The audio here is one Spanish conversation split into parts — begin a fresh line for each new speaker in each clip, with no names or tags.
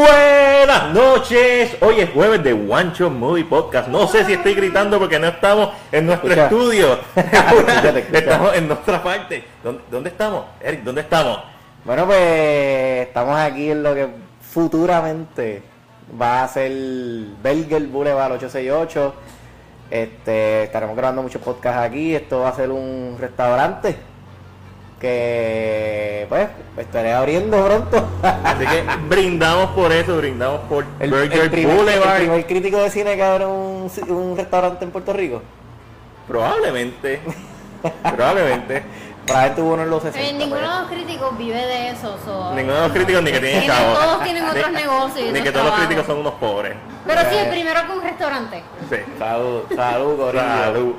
Buenas noches, hoy es jueves de Wancho Movie Podcast. No sé si estoy gritando porque no estamos en nuestro
Escucha.
estudio.
Escucha, escucha.
Estamos en nuestra parte. ¿Dónde, dónde estamos? Eric, ¿dónde estamos?
Bueno, pues estamos aquí en lo que futuramente va a ser Belger Boulevard 868. Este, estaremos grabando muchos podcasts aquí. Esto va a ser un restaurante que, pues, estaré abriendo pronto.
Así que brindamos por eso, brindamos por
El,
Burger
el primer,
Boulevard.
el primer crítico de cine que abre un, un restaurante en Puerto Rico.
Probablemente. Probablemente.
Para ver tuvo uno en los
Está bien,
60.
Eh, ninguno
pues.
de los críticos vive de eso. so-
Ninguno de los críticos ni que tienen
Ni
chavos.
todos tienen
Ni-
otros negocios y
Ni
otros
que todos los
trabajos.
críticos son unos pobres.
Pero sí, el
Eh.
primero que un restaurante.
Sí.
pues. Salud, salud, gorillo.
Salud.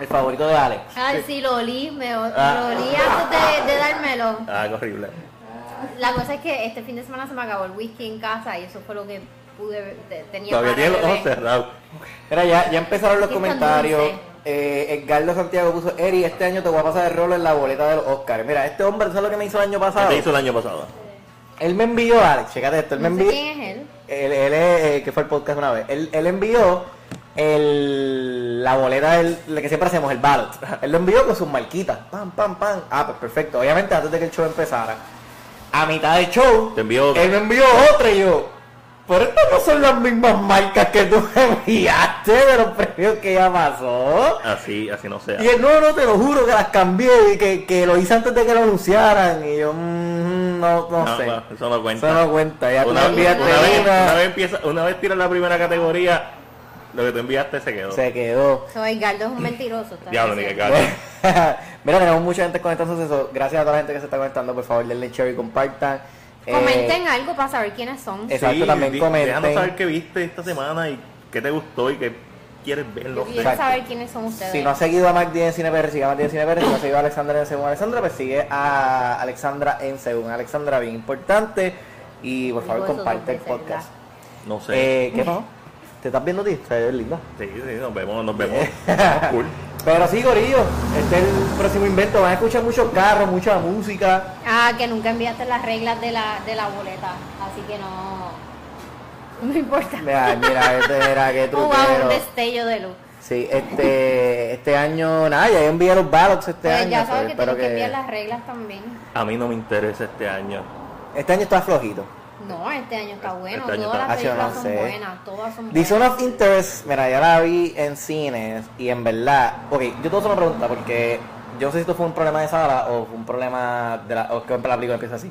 El favorito de Alex.
Ay, Ah, sí, lo olí, me o-
Ah.
lo olí antes de, de dármelo.
Ah, qué horrible.
La cosa es que este fin de semana se me acabó el whisky en casa y eso fue lo que pude ver- te- tenía
Todavía
para
tienen los ojos
beber.
cerrados.
Mira, ya, ya empezaron los
Qué tan
comentarios.
dulce.
Eh, Edgardo Santiago puso, Eri, este año te voy a pasar el rolo en la boleta de los Oscars. Mira, este hombre, ¿sabes lo que me hizo el año
¿Qué
pasado?
te hizo el año pasado?
Él me envió, Alex, chécate esto, él me
No sé
envió,
quién es él.
él, él es, eh, que fue el podcast una vez, él, él envió el, la boleta, del, la que siempre hacemos, el ballot. Él lo envió con sus marquitas, pam, pam, pam. Ah, pues perfecto, obviamente antes de que el show empezara. A mitad del show,
Te envió otra.
él me envió otra y yo, pero estas no son las mismas marcas que tú me enviaste de los premios que ya pasó.
Así, así no sea.
Y él, no, no, te lo juro que las cambié y que, que lo hice antes de que lo anunciaran. Y yo, mm, no, no, sé.
no, eso no cuenta.
Eso no cuenta. Ya tú
una,
me enviaste
una vez,
una,
una vez empieza, una vez tiras la primera categoría, lo que tú enviaste se quedó.
se quedó.
Soy Galdo es un mentiroso. está
Diablo, ni
diciendo.
que cacho.
Mira, tenemos mucha gente conectándose. Eso. Gracias a toda la gente que se está conectando. Por favor, denle share y compartan. Eh,
Comenten algo para saber quiénes son.
eh, Exacto, también
di-
comenten.
Déjanos saber qué viste esta semana y qué te gustó y qué quieres ver. No
Yo
sé.
quiero saber quiénes son ustedes.
Si no has seguido a Mac 10 en CinePR, sigue a Mac 10 en CinePR. Si no has seguido a Alexandra en Según Alexandra, pues sigue a Alexandra en Según Alexandra. Bien importante. Y por favor,
Digo eso dos
comparte el
veces,
podcast.
No sé.
Eh, ¿Qué pasó? ¿Te estás viendo a ti? Se ve linda.
Sí, sí, nos vemos, nos vemos.
eh.
Estamos cool.
Pero sí, Gorillo, este es el próximo invento. Van a escuchar muchos carros, mucha música.
Ah, que nunca enviaste las reglas de la, de la boleta, así que no. No importa.
Mira, mira, este era que
Oh, wow, un
truquero.
destello de luz.
Sí, este, este año, nada, ya yo envié los ballots este
Pues
año.
ya
pero
sabes que
espero
tengo que enviar las reglas también.
A mí no me interesa este año.
Este año está flojito.
No, este año está bueno,
Este año
todas
está-
las
Ah, sí, no
películas son
sé.
buenas, todas son
The Zone
buenas.
of Interest, mira, ya la vi en cines y en verdad, ok, yo tengo una pregunta porque yo no sé si esto fue un problema de sala o fue un problema de la, o es que la película empieza así.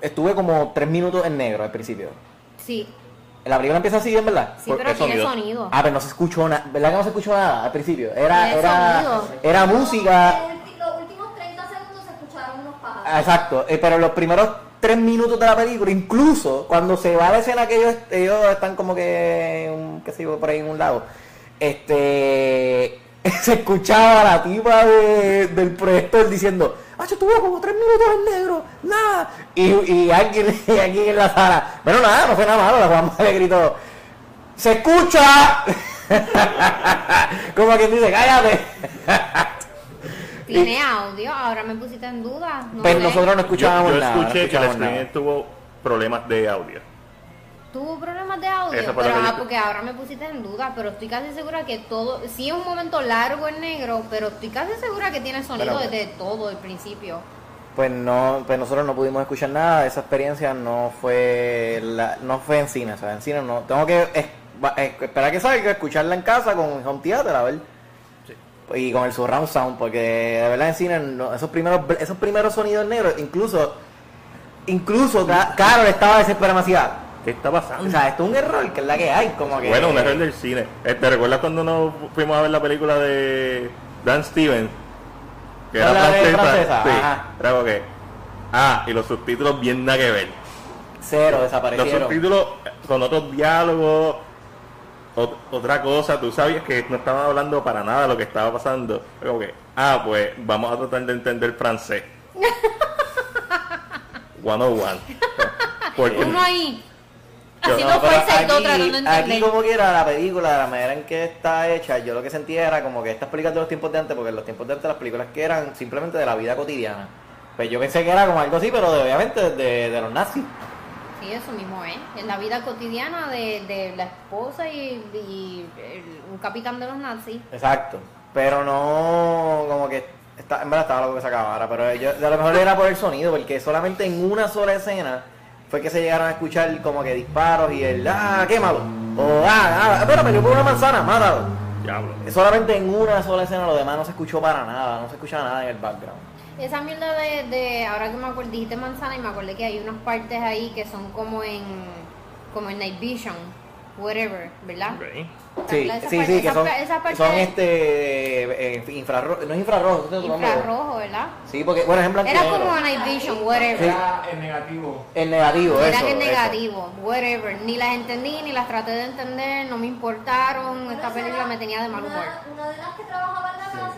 Estuve como tres minutos en negro al principio.
Sí,
La película empieza así, en verdad.
sí,
¿Por
pero
qué
tiene
sonido?
sonido.
Ah, pero no se escuchó nada, ¿verdad que no se escuchó nada al principio? Era,
Era
era,
sonido.
era música,
Los últimos 30 segundos se escucharon unos pájaros.
exacto, eh, pero los primeros tres minutos de la película, incluso cuando se va la escena que ellos, ellos están como que, en un- qué sé yo, por ahí en un lado, este, se escuchaba la tipa de- del proyector diciendo, ah, yo estuve como tres minutos en negro, nada, y, y alguien, y alguien en la sala, bueno, nada, no fue nada malo, la mamá le gritó, se escucha, como quien dice, cállate.
Tiene audio, ahora me pusiste en duda. No
Pero
sé.
Pues nosotros no
Yo,
escuchábamos
yo
nada. no
escuché que el
escuchábamos nada.
streaming tuvo problemas de audio.
Tuvo problemas de audio,
Eso
pero
fue lo que
ah,
yo-
porque ahora me pusiste en duda, pero estoy casi segura que todo, sí es un momento largo en negro, pero estoy casi segura que tiene sonido
Pero-
desde todo el principio.
Pues no, pues nosotros no pudimos escuchar nada, esa experiencia no fue la, no fue en cine, o sea, en cine no. Tengo que es- va- es- esperar que salga, escucharla en casa con home theater, a ver. Y con el surround sound, porque de verdad en cine no- esos primeros esos primeros sonidos negros, incluso incluso Ca- Carol estaba desesperada demasiado.
¿Qué está pasando?
O sea, esto es un error que es la que hay, como que
Bueno, un error del cine. Eh, ¿Te recuerdas cuando nos fuimos a ver la película de Dan Stevens? Que
Ah, la de francesa,
Sí,
ajá.
era como que- Ah, y los subtítulos bien nada que ver.
cero
Los
desaparecieron.
subtítulos con otros diálogos, ot- otra cosa. Tú sabías que no estaban hablando para nada lo que estaba pasando. Era Como que, ah, pues vamos a tratar de entender francés. One on one. Porque
Uno ahí,
Yo
haciendo
No, pero
fuerza y todo
aquí-
tratando de entender.
Aquí como quiera la película, la manera en que está hecha, yo lo que sentía era como que estas películas de los tiempos de antes, porque en los tiempos de antes las películas que eran simplemente de la vida cotidiana. Pues yo pensé que era como algo así, pero de- obviamente de, de los nazis.
Sí, eso mismo es. En la vida cotidiana de, de la esposa y, y el- un capitán de los nazis.
Exacto. Pero no como que está, en verdad estaba loco que se acabara, pero yo a lo mejor era por el sonido, porque solamente en una sola escena fue que se llegaron a escuchar como que disparos y el ah, quémalo. O ah, ah, espérame, yo pongo una manzana, mátalo.
Diablo.
Eh, Solamente en una sola escena lo demás no se escuchó para nada, no se escuchaba nada en el background.
Esa mierda de, de- ahora que me acordé, dijiste manzana y me acordé que hay unas partes ahí que son como en, como en Night Vision, whatever, ¿verdad?
Ok.
Sí,
Esa
sí,
parte-
sí, que
esa
son,
pa- esa parte
son
de-
este eh, infrarrojo, no es infrarrojo, ¿qué es otro nombre?
Infrarrojo, ¿verdad?
Sí, porque bueno, es en blanco y
Era
negro.
como Night Vision, whatever.
Era el negativo.
El negativo,
Era
eso.
que es
eso.
negativo, whatever. Ni las entendí, ni las traté de entender, no me importaron. Esta película me tenía de mal humor.
Una, una de las que trabajaba en la casa.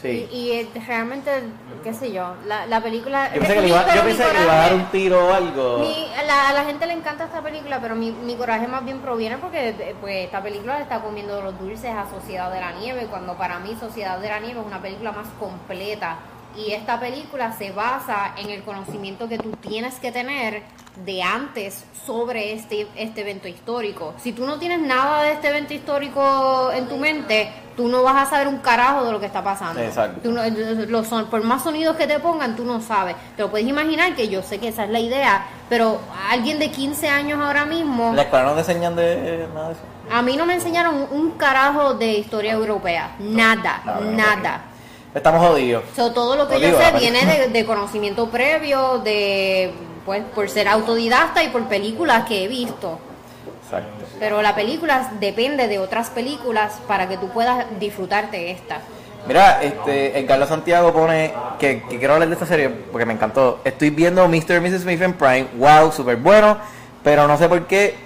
Sí.
Y, y, eh, realmente, qué sé yo, la, la película...
Yo pensé que le iba, yo pensé que le iba a dar un tiro o algo.
Mi- a, la, a la gente le encanta esta película, pero mi, mi coraje más bien proviene porque eh, pues, esta película le está comiendo los dulces a Sociedad de la Nieve, cuando para mí Sociedad de la Nieve es una película más completa. Y esta película se basa en el conocimiento que tú tienes que tener de antes sobre este, este evento histórico. Si tú no tienes nada de este evento histórico en tu mente, tú no vas a saber un carajo de lo que está pasando.
Exacto.
Tú no- los son, por más sonidos que te pongan, tú no sabes. Te lo puedes imaginar que yo sé que esa es la idea, pero a alguien de 15 años ahora mismo,
En la escuela no te enseñan de nada de eso.
a mí no me enseñaron un carajo de historia europea. Nada,
No, no, no,
nada.
Estamos jodidos.
So, todo lo que
No
yo
digo,
sé
la
viene
película.
de, de conocimiento previo, de pues por ser autodidacta y por películas que he visto.
Exacto.
Pero la película depende de otras películas para que tú puedas disfrutarte esta.
Mira, este, el Carlos Santiago pone que, que quiero hablar de esta serie porque me encantó. Estoy viendo Mr. y Mrs. Smith en Prime, wow, súper bueno, pero no sé por qué,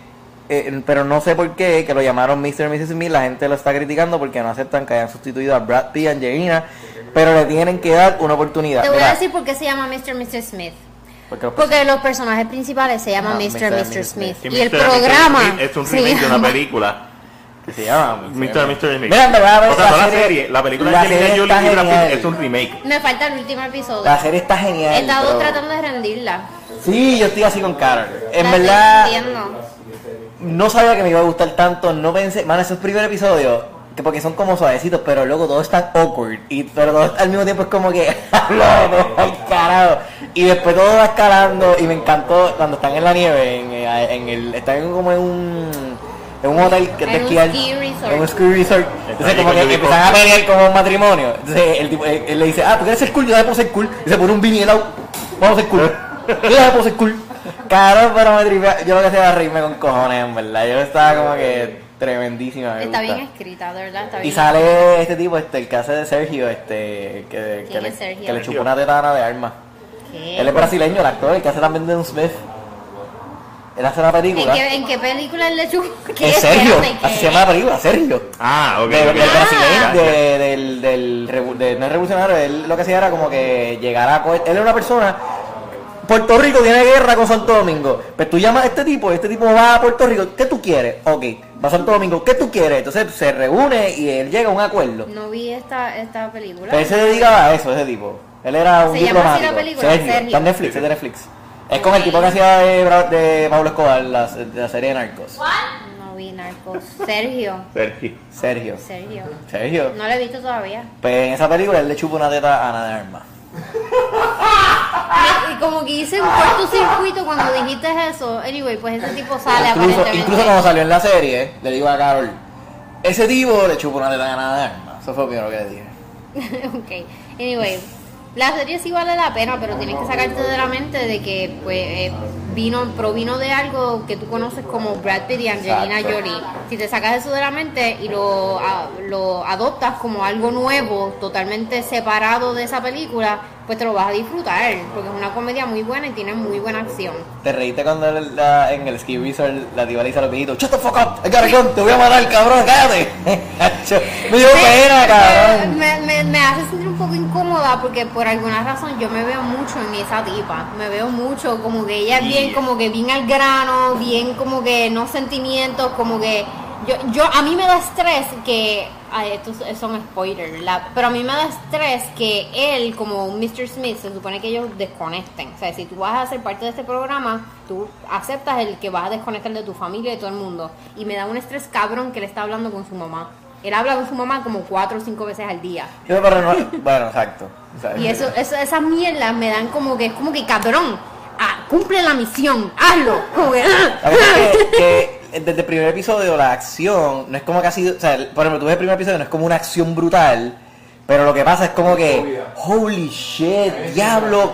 eh, pero no sé por qué que lo llamaron Mr. y Mrs. Smith, la gente lo está criticando porque no aceptan que hayan sustituido a Brad Pitt y Angelina, pero le tienen que dar una oportunidad.
Te voy
Mira,
a decir por qué se llama Mr. Mr. Smith.
porque los-
Porque los personajes principales se llaman
Ah, Mr.
Mr. Mr. Smith.
Sí,
Y el
Mr.
programa.
Es un
se
remake de
llama-
una película.
que se llama
Mr. Mr. Smith.
Mira, en verdad,
o sea,
la
no la
serie-
serie, la película
la
de Angelina
serie está
Jolie y Brad Pitt
genial.
es un remake.
Me falta el último episodio.
La serie está
He
genial.
estado
pero-
tratando de rendirla.
Sí, yo estoy así con Carol. En
La estoy
verdad,
rindiendo.
no sabía que me iba a gustar tanto. No pensé, man, esos primeros episodios, que porque son como suavecitos, pero luego todo es tan awkward. Y pero todo al mismo tiempo es como que, no, no, al carajo. Y después todo va escalando. Y me encantó cuando están en la nieve, en, eh, en el, están en como en un. En un hotel que- de
En un
esquiar.
ski resort.
En un ski resort. Entonces,
ahí
como
con
que
Judy
empiezan a pelear como un matrimonio. Entonces, el tipo, él, él le dice, ah, tú quieres ser cool, yo también puedo ser cool. Y se pone un vinilo, vamos a ser cool. Yo también puedo ser cool. Claro, pero me tripea. Yo lo que hacía era reírme con cojones, en verdad. Yo estaba como que tremendísima. me
Está
gusta.
bien escrita, de verdad. Está
Y
bien.
sale este tipo, este, el que hace de Sergio, este, que, que
¿Quién
le,
es Sergio? Eh.
que le chupó una tetana de arma.
¿Qué?
Él es brasileño, el actor, el que hace también de un Smith. Él hace una
¿En
película.
qué, en qué película él le chupó? ¿Qué?
es Sergio,
Espérame, ¿qué?
así se llama la película, Sergio.
Ah, ok.
De-
ok.
del
Ah.
brasileño, de- del, del revu- de- no es revolucionario, él lo que hacía era como que llegara a co- él era una persona, Puerto Rico tiene guerra con Santo Domingo, pues tú llamas a este tipo, este tipo va a Puerto Rico, ¿qué tú quieres? Ok, va a Santo Domingo, ¿qué tú quieres? Entonces se reúne y él llega a un acuerdo.
No vi esta, esta película.
Pero él se dedicaba a eso, ese tipo. Él era un
Se llama así la
diplomático.
película, Sergio.
Está en Netflix, es de Netflix. Es con el tipo que hacía de, Bra- de Pablo Escobar, la, de la serie de Narcos.
No vi Narcos. Sergio.
Sergi.
Sergio.
Sergio.
Sergio.
No la he visto todavía.
Pues en esa película él le chupa una teta a Ana de Armas.
Y como que hice un cortocircuito cuando dijiste eso. Anyway, pues ese tipo sale
incluso,
aparentemente.
incluso cuando salió en la serie, le digo a Carol, ese tipo le chupó una teta a Ana de Armas. Eso fue lo primero que le dije.
ok, anyway. La serie sí vale la pena, pero tienes que sacarte de la mente de que pues eh, vino, provino de algo que tú conoces como Brad Pitt y Angelina
Exacto.
Jolie. Si te sacas eso de la mente y lo, a- lo adoptas como algo nuevo, totalmente separado de esa película, pues te lo vas a disfrutar, porque es una comedia muy buena y tiene muy buena acción.
Te reíste cuando el- la- en el ski resort la diva le dice a los viejitos, shut the fuck up, I gotta go, te voy a matar, cabrón, cállate. me dio pena, cabrón.
Me, me- me hace sentir un poco incómoda porque por alguna razón yo me veo mucho en esa tipa. Me veo mucho como que ella es bien,
Yeah.
como que bien al grano, bien como que no sentimientos, como que yo, yo a mí me da estrés que Ay, estos son spoilers, ¿verdad? Pero a mí me da estrés que él, como un Mr. Smith, se supone que ellos desconecten. O sea, si tú vas a ser parte de este programa, tú aceptas el que vas a desconectar de tu familia y de todo el mundo. Y me da un estrés cabrón que él está hablando con su mamá. Él habla con su mamá como cuatro o cinco veces al día.
Yo, pero no- bueno, exacto. O sea,
Y eso, eso- esas mierdas me dan como que es como que cabrón. ah, cumple la misión, hazlo. Como que, ah.
La verdad es que, que desde el primer episodio la acción no es como que ha sido, o sea, el- por ejemplo, tú ves el primer episodio, no es como una acción brutal, pero lo que pasa es como que, holy shit, diablo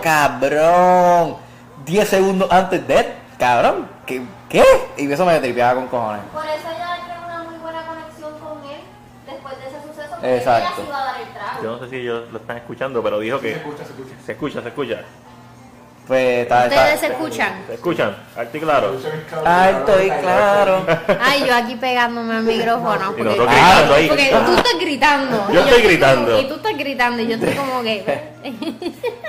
cabrón, 10 segundos antes de, cabrón, ¿qué? ¿Qué? Y eso me tripeaba con cojones.
Por eso ella creó una muy buena conexión con él después de ese suceso. porque Ella
Exacto.
se iba a dar el trago.
Yo no sé si ellos lo están escuchando, pero dijo que
Se escucha, se escucha.
se escucha, se escucha.
Pues está,
Ustedes se
está
escuchan.
¿Se escuchan? Alto y claro.
Se escucha bien
alto y Ah, claro.
Ay, yo aquí pegándome al micrófono.
Y
Porque,
nosotros
Ah,
gritando ahí.
porque tú estás gritando.
Yo
Y
estoy
como-
gritando.
y tú estás gritando. Y yo estoy como que.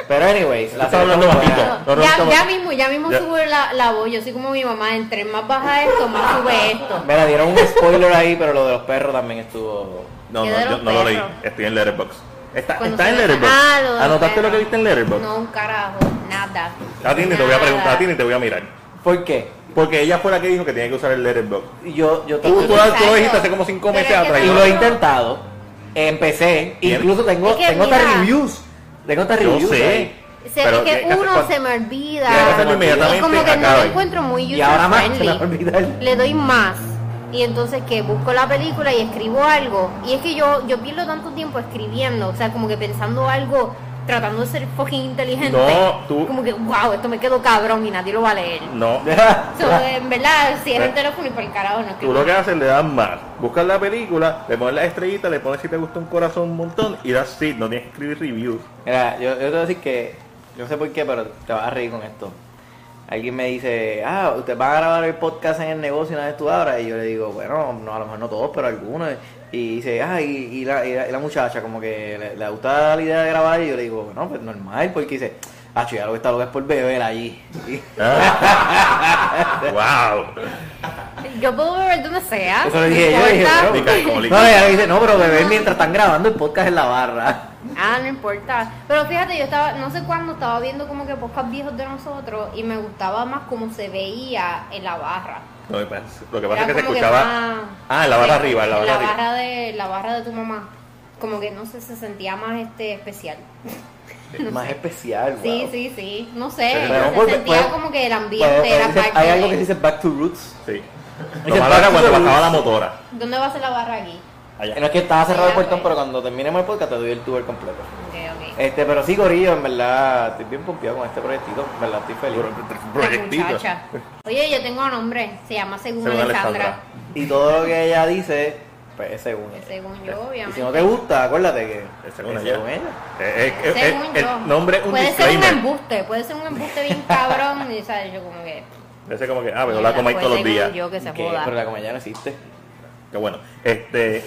Pero anyways, la
Estás hablando
serie está
bajito.
buena.
No, no,
ya,
estamos-
ya mismo, ya mismo
Ya.
sube la, la voz. Yo soy como mi mamá. Entre más baja esto, más sube esto.
Mira, dieron un spoiler ahí, pero lo de los perros también estuvo...
No, no,
Quedaron
yo no lo leí.
perros.
Estoy en Letterboxd. Está,
Cuando
está
se
en
llama-
Letterboxd.
Ah, lo de
¿Anotaste lo que
perros.
viste en Letterboxd?
No, un carajo. Nada.
A ti ni te voy a preguntar, a ti ni te voy a mirar.
¿Por qué?
Porque ella fue la que dijo que tenía que usar el Letterboxd.
Yo, yo
Tú, tú, tú
Exacto.
lo dijiste hace como cinco
Pero
meses
es que
atrás.
Y
Yo-
lo he intentado. Empecé.
Bien.
Incluso tengo,
Es que
tengo hasta
mira.
reviews. Tengo hasta
Yo
reviews. eh.
sé.
ahí.
Se
pero
ve que
tiene hacer
uno
cuan-
se me
tiene que hacerlo
olvida.
inmediatamente
Y como que no
acabe.
lo encuentro muy user
Y ahora más se me va a
friendly.
olvidar.
Le doy más. Y entonces que busco la película y escribo algo. Y es que yo, yo pierdo tanto tiempo escribiendo, o sea, como que pensando algo, tratando de ser fucking inteligente.
No, tú-
Como que, wow, esto me quedó cabrón y nadie lo va a leer.
No.
So, en verdad, si es
Eh.
el teléfono y por el carajo no
Tú
escribo.
lo que haces le das más. Buscas la película, le pones la estrellita, le pones si te gusta un corazón un montón y das sí, no tienes que escribir reviews.
Mira, yo, yo te voy a decir que. Yo no sé por qué, pero te vas a reír con esto. Alguien me dice, ah, usted va a grabar el podcast en el negocio una vez tú abras. Y yo le digo, bueno, no, a lo mejor no todos, pero algunos. Y dice, ah, y, y la, y la- y la muchacha, como que le, le gusta la idea de grabar. Y yo le digo, bueno, pues normal, porque dice, ah, chico, ya lo que está lo que es por beber allí.
Ah. wow.
Yo puedo beber donde sea.
Eso lo
no
dije yo, dije,
importa.
pero-
Ni calcólico.
No, ella dice, no, pero beber mientras están grabando el podcast en la barra.
Ah, no importa. Pero fíjate, yo estaba, no sé cuándo, estaba viendo como que podcast viejos de nosotros y me gustaba más cómo se veía en la barra.
Lo que pasa, lo que pasa es
Era
que se
como
escuchaba.
más-
Ah, en la barra arriba, en la barra arriba.
de, la barra de tu mamá. Como que no sé, se sentía más este especial.
Más especial,
Sí,
wow.
sí, sí. No sé.
Pero pues,
se
podemos volver-
sentía
podemos-
como que el ambiente
Bueno,
era
dice-
parte
hay
de-
algo que dice back to roots.
Sí. Lo
Dice,
malo era
"Back to
cuando
the
bajaba la
roots".
motora.
¿Dónde va a ser la barra aquí?
Allá.
No es que estaba cerrado el
Ya,
portón,
pues.
pero cuando terminemos el podcast te doy el tour completo.
Ok,
Eh,
ok.
Este, pero sí, Gorillo, en verdad, estoy bien pompeado con este proyectito, en verdad, estoy feliz.
La muchacha. Oye, yo tengo nombre. Se llama Según,
Según
Alejandra.
Alejandra.
Y todo lo que ella dice, pues es según ella.
Según yo,
Y
obviamente.
si no te gusta, acuérdate que
Es según
es
ella.
según ella.
Eh, eh, eh,
Según
eh,
yo.
el nombre es un
puede
disclaimer.
ser un embuste, puede ser un embuste bien cabrón y sabes yo como que
Ese como que, ah, pero la comáis
puede
todos los
ser un
días.
pues, Yo que se
Que-
joda.
Pero la como ella no existe.
Que bueno, este,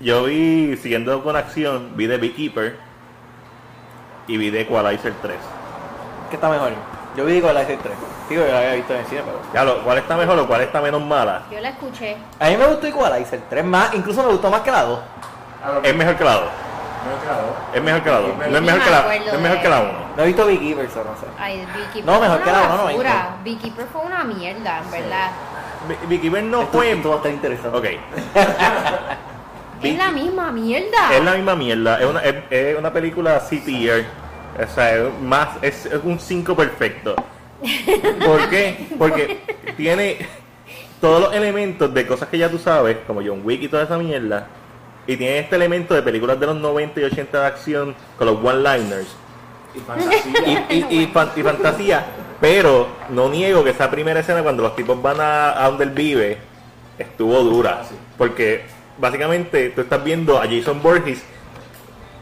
yo vi, siguiendo con acción, vi de Beekeeper y vi de Equalizer 3.
¿Qué está mejor? Yo vi con la S3. Digo, yo la había visto en el cine, pero...
Ya, lo, ¿cuál está mejor o cuál está menos mala?
Yo la escuché.
A mí me gustó Equalizer 3 más, incluso me gustó más que la 2.
A lo que
Es mejor Ah, que la 2.
no he creado.
Es mejor que la 2. No es
Ni
mejor
me
que la,
acuerdo
no es
de-
mejor que la 1.
No he visto Big Evers, o no sé.
Ay, Beekeeper
No, mejor
fue
que la
una
uno, no,
basura. Beekeeper fue una mierda, en verdad.
Beekeeper no pues.
Esto-
fue...
esto va a estar interesante.
Ok,
Es la misma mierda.
es la misma mierda. Es una, es, es una película CTR. O sea, es, más, es, es un 5 perfecto. ¿Por qué? Porque tiene todos los elementos de cosas que ya tú sabes, como John Wick y toda esa mierda. Y tiene este elemento de películas de los 90 y 80 de acción con los one-liners
Y fantasía.
y, y- y fan- y fantasía. Pero no niego que esa primera escena cuando los tipos van a, a donde él vive estuvo dura.
Ah, sí.
Porque básicamente tú estás viendo a Jason Borges,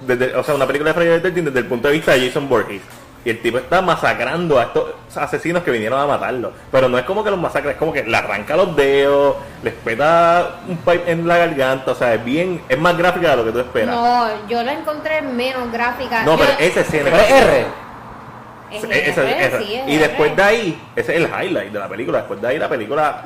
desde, o sea, una película de Friday the 13 desde el punto de vista de Jason Borges. Y el tipo está masacrando a estos asesinos que vinieron a matarlo. Pero no es como que los masacra, es como que le arranca los dedos, les peta un pipe en la garganta. O sea, es bien, es más gráfica de lo que tú esperas. No,
no, yo la encontré menos gráfica. Yo-
pero esa escena.
Pero es R.
es
Esa- esa-
R,
esa.
sí, es
y
R.
después de ahí, ese es el highlight de la película. Después de ahí la película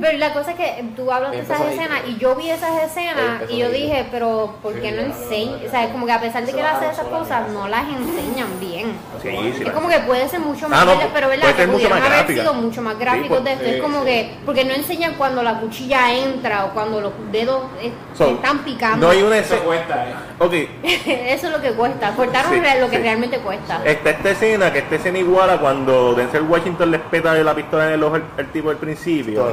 Pero la cosa es que tú hablas de
Bien
esas
pesadito.
escenas y yo vi esas
Bien
escenas y
pesadito.
yo dije, pero ¿por qué
Sí,
no
claro,
enseñan?
claro.
O sea, es como que a pesar de
Se
que él
bajaron
hace esas
sola,
cosas,
mira.
no las enseñan bien.
Sí, sí,
Es
la-
como que puede ser mucho
Ah,
más,
no,
gráfico, pero ¿verdad?
puede ser
que
mucho más
pudieron haber
gráfica.
sido mucho más
Sí,
gráficos
pues,
de esto. es
sí,
como
sí.
que, porque no enseñan cuando la cuchilla entra o cuando los dedos eh,
So,
están picando.
No hay una
Eso
escena.
cuenta, ¿eh?
Ok,
Eso es lo que cuesta. Cortaron
Sí,
real- lo que
sí.
realmente cuesta.
está esta escena, que esta escena igual a cuando Denzel Washington les peta de la pistola en el ojo al al tipo al principio.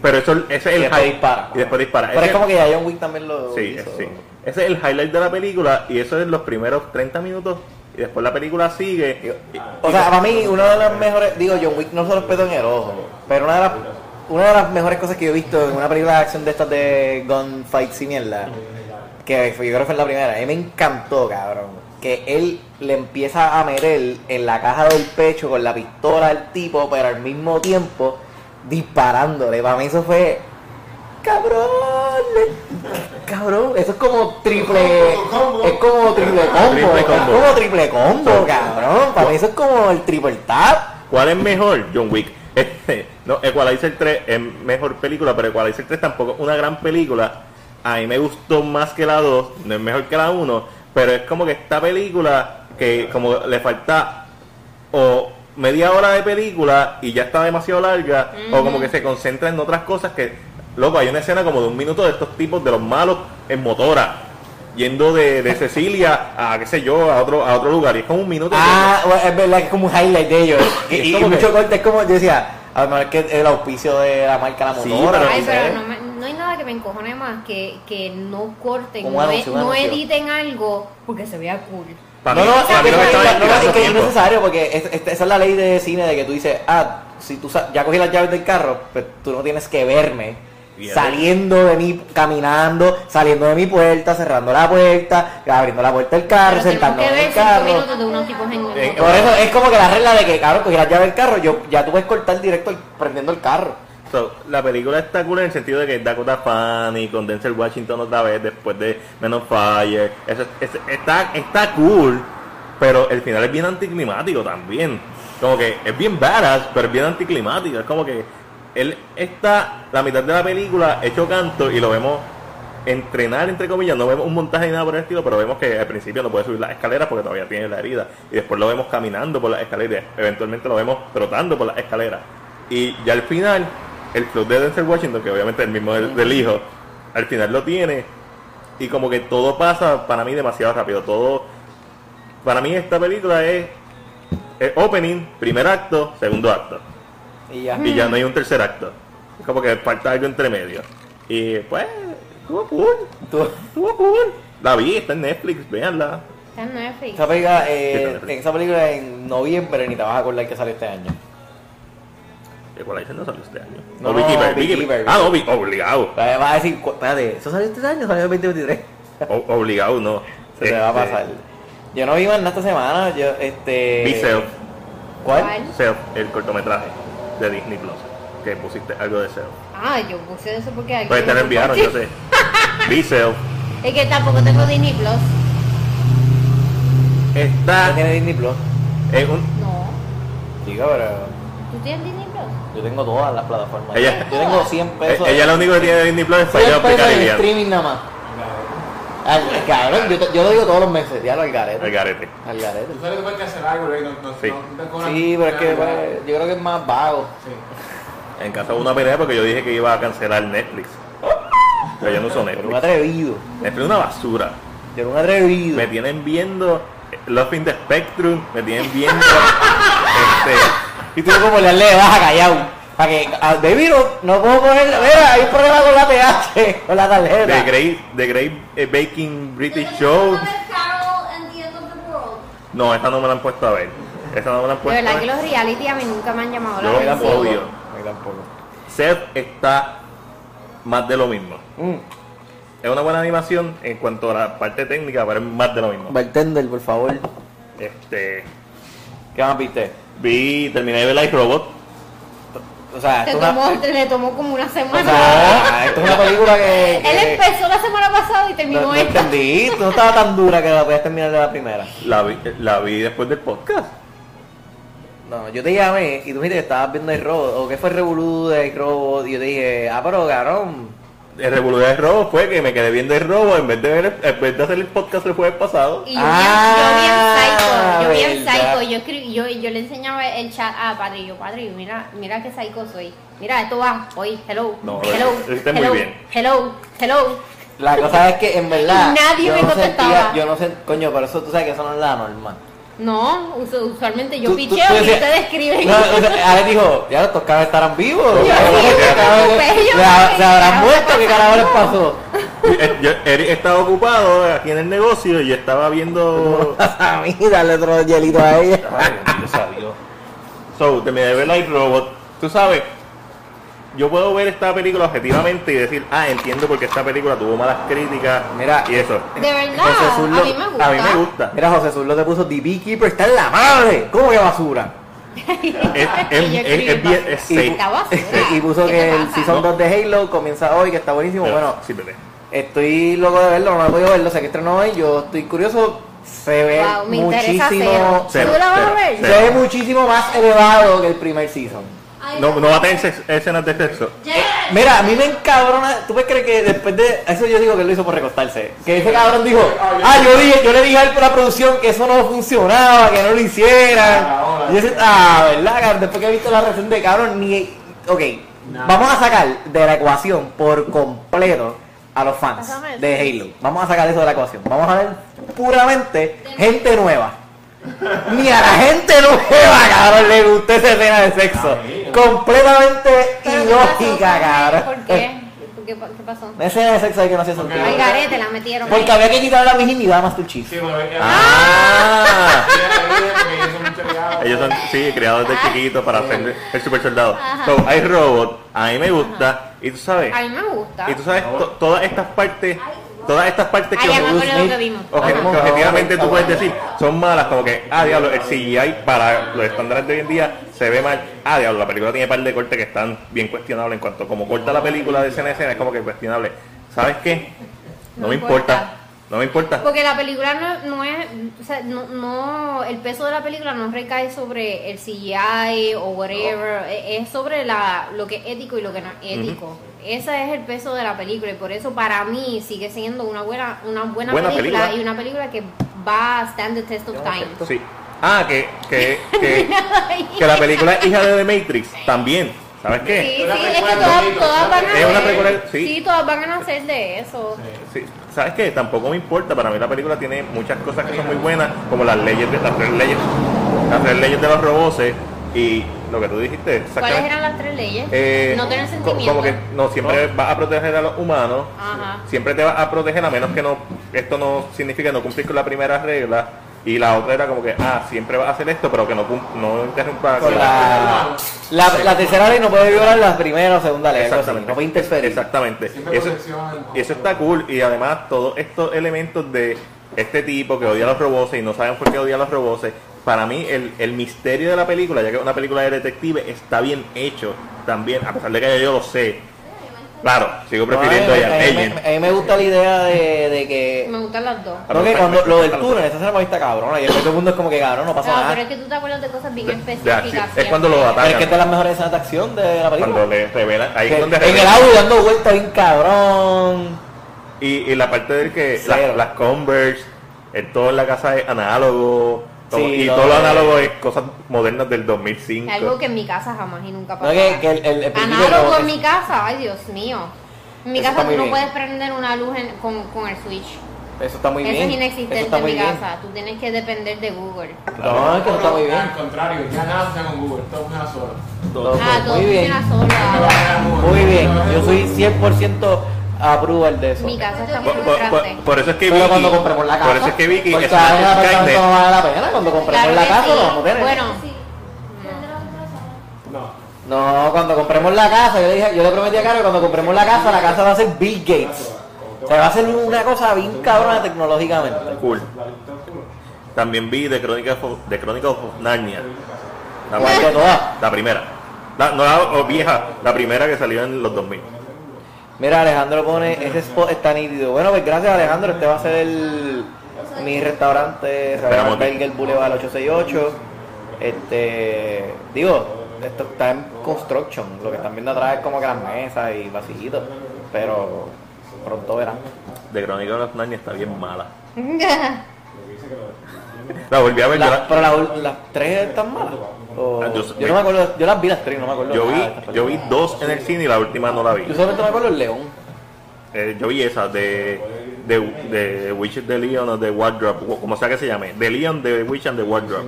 Pero eso, ese es
Y
el
después
hi-
dispara.
Y después dispara.
Pero
Ese-
es como que ya John Wick también lo
Sí,
hizo.
es- sí. Ese es el highlight de la película y eso es los primeros 30 minutos y después la película sigue. Y-
O sea, para mí, una de las mejores, digo, John Wick no se los peto en el ojo, pero una de las, una de las mejores cosas que yo he visto en una película de acción de estas de gunfights y mierda, que fue- yo creo que fue la primera, a mí me encantó, cabrón, que él le empieza a meter en la caja del pecho con la pistola al tipo, pero al mismo tiempo disparándole, para mí eso fue, cabrón, le- cabrón, eso es como triple,
Combo, combo.
es como triple combo,
Triple
es
combo.
como triple combo, cabrón. Para mí eso es como el triple tap.
¿Cuál es mejor? John Wick. Este, no, Equalizer 3 es mejor película, pero Equalizer 3 tampoco es una gran película. A mí me gustó más que la 2, no es mejor que la 1, pero es como que esta película que como le falta o media hora de película y ya está demasiado larga, o como que se concentra en otras cosas que, loco, hay una escena como de un minuto de estos tipos de los malos en motora. Yendo de, de Cecilia a qué sé yo, a otro, a otro lugar. Y es como un minuto.
Ah, bueno, es verdad que es como un highlight de ellos. Y,
Es
y- y
como que-
mucho corte es como, yo decía, a lo mejor que el auspicio de la marca La
Sí,
Motora.
pero-
no
Ay,
sé.
pero no, me- no hay nada que me encojone más que, que no corten,
Un
no,
anuncio,
e-
un
no
anuncio.
editen algo porque se vea cool.
Para
no,
mí-
no,
para
es
mí no me
que-
estaba
no, no, es
esperando
que es
tiempo.
necesario porque es- es- esa es la ley de cine de que tú dices, ah, si tú sa- ya cogí las llaves del carro, pues tú no tienes que verme
Bien.
saliendo de mí, caminando, saliendo de mi puerta, cerrando la puerta, abriendo la puerta del carro,
Pero tenemos
sentándome
que
en
ver
el
cinco
carro.
minutos de unos tipos en
Eh,
Por eso es como que la regla de que, cabrón, cogí la llave del carro, yo ya tú puedes cortar directo y prendiendo el carro.
So, la película está cool en el sentido de que Dakota Fanny con Denzel Washington otra vez después de Men on Fire. Eso, es- es- está, está cool, pero el final es bien anticlimático también. Como que es bien badass, pero es bien anticlimático. Es como que él está la mitad de la película hecho canto y lo vemos entrenar, entre comillas. No vemos un montaje ni nada por el estilo, pero vemos que al principio no puede subir las escaleras porque todavía tiene la herida. Y después lo vemos caminando por las escaleras. Eventualmente lo vemos trotando por las escaleras. Y ya al final, el club de Denzel Washington, que obviamente es el mismo del, del hijo, al final lo tiene. Y como que todo pasa para mí demasiado rápido. Todo. Para mí esta película es, es opening, primer acto, segundo acto
Y ya.
y ya no hay un tercer acto. Es como que falta algo entre medio. Y pues, estuvo cool,
Tú-
estuvo cool. La vi, está en Netflix, véanla.
Está en Netflix.
esa película, eh,
Sí,
en esa película en noviembre ni te vas a acordar que sale este año.
Equalizer no salió este año.
No,
O Beekeeper,
Beekeeper,
Beekeeper.
Beekeeper.
Ah, no, Be- obligado.
Vas a decir, cu- espérate, ¿eso salió este año? ¿Salió el 2023?
O- obligado no.
Se te va a
Este,
pasar. Yo no vi más nada esta semana, yo, este...
Eh, Vi Self,
¿Cuál?
¿Cuál?
Self, el cortometraje de Disney Plus. Que pusiste algo de Self.
Ah, yo puse eso porque alguien...
Pues te lo enviaron, yo sé. Vi Self.
Es que tampoco tengo Disney Plus.
¿No
Está
tiene Disney Plus?
en un.
No.
Digo, pero
¿Tú tienes Disney Plus?
yo tengo todas las plataformas.
Ella-
yo tengo 100 pesos.
eh, Ella lo único que tiene de Disney Plus es
100
Fire of the
pesos en
Caribbean.
streaming nada más. Al, cabrón, yo, te- yo lo digo todos los meses, ya lo al garete.
Al garete.
Al garete.
Tú sabes que puedes hacer algo, ¿eh? No- no-
Sí.
no- no cobran-
Sí, pero es que pues,
Sí.
yo creo que es más vago.
En casa hubo una pelea porque yo dije que iba a cancelar Netflix. Pero yo no uso
Yo era un
Netflix.
atrevido.
Netflix es una basura.
Yo era un atrevido.
Me tienen viendo eh, Love in the Spectrum, me tienen viendo este,
Y tú como le le baja callado. Para que a Baby no, no puedo coger. Mira, hay un problema con la TH, con la
The
tarjeta.
Great, The Great eh, Baking British Show.
Carol and the End of the World.
No, esa no me la han puesto a ver. Esa no me la han
De
Pues,
puesto
verdad
a
que
ver.
los reality a mí nunca me han llamado
Yo
la
tampoco.
atención.
A mí tampoco.
Seth está más de lo mismo.
Mm.
Es una buena animación en cuanto a la parte técnica, pero es más de lo mismo.
Bartender, por favor.
Este,
¿Qué más viste?
vi, terminé de ver Like Robot.
O sea,
Te
esto es una,
tomó, te- le tomó como una
o
semana.
sea, ah, esto es una película que. que-
Él eh. empezó la semana pasada y terminó
No, no
esta.
entendí, tú no estaba tan dura que la podías terminar de la primera.
La vi, la vi después del podcast.
No, yo te llamé y tú dijiste que estabas viendo el robot, o que fue el revolú de robot, y yo te dije, ah, pero cabrón,
El revolú de robo fue que me quedé viendo el robo en vez de, ver, en vez de hacer el podcast el jueves pasado.
Y yo,
Ah,
bien,
verdad.
yo bien psycho, yo bien psycho, yo, escribí- yo, yo le enseñaba el chat a Padre, y yo, Padre, mira, mira qué psycho soy, mira, esto va, hoy, hello,
No,
hello,
eh,
lo
este
hiciste muy
hello,
bien.
hello, hello,
La cosa es que en verdad.
Nadie
yo
me
no
contestaba.
sentía- yo no sé, coño, pero eso tú sabes que eso no es la normal.
no, usu- usualmente yo
Tú- tú-
picheo
tú
y
decías-
ustedes escriben,
No, o sea, Ale dijo, ya estos cabros estarán vivos.
Yo sí, me
Cabros,
preocupé, yo
se ha-
me
se habrán
preocupé.
muerto, ¿qué carajo les pasó?
Eh, yo- Eric estaba ocupado aquí en el negocio y yo estaba viendo.
A mí, dale otro hielito a ella.
Ay, Dios sabio. So, te me debe Light Robot. Tú sabes, yo puedo ver esta película objetivamente y decir, ah, entiendo por qué esta película tuvo malas críticas.
Mira,
y eso.
de
Entonces,
verdad,
Zurlo-
a mí me gusta,
A mí me gusta.
Mira, José Zurlo te puso The Beekeeper, está en la madre. ¿Cómo que basura?
Es, es,
Y yo
es-
escribí,
es bien. Es
"Está
safe.
basura".
eh, Y puso
¿Qué
que
te
el
pasa?
Season 2 de Halo comienza hoy, que está buenísimo.
Pero,
Bueno,
sí, bebé.
Estoy loco de verlo, no he podido verlo, sé que estrenó hoy, yo estoy curioso, se ve
Wow, me interesa
muchísimo,
Cero,
cero. ¿Tú la vas a
cero,
ver?
se ve muchísimo más elevado que el primer season.
Ay,
No, no va a tener Eh. sex- escenas de sexo.
Yes.
Mira, a mí me encabrona, tú puedes creer que después de eso yo digo que él lo hizo por recostarse, que ese cabrón dijo, ah, yo dije, yo le dije a él por la producción que eso no funcionaba, que no lo hicieran.
Ah, ahora.
Y yo decía, ah, verdad, cabrón, después que he visto la reacción de cabrón, ni, ok,
Nada.
vamos a sacar de la ecuación por completo a los fans.
Pásame eso.
de Halo. Vamos a sacar eso de la ecuación. Vamos a ver puramente gente nueva. Ni a la gente nueva, cabrón, le gustó esa escena de sexo.
Ay,
Completamente
Pero ¿qué pasó,
ilógica,
Padre?
cabrón.
¿Por
Eh.
qué? ¿Por qué? ¿Qué pasó?
Una Eh, escena de sexo hay que no se sentido.
Ay, garete, la metieron.
Porque había que quitar la virginidad más tu chiste.
Sí, bueno, eh, ella-
Ah.
ella- ella- porque eh, ellos son mucho ligados.
Ellos son, sí, creados de chiquitos para ser el super soldado.
Ah. Ajá.
So, hay robot, a mí me gusta, y tú sabes,
A mí me gusta.
y tú sabes, to- todas estas partes, todas estas partes que,
Ay, ya me
obje-
acuerdo lo que vimos.
obje-
Ajá.
que objetivamente tú puedes decir son malas, como que, ah, diablo, el CGI para los estándares de hoy en día se ve mal, ah, diablo, la película tiene par de cortes que están bien cuestionables en cuanto a cómo corta la película de escena a escena, es como que cuestionable. ¿Sabes qué? No,
No
me importa.
importa.
no me importa.
Porque la película no, no es, o sea, no, no- el peso de la película no recae sobre el CGI o whatever, e- es sobre la, lo que es ético y lo que no es ético. Ese es el peso de la película y por eso para mí sigue siendo una buena, una buena,
Buena
película,
película.
y una película que va a stand the test of time.
Sí. Ah, que, que, que, que la película es hija de The Matrix también. ¿Sabes qué?
Sí, sí,
Una
es que
precuela,
todas,
bonito.
todas van a
Es una
ser-
precuela, sí.
sí, todas van a nacer de eso.
Sí, ¿Sabes qué? Tampoco me importa. Para mí la película tiene muchas cosas que son muy buenas, como las leyes de las tres leyes, las tres leyes de los roboces y lo que tú dijiste.
¿Cuáles
exactamente.
eran las tres leyes?
Eh,
no tener
co-
sentimiento.
Como que no siempre
Oh.
vas a proteger a los humanos.
Ajá.
Siempre te vas a proteger a menos que no. Esto no significa no cumplir con la primera regla. Y la otra era como que, ah, siempre vas a hacer esto, pero que no, cum- no interrumpa
Con la, la, la tercera ley no puede violar la primera o segunda ley. algo así,
Exactamente.
No puede interferir.
Exactamente.
Siempre
Eso,
protección.
y eso está cool. Y además todos estos elementos de este tipo que odia a los robots y no saben por qué odia a los robots. Para mí el, el misterio de la película, ya que es una película de detective, está bien hecho también, a pesar de que yo lo sé. Claro, sigo prefiriendo
No, eh, a
a Ian
mí- a mí-
Agent.
A mí me gusta la idea de, de que
Me gustan las dos.
No, que cuando lo del túnel, esa escena está cabrona. Y el todo el mundo es como que cabrón, no
Ah,
pasa
No,
nada.
pero es que tú te acuerdas de cosas bien
De- de
específicas.
acción. Es
siempre.
cuando lo
eh, Pero
atacan.
es que esta es de las mejores escenas de acción de la película.
Cuando le revelan, ahí
Que-
es donde
en el
revelan.
audio dando vueltas bien cabrón.
Y, y la parte del que la-
Cero.
las Converse, el todo en la casa es análogo. todo-
Sí,
y
lo
todo lo
de-
análogo es cosas modernas del 2005.
Algo que en mi casa jamás y nunca
No,
pasó.
que, que el, el, el principio
Análogo
como-
en mi casa, ay Dios mío. En mi
Eso está
casa
muy
tú no
bien.
puedes prender una luz en- con, con el switch.
Eso está muy
Eso
bien.
es inexistente
Eso está
en
muy
mi
bien.
casa. Tú tienes que depender de Google.
No, es que eso está muy bien.
Al contrario, ya nada funciona con Google, todo funciona solo.
Todo-
ah, todo
muy bien.
funciona solo. ahora.
Muy bien. Yo soy 100% approval de eso.
Mi casa está muy
Por, por-
frustrante.
por- por eso es que
Pero
Vicky,
cuando compremos la casa.
por
pues
eso es que Vicky
porque
es
ahora en el
una
apartamento no
Skynet.
vale la pena. Cuando compremos
Claro
la
que
casa,
sí.
lo vamos a tener.
Bueno.
Sí. Tendrá un corazón.
No.
No, cuando compremos la casa, yo le, dije, yo le prometí a Caro que cuando compremos la casa, la casa va a ser Bill Gates. Se va a hacer una cosa bien cabrona tecnológicamente.
Cool. También vi de Crónica de Crónica of Narnia. La,
Igual que
primera-
todas.
la primera. La, no la o vieja, la primera que salió en los 2000.
Mira, Alejandro pone, ese spot está nítido. Bueno, pues gracias Alejandro, este va a ser el- mi restaurante,
Esperamos
Rafael
a ti.
Berger Boulevard 868. Este, digo, esto está en construction. Lo que están viendo atrás es como que las mesas y pasillitos. Pero pronto verán.
De Crónica de las Narnia está bien mala. La volví a ver, Pues yo,
La-
la-
pero la ul- las tres están malas. O-
Ah, yo-
yo, no me acuerdo, yo las vi las tres, no me acuerdo.
yo
nada de
vi,
estas
yo vi
películas.
dos en el cine y la última no la vi.
Yo solamente me acuerdo el león.
Eh, yo vi esa de, de, de Witch de Leon o de Wardrobe, o como sea que se llame. De Leon, de Witch and the Wardrobe.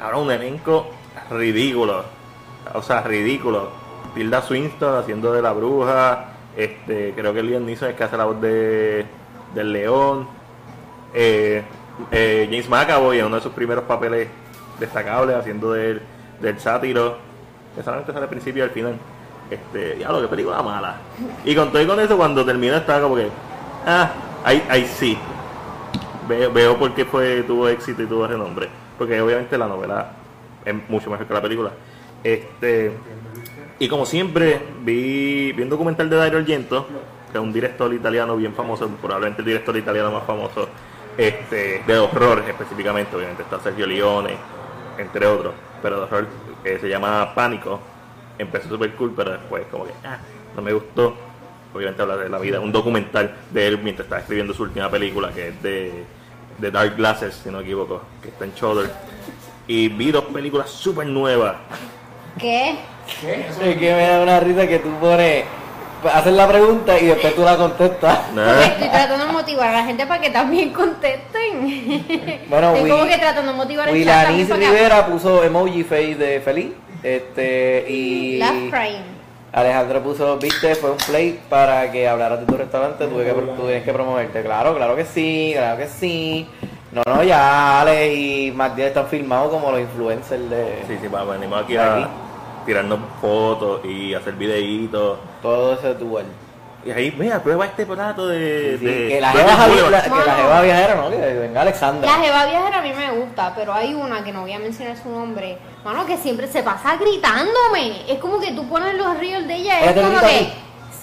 Ahora un elenco ridículo. O sea, ridículo. Tilda Swinton haciendo de la bruja. Este, creo que Liam Neeson es que hace la voz de del león. Eh, eh, James McAvoy en uno de sus primeros papeles destacables haciendo del, del sátiro. Que solamente sale al principio y al final. Este, ya lo que película mala. Y con todo y con eso cuando termina estaba como que. Ah, ahí, ahí sí. Veo, veo por qué fue, tuvo éxito y tuvo renombre. Porque obviamente la novela es mucho mejor que la película. Este. Y como siempre, vi, vi un documental de Dario Argento, que es un director italiano bien famoso, probablemente el director italiano más famoso, este, de horror específicamente, obviamente está Sergio Leone, entre otros, pero de horror eh, se llama Pánico, empezó super cool, pero después como que ah, no me gustó, obviamente habla de la vida, un documental de él mientras estaba escribiendo su última película, que es de, de Dark Glasses, si no me equivoco, que está en Shudder, y vi dos películas súper nuevas,
¿Qué?
¿Qué? Eso
Es que me da una risa que tú pones, haces la pregunta y después tú la contestas.
Porque
Ah.
estoy tratando de motivar a la gente para que también contesten.
Bueno,
estoy
Will-
como que tratando de motivar a la
Wilanis
gente.
Rivera puso emoji face de feliz. Este, y
Last Prime.
Alejandro puso, viste, fue un play para que hablaras de tu restaurante, tuve que, tú tienes que promoverte. Claro, claro que sí, claro que sí. No, no, ya Ale y Matías están filmados como los influencers de
Sí, sí, papá, venimos aquí a
Aquí.
tirarnos fotos y hacer videitos.
todo ese duel.
Y ahí, mira, prueba este plato de.
Sí,
de
que la
Bourbon
jeva,
Boulevard.
la- que la jeva viajera, ¿no? Que venga Alexandra.
La jeva viajera a mí me gusta, pero hay una que no voy a mencionar su nombre, mano, que siempre se pasa gritándome. Es como que tú pones los ríos de ella,
Ella
es
te
como
grita a
que
ti.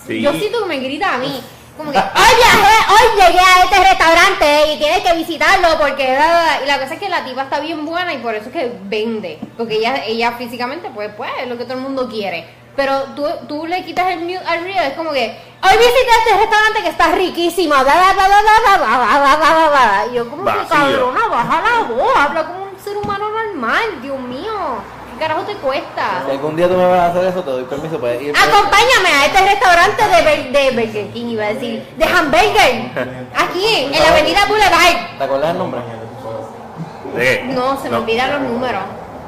Sí.
yo siento que me grita a mí. Como que, hoy viajé, hoy llegué a este restaurante y tienes que visitarlo porque... da, da, da". Y la cosa es que la tipa está bien buena y por eso es que vende. Porque ella, ella físicamente, pues, pues, es lo que todo el mundo quiere. Pero tú, tú le quitas el mute al río, es como que, hoy visité este restaurante que está riquísimo, bla, bla, bla, bla, bla, bla, bla, bla, bla, bla, bla". Y yo como que,
Vacío.
cabrona, baja la voz, habla como un ser humano normal, Dios mío. ¿Qué carajo te cuesta?
Si algún día tú me vas a hacer eso, te doy permiso, pues, puedes
Ah,
ir.
Acompáñame a este restaurante de, Bel- de Burger King, iba a decir, de hamburger, aquí, en la avenida Boulevard.
¿Te acuerdas el nombre?
¿De qué?
No, se me olvidan los números,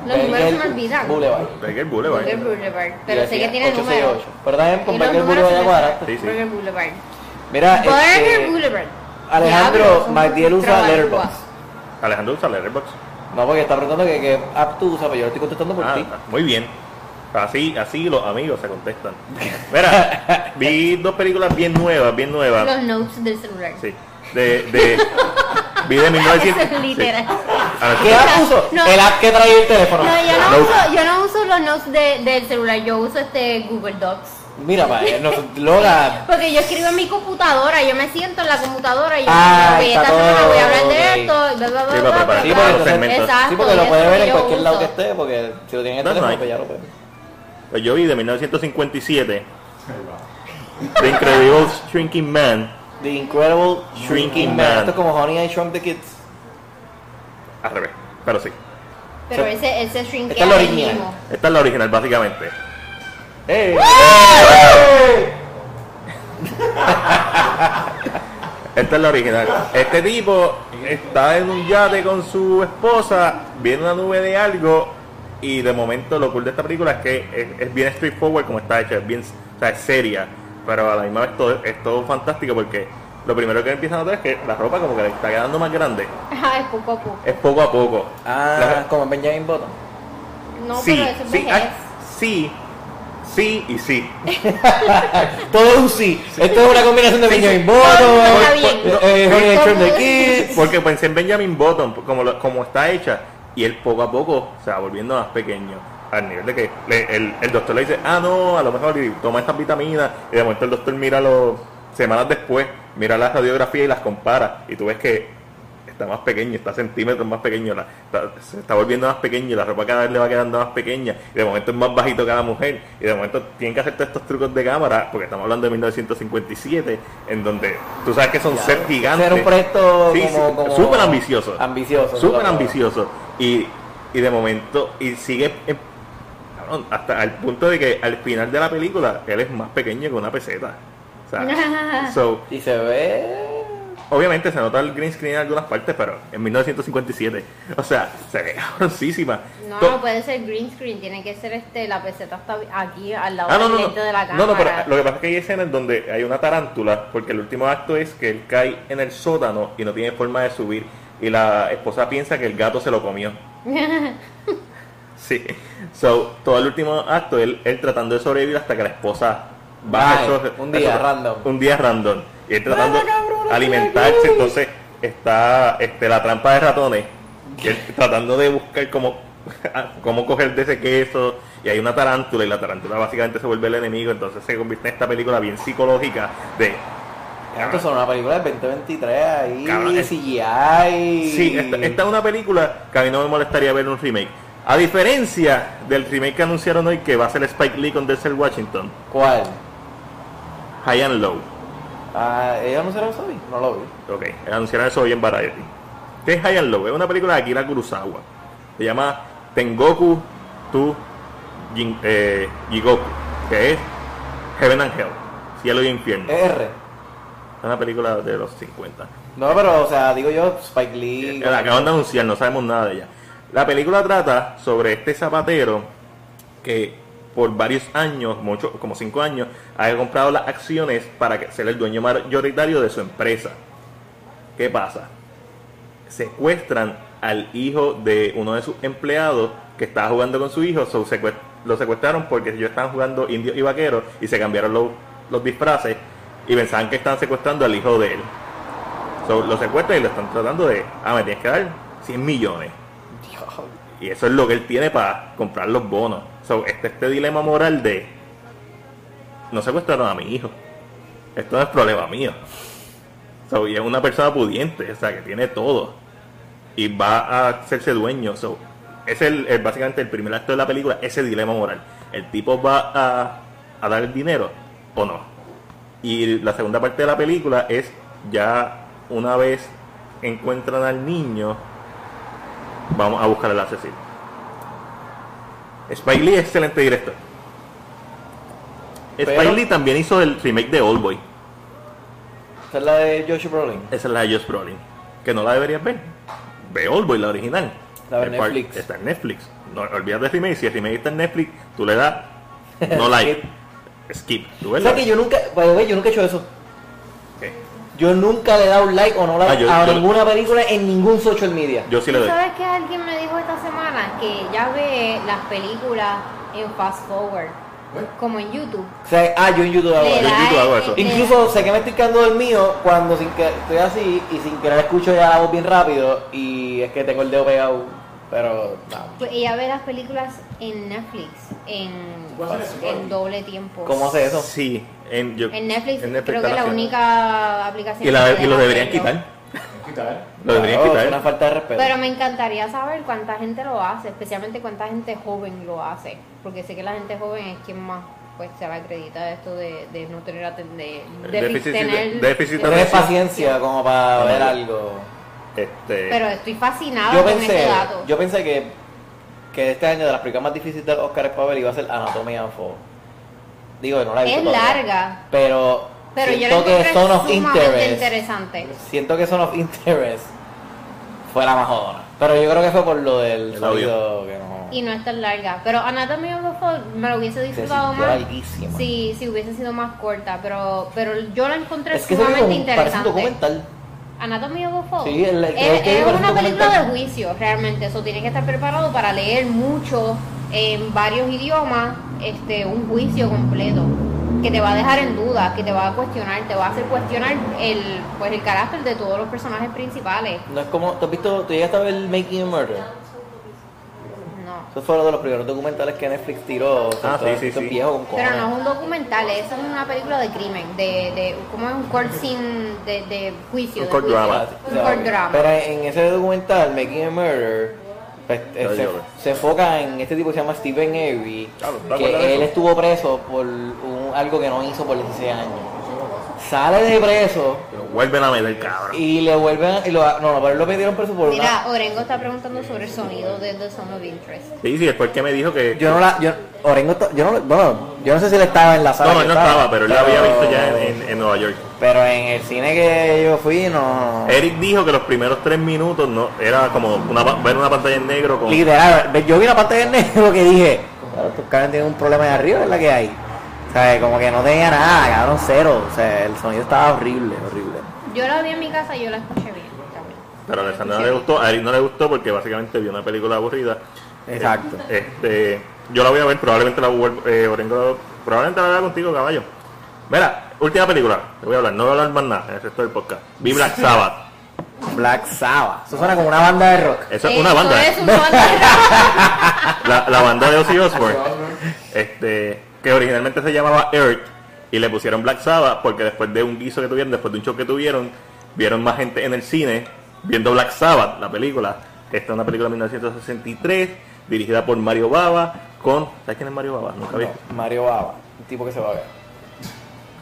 los números se me
Berger
olvidan.
Boulevard.
Burger Boulevard.
Burger Boulevard, pero sé que tiene
868.
números.
Pero también con
Y los
Berger
números
Boulevard ya
se me
cuadraste.
Sí, sí.
Burger Boulevard.
Mira,
Burger
este,
Boulevard.
Alejandro,
Diablo, son
Magdiel usa
trabalenguas.
Letterboxd.
Alejandro usa Letterboxd.
No, porque está preguntando que, que app tú usas, pero yo lo estoy contestando por
Ah,
ti.
muy bien. Así, así los amigos se contestan. Mira, vi dos películas bien nuevas, bien nuevas.
Los notes del celular.
Sí. De, de, vi de 1900.
Eso es literal.
Sí. Ah,
¿Qué app uso?
No.
El app que trae el teléfono.
No, yo no,
No.
uso, yo no uso los notes de- del celular, yo uso este Google Docs.
Mira, pa, eh, no, Lola.
Porque yo escribo en mi computadora, yo me siento en la computadora y yo
Ah,
"Ok,
está
esta semana
todo,
voy a hablar de
ok.
esto, y bla, bla, bla,
Sí,
bla,
para
bla,
preparar
Sí,
bla.
porque los segmentos.
Exacto,
sí, porque
y
lo
eso
puedes
es
ver en
eh, yo
cualquier lado que
uso.
esté, porque si lo tienen en el
No, no
teléfono,
hay.
pues ya lo pueden.
Pues yo vi de 1957. The Incredible Shrinking Man.
The Incredible
Shrinking Man.
Esto es como Honey and Shrunk the Kids.
Al revés, pero sí.
Pero ese, ese shrink
Esta Este es la original.
mismo.
Esta es la original, básicamente.
¡Ey!
Esta es la original. Este tipo está en un yate con su esposa, viene una nube de algo y de momento lo cool de esta película es que es, es bien straightforward como está hecha, es bien o sea, es seria, pero a la misma vez todo, es todo fantástico porque lo primero que empiezan a notar es que la ropa como que le está quedando más grande,
Ajá, es poco a poco.
es poco a poco.
Ah,
La-
como Benjamin Button.
No,
sí,
pero eso es
sí,
vejez.
ah, sí, sí y sí.
Todo es un sí. Esto es una combinación de
Sí, sí.
Benjamin
Todo está
Button,
bien.
eh, Honey and Shrunk the
Todo-
Kids.
Porque pensé en Benjamin Button, como, lo- como está hecha, y él poco a poco se va volviendo más pequeño. Al nivel de que le- el, el doctor le dice, ah, no, a lo mejor y toma estas vitaminas, y de momento el doctor mira los semanas después, mira las radiografías y las compara, y tú ves que está más pequeño, está centímetros más pequeño, la- está- se está volviendo más pequeño, la ropa cada vez le va quedando más pequeña, y de momento es más bajito cada mujer, y de momento tienen que hacer todos estos trucos de cámara, porque estamos hablando de 1957, en donde tú sabes que son
Ya,
sets gigantes.
Era un proyecto
Sí,
como,
sí,
como-
súper ambicioso.
Ambicioso.
Súper
claro.
ambicioso. Y, y de momento, y sigue eh, cabrón, hasta al punto de que al final de la película él es más pequeño que una peseta. O sea, so,
Y se ve.
obviamente se nota el green screen en algunas partes, pero en 1957. O sea, se ve cabroncísima.
No,
To-
no puede ser green screen, tiene que ser este, la peseta está aquí al lado
Ah, no,
del
no, no.
lente de la cámara.
No, no, pero lo que pasa es que hay escenas donde hay una tarántula, porque el último acto es que él cae en el sótano y no tiene forma de subir, y la esposa piensa que el gato se lo comió. sí. So, todo el último acto, él, él tratando de sobrevivir hasta que la esposa baja
Bye.
esos-
Un día
esos-
random.
Un día random. Y él tratando
Mala, cabrón,
de alimentarse,
mira,
entonces está este, la trampa de ratones, que él tratando de buscar cómo, cómo coger de ese queso, y hay una tarántula, y la tarántula básicamente se vuelve el enemigo, entonces se convierte en esta película bien psicológica de...
Esto son una película del 2023 ahí.
Cabrón, es-
CGI.
Sí, esta, esta es una película que a mí no me molestaría ver un remake. A diferencia del remake que anunciaron hoy, que va a ser Spike Lee con Denzel Washington,
¿Cuál?
High and Low.
Ah, ¿Ellos anunciaron eso hoy? No lo vi.
Ok, anunciaron eso hoy en Variety. ¿Qué es High and Low? Es una película de Akira Kurosawa. Se llama Tengoku to Jin- eh, Jigoku, que es Heaven and Hell, Cielo y Infierno. Es
R.
una película de los 50.
No, pero, o sea, digo yo, Spike Lee.
La acaban de anunciar, no sabemos nada de ella. La película trata sobre este zapatero que por varios años, mucho, como cinco años, ha comprado las acciones para que- ser el dueño mayoritario de su empresa. ¿Qué pasa? Secuestran al hijo de uno de sus empleados que estaba jugando con su hijo, so secue- lo secuestraron porque ellos estaban jugando indios y vaqueros y se cambiaron los, los disfraces y pensaban que estaban secuestrando al hijo de él. So, lo secuestran y lo están tratando de, ah, me tienes que dar 100 millones.
Dios.
Y eso es lo que él tiene para comprar los bonos. So, este, este dilema moral de, no secuestraron a mi hijo. Esto no es problema mío. So, y es una persona pudiente, o sea, que tiene todo. Y va a hacerse dueño. So, es el, el- básicamente el primer acto de la película, ese dilema moral. El tipo va a, a dar el dinero o no. Y la segunda parte de la película es ya una vez encuentran al niño, vamos a buscar al asesino. Spike Lee, excelente director.
Pero-
Spike Lee también hizo el remake de Oldboy.
Esta es la de Josh Brolin.
Esa es la de Josh Brolin. Que no la deberías ver. Ve Oldboy, la original.
La de
El par-
Netflix.
Está en Netflix. No olvides de remake. Si el remake está en Netflix, tú le das no like. Skip. ¿Tú
O
ves
sea
Pues la-
que yo nunca, by the way, yo nunca he hecho eso.
¿Qué?
Yo nunca le he dado un like o no la,
Ah, yo-
a
yo-
ninguna película en ningún social media.
Yo sí le
¿Tú
doy.
sabes que alguien me dijo esta semana? Que ya ve las películas en fast forward, como en YouTube.
O sea, ah, yo en YouTube hago
Le
en
eso.
da este
YouTube hago eso.
le da-
Incluso sé que me estoy quedando dormido cuando sin que estoy así y sin querer escucho ya la voz bien rápido y es que tengo el dedo pegado, pero no.
Pues ella ve las películas en Netflix, en,
¿Cómo hace eso?
en doble tiempo.
¿Cómo hace eso?
Sí. En, yo-
En Netflix,
en
creo
está
que es la
haciendo.
única aplicación.
Y, la-
que
y
te
lo
deja
deberían
hacerlo.
quitar.
Quitar.
Lo deberían
Claro,
quitar.
es una falta de respeto.
Pero me encantaría saber cuánta gente lo hace, especialmente cuánta gente joven lo hace, porque sé que la gente joven es quien más pues se le acredita de esto de, de no tener aten- de,
El
de
déficit de-
tener-
déficit de
de-
Tienes paciencia como para
No,
ver
no.
algo.
Este,
Pero estoy fascinada
Yo
con
pensé,
este dato.
yo pensé que, que este año de las películas más difíciles de Oscar es para ver iba a ser Anatomía of Fall. Digo que no la he visto
es
todavía.
larga,
Pero,
pero yo la
siento que
encontré
Son of
sumamente
Interest.
interesante.
Siento que Son of Interest fue la más jodona. Pero yo creo que fue por lo del
El
sonido que no.
Y no es tan larga, pero Anatomy of a Fall me lo hubiese
se
disfrutado
sintió
más
larguísima.
si, si hubiese sido más corta, pero pero yo la encontré
es que se ve
sumamente
como un- parece un
interesante.
documental.
Anatomy of a Fall.
Sí, el- el- creo
es,
que
es
parece
una
un
película de
documental.
juicio, realmente. Eso tienes que estar preparado para leer mucho en varios idiomas, este, un juicio completo que te va a dejar en duda, que te va a cuestionar, te va a hacer cuestionar el pues el carácter de todos los personajes principales.
No es como. ¿Tú has visto? ¿Tú llegaste a ver Making a Murder?
No.
Eso fue uno de los primeros documentales que Netflix tiró.
Ah,
Eso-
sí, sí,
eso es
sí.
viejo con
Pero
cojones.
no es un documental, eso es una película de crimen, de, de como es un court scene de, de juicio.
Un
de
court
juicio.
drama.
Un court
Ah, Pero
drama.
en ese documental, Making a Murder, pues, eh,
Ya
se,
lloré.
se enfoca en este tipo que se llama Stephen Avery,
Claro, ¿te acuerdas de
que él
eso?
estuvo preso por un- algo que no hizo por 16 años. Sale de preso
Pero vuelven a meter, cabrón.
y le vuelven a- y lo, no, no, pero él lo metieron preso por una...
Mira, Orengo está preguntando sobre el sonido de The Song of Interest.
Sí, sí, después que me dijo que...
Yo no la... Yo, Orengo, to- yo no, bueno, yo no sé si él estaba en la
no,
sala.
no,
que
él no estaba, pero él la había visto ya en, en- en Nueva York.
Pero en el cine que yo fui, no...
Eric dijo que los primeros tres minutos no era como una, pa- ver una pantalla en negro con...
Literal, ve- yo vi la parte del negro que dije, claro, estos cabrones tienen un problema de arriba, es la que hay. O sea, como que no tenía nada, cabrón, cero. O sea, el sonido estaba horrible, horrible.
Yo la vi en mi casa y yo la escuché bien también.
Pero a Alessandra no le gustó, a Eric no le gustó porque básicamente vio una película aburrida.
Exacto.
Eh, este, yo la voy a ver, probablemente la vuelvo, eh, Orengo, probablemente la vea contigo, caballo. Mira, última película, te voy a hablar, no voy a hablar más nada en el resto del podcast. Vi Black Sabbath.
Black Sabbath. Eso suena como una banda de rock.
Eso es una banda,
Eso
¿eh?
es una banda de
la, la banda de Ozzy Osbourne. Este, que originalmente se llamaba Earth y le pusieron Black Sabbath porque después de un guiso que tuvieron, después de un show que tuvieron, vieron más gente en el cine viendo Black Sabbath, la película. Esta es una película de 1963 dirigida por Mario Baba con... ¿Sabes quién es Mario Baba? Nunca vi.
No, Mario Baba, un tipo que se va a ver.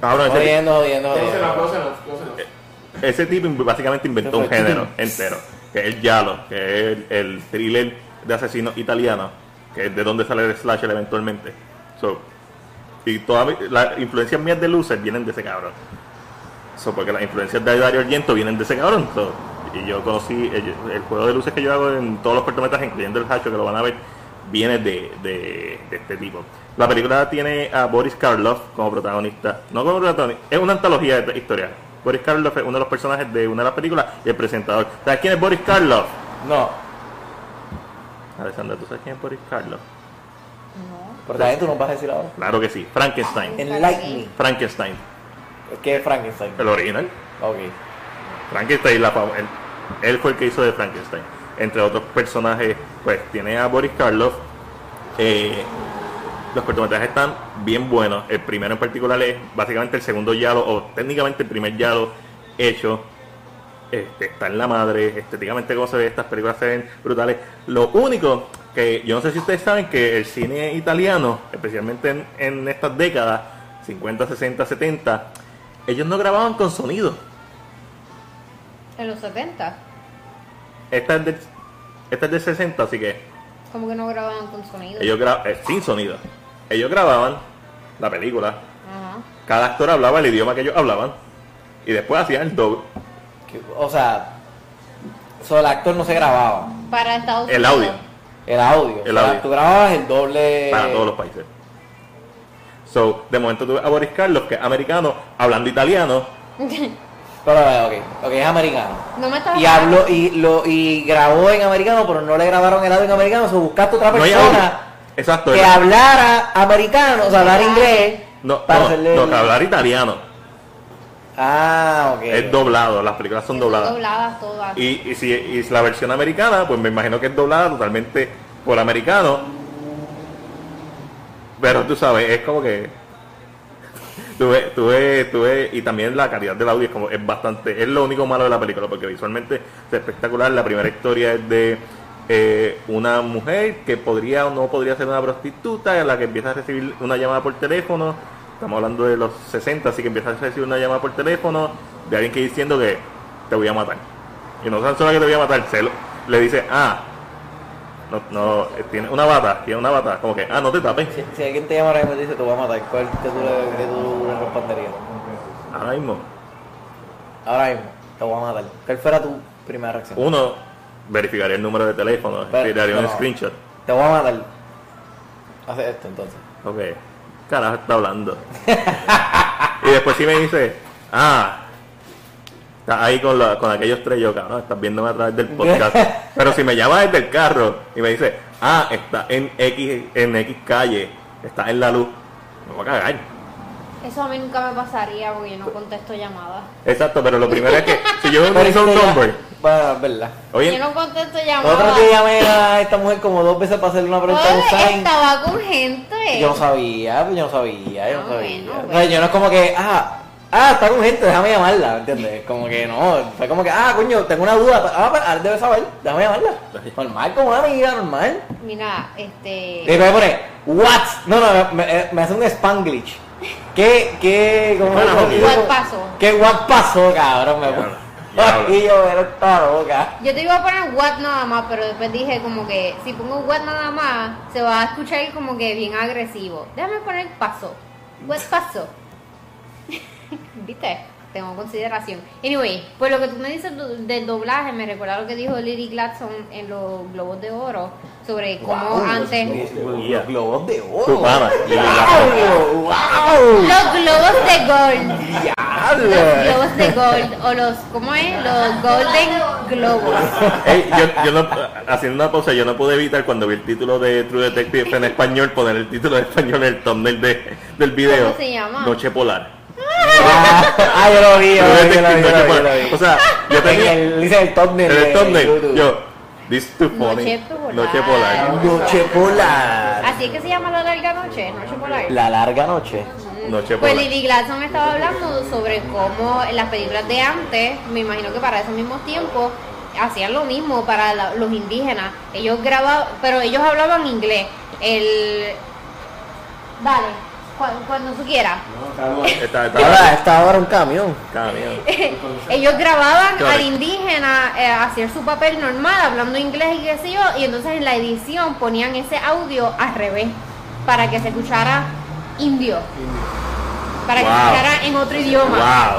Cabrón, Ah, ese,
Jodiendo, jodiendo,
Clósenos,
jodiendo.
clósenos, clósenos.
ese tipo básicamente inventó un género entero, que es el giallo, que es el, el thriller de asesinos italianos, que es de donde sale el slasher eventualmente. So, Y todas mi- las influencias mías de luces vienen de ese cabrón. So, porque las influencias de Dario Argento vienen de ese cabrón. So, y yo conocí el, el juego de luces que yo hago en todos los cortometrajes, incluyendo el Hacho, que lo van a ver, viene de, de- de este tipo. La película tiene a Boris Karloff como protagonista. No como protagonista, es una antología de historia. Boris Karloff es uno de los personajes de una de las películas y el presentador. ¿Sabes quién es Boris Karloff?
No,
Alessandra, ¿tú sabes quién es Boris Karloff?
pero también tú no vas a decir ahora.
Claro que sí, Frankenstein.
Enlightening.
Frankenstein,
Es que es Frankenstein.
el original.
Ok.
Frankenstein, la fam- él, él fue el que hizo de Frankenstein. Entre otros personajes, pues tiene a Boris Karloff. Eh, los cortometrajes están bien buenos. El primero en particular es básicamente el segundo yalo, o técnicamente el primer yalo hecho. Este, está en la madre, estéticamente como se ve, estas películas se ven brutales. Lo único que yo no sé si ustedes saben que el cine italiano, especialmente en, en estas décadas, 50, 60, 70, ellos no grababan con sonido.
En los 70,
Esta es, del, esta es del 60, así que
como que no grababan con sonido.
ellos gra- eh, sin sonido. Ellos grababan la película.
Ajá.
Cada actor hablaba el idioma que ellos hablaban. Y después hacían el doble.
Que- O sea, solo el actor no se grababa.
Para Estados
El
Unidos.
audio.
El audio.
El
O sea,
audio.
Tú grababas el doble.
Para todos los países. So, de momento tuve a Boris Carlos, que es americano, hablando italiano.
Pero, ok, ok, es americano.
No me estás
y habló y lo y grabó en americano pero no le grabaron el audio en americano o sea, buscaste otra
No hay audio.
persona
Exacto.
que
él-
hablara americano o sea hablar inglés
No,
para
no,
hacerle
no,
el-
que hablar italiano.
ah ok
Es doblado, las películas son dobladas.
dobladas todas.
Y, y si y si la versión americana, pues me imagino que es doblada totalmente por americano. Pero tú sabes, es como que. Tuve, tuve, tuve, y también la calidad del audio es como es bastante, es lo único malo de la película, porque visualmente es espectacular. La primera historia es de eh, una mujer que podría o no podría ser una prostituta, a la que empieza a recibir una llamada por teléfono. Estamos hablando de los 60, así que empieza a recibir una llamada por teléfono de alguien que diciendo que te voy a matar. Y no tan solo que te voy a matar, se lo- le dice, ah, no, no, eh, tiene una bata, tiene una bata, como que, ah, no te tapes.
si, si alguien te llama ahora mismo y te dice te voy a matar cuál que tú le, que tú le responderías
Ahora mismo,
ahora mismo te voy a matar cuál fuera tu primera reacción
uno verificaría el número de teléfono,
Pero-
le haría un
no.
screenshot.
te voy a matar hace esto entonces
Ok, carajo está hablando. y después sí me dice, ah, está ahí con, la- con aquellos tres yo, cabrón, estás viéndome a través del podcast. Pero si me llama desde el carro y me dice, ah, está en X, en X calle, está en la luz, me voy a cagar.
Eso a mí nunca me pasaría porque yo no contesto llamadas.
Exacto, pero lo primero es que si yo veo un
Pero es
Unisong
que ya-
Songbird
Bueno, es verdad.
Oye,
Yo no contesto
Otro
llamada.
día llamé a esta mujer como dos veces para hacerle una pregunta a
Oye,
Usain.
estaba con gente.
Yo no sabía, pues yo no sabía, yo
Ah,
no sabía.
bueno,
O sea, yo
bueno.
no es como que, ah, ah, está con gente, déjame llamarla, ¿me ¿entiendes? Como que no, fue como que, ah, coño, tengo una duda, ah, pues, ahora debe saber, déjame llamarla. Normal, como una amiga, normal.
Mira,
Y
este.
me pone, what? No, no, me, eh, me- me hace un spanglish. ¿Qué, qué, cómo
Bueno,
cómo-
¿qué
what pasó?
¿Qué what pasó, cabrón? Me
Ya
pone.
habla, ya
Y yo, pero está loca.
Yo te iba a poner what nada más, pero después dije como que si pongo what nada más, se va a escuchar como que bien agresivo. Déjame poner paso. What pasó? ¿Viste? Tengo consideración. Anyway, pues lo que tú me dices do- del doblaje me recuerda lo que dijo Lily Gladstone en los Globos de Oro sobre cómo
Guau,
antes...
los- los-
Yeah.
Los globos de oro.
tu pana.
¡Wow! ¡Wow!
Los globos de gold. Los
¡Diablo!
globos de gold. O los, ¿cómo es? Los golden globos.
Ey, yo, yo no, haciendo una pausa, yo no pude evitar cuando vi el título de True Detective en español poner el título en español en el thumbnail de- del video.
¿Cómo se llama?
Noche Polar.
Ah, yo lo vi, yo
True
lo vi,
Detective
yo
Noche
lo vi, yo lo vi, yo
Polar.
lo vi.
O sea, yo
En
tenía
el, dice el thumbnail.
en el
de
thumbnail,
YouTube.
yo, this is too funny.
Noche Polar.
Noche Polar.
Noche polar.
Así es que se llama la larga noche, noche polar.
La larga noche.
Noche
Pues
Polar.
Lily Gladstone estaba hablando sobre cómo en las películas de antes, me imagino que para esos mismos tiempos, hacían lo mismo para la- los indígenas. Ellos grababan, pero ellos hablaban inglés. El. Dale, cu- cuando tú quieras.
No, estamos ahí.
Está,
Ahora,
está,
está ahora un camión.
Camión.
ellos grababan
Claro.
al indígena eh, hacer su papel normal, hablando inglés y qué sé yo, y entonces en la edición ponían ese audio al revés, para que se escuchara indio, para que
Wow.
se escuchara en otro idioma.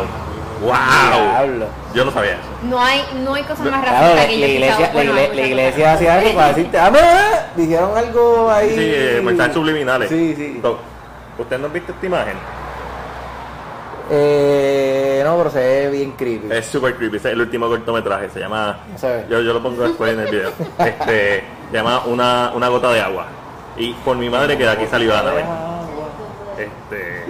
Wow. Wow.
Diablo.
Yo no sabía eso.
No hay, no hay cosa más
Claro,
racista
la, la
que pues, yo he
iglesia,
escuchado.
la, igle-
Bueno, hay
la
muchas
iglesia
cosas.
hacía algo para decirte, ah, mira, dijeron algo ahí.
Sí, eh, mensajes subliminales.
Sí, sí.
So, ¿Ustedes no han visto esta imagen?
Eh, no, pero se ve bien creepy.
Es super creepy, ese es el último cortometraje, se llama...
Se ve.
Yo, yo lo pongo después en el video. Este, se llama una, una gota de agua. Y por mi madre que de aquí salió Annabelle. Este,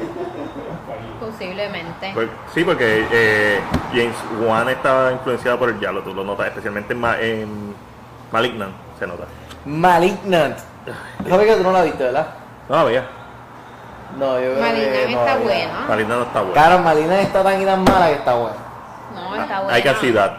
Posiblemente.
pues, sí, porque eh, James Wan estaba influenciado por el diablo, tú lo notas, especialmente en, Ma- en Malignant, se nota.
Malignant. Sabes que tú no la viste, ¿verdad?
No, mira,
No, yo creo que
Malignant
no
está
la vi.
buena.
Malignant Pues, eh, no está bueno.
Claro, Malignant está tan y tan mala que está buena.
No, está
Hay
buena.
cantidad.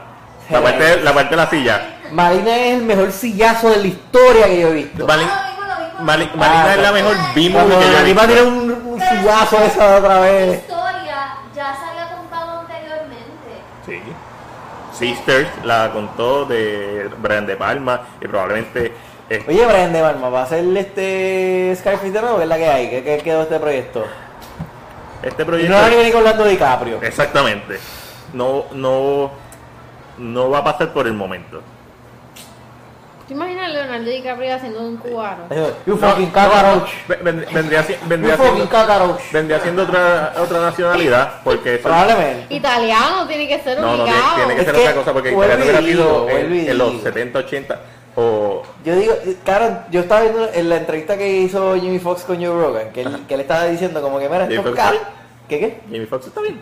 La parte, la parte de la silla.
Malignant es el mejor sillazo de la historia que yo he visto.
Mali-
Ah,
Mali- Malignant es la mejor B-movie
Cuando
que yo
la
he
tipa
visto.
tiene un, un sillazo esa otra
La
vez.
historia ya se había contado anteriormente.
Sí. Sisters la contó de Brian De Palma y probablemente eh,
Oye, Brian De Palma, ¿va a ser este Skyfish de nuevo? ¿Qué es la que hay? ¿Qué, qué quedó este proyecto?
este
Y
proyecto.
no va a venir Orlando DiCaprio.
Exactamente. No, no, no va a pasar por el momento.
¿Te imaginas a Leonardo DiCaprio haciendo un cubano?
You
Eh, No,
fucking
no,
cockroach.
ve- ven- vendría, si-
You
vendría
fucking
siendo,
cockroach.
vendría siendo otra, otra nacionalidad porque eso-
Probablemente.
Italiano tiene que ser
no, no, tiene,
obligado.
tiene que
Es
ser
que
otra cosa porque
vuelvo y
italiano hubiera sido
digo,
en,
vuelvo y
en los
digo.
70, 80 o
Yo digo, claro, yo estaba viendo en la entrevista que hizo Jimmy Fox con Joe Rogan, que él, que él estaba diciendo como que, mira,
Jimmy
estos
Fox.
cabros... ¿Qué qué?
Jimmy Fox está bien.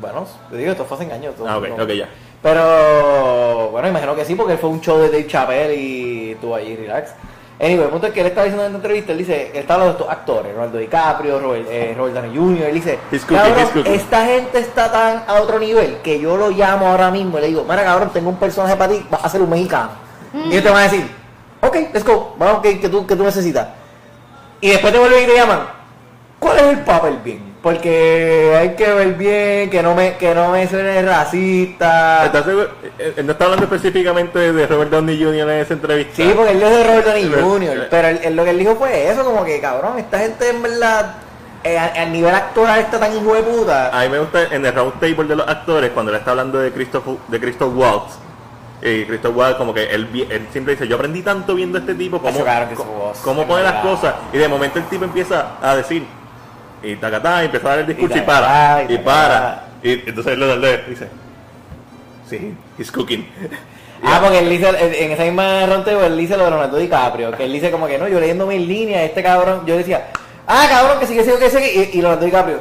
Bueno, yo digo, esto fue hace engaño. esto
Ah, ok,
no.
ok, ya.
Pero bueno, imagino que sí, porque él fue un show de Dave Chappelle y tú allí relax. Anyway, el punto es que él estaba diciendo en la entrevista, él dice, él está hablando de estos actores, Ronaldo DiCaprio, Robert, eh, Robert Downey Jr., él dice,
He's cooking,
"Cabrón,
he's cooking".
esta gente está tan a otro nivel que yo lo llamo ahora mismo y le digo, mira cabrón, tengo un personaje para ti, vas a ser un mexicano. Y ellos te van a decir, ok, let's go, vamos, que, que tú, que tú necesitas. Y después te vuelven y te llaman, ¿Cuál es el papel bien? Porque hay que ver bien, que no me, que no me suene racista.
¿Estás seguro? Eh, eh, no está hablando específicamente de Robert Downey Jr. en esa entrevista.
Sí, porque él es de Robert Downey
Pero-
Jr. Pero él- él lo que él dijo fue eso, como que cabrón, esta gente en verdad, eh, a- al nivel actoral está tan hijo de puta.
A mí me gusta en el round table de los actores cuando él está hablando de Christopher, de Christoph Waltz. Y Christoph Waltz como que él, vi- él siempre dice, yo aprendí tanto viendo a este tipo, cómo,
Eso, claro, Christoph
cómo,
Waltz,
cómo
de
pone las
verdad.
cosas. Y de momento el tipo empieza a decir, y tacatá, y empieza a dar el discurso y,
Y
para,
tacatá, y
y para.
tacatá.
Y entonces él lo da- dice, sí, he's cooking.
Ah, porque él dice, en en esa misma ronda él dice lo de Leonardo DiCaprio, que él dice como que no, yo leyendo mis líneas, este cabrón, yo decía, ah cabrón, que sigue, sigue, que sigue, y, y Leonardo DiCaprio,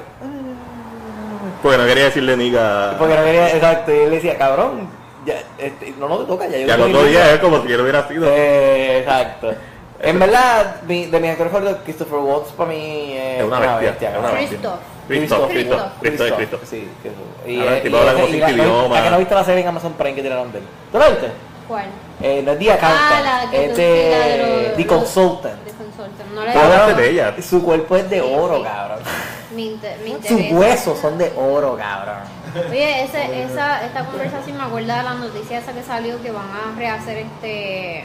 Porque no quería decirle niga.
Porque no quería, exacto, y él decía, cabrón, ya, este, no, no te toca, ya yo
Y al
cogí
otro
mi-
día es como si yo lo hubiera sido.
Eh, exacto. En verdad, mi- de mis actores favoritos, Christopher Watts para mí eh,
Es una bestia. es una bestia.
Christoph.
Cristo, Cristo,
Christoph.
Cristo, es Cristo.
Sí, que eso.
Ahora el
eh,
tipo habla como
ese-
cinco
la- no-
idiomas.
¿a que no viste la serie en Amazon Prime que tiraron de él? ¿Tú la viste?
¿Cuál?
Eh, no es The Accountant.
Ah, la que tú- la de
este,
los-
The Consultant.
The Consultant. No la
Todas
he
las de ella.
Su cuerpo es de
Sí,
oro,
sí.
cabrón.
Me, inte- me interesa.
Sus huesos son de oro, cabrón.
Oye, ese, esa, esta conversación me acuerda de la noticia esa que salió que van a rehacer este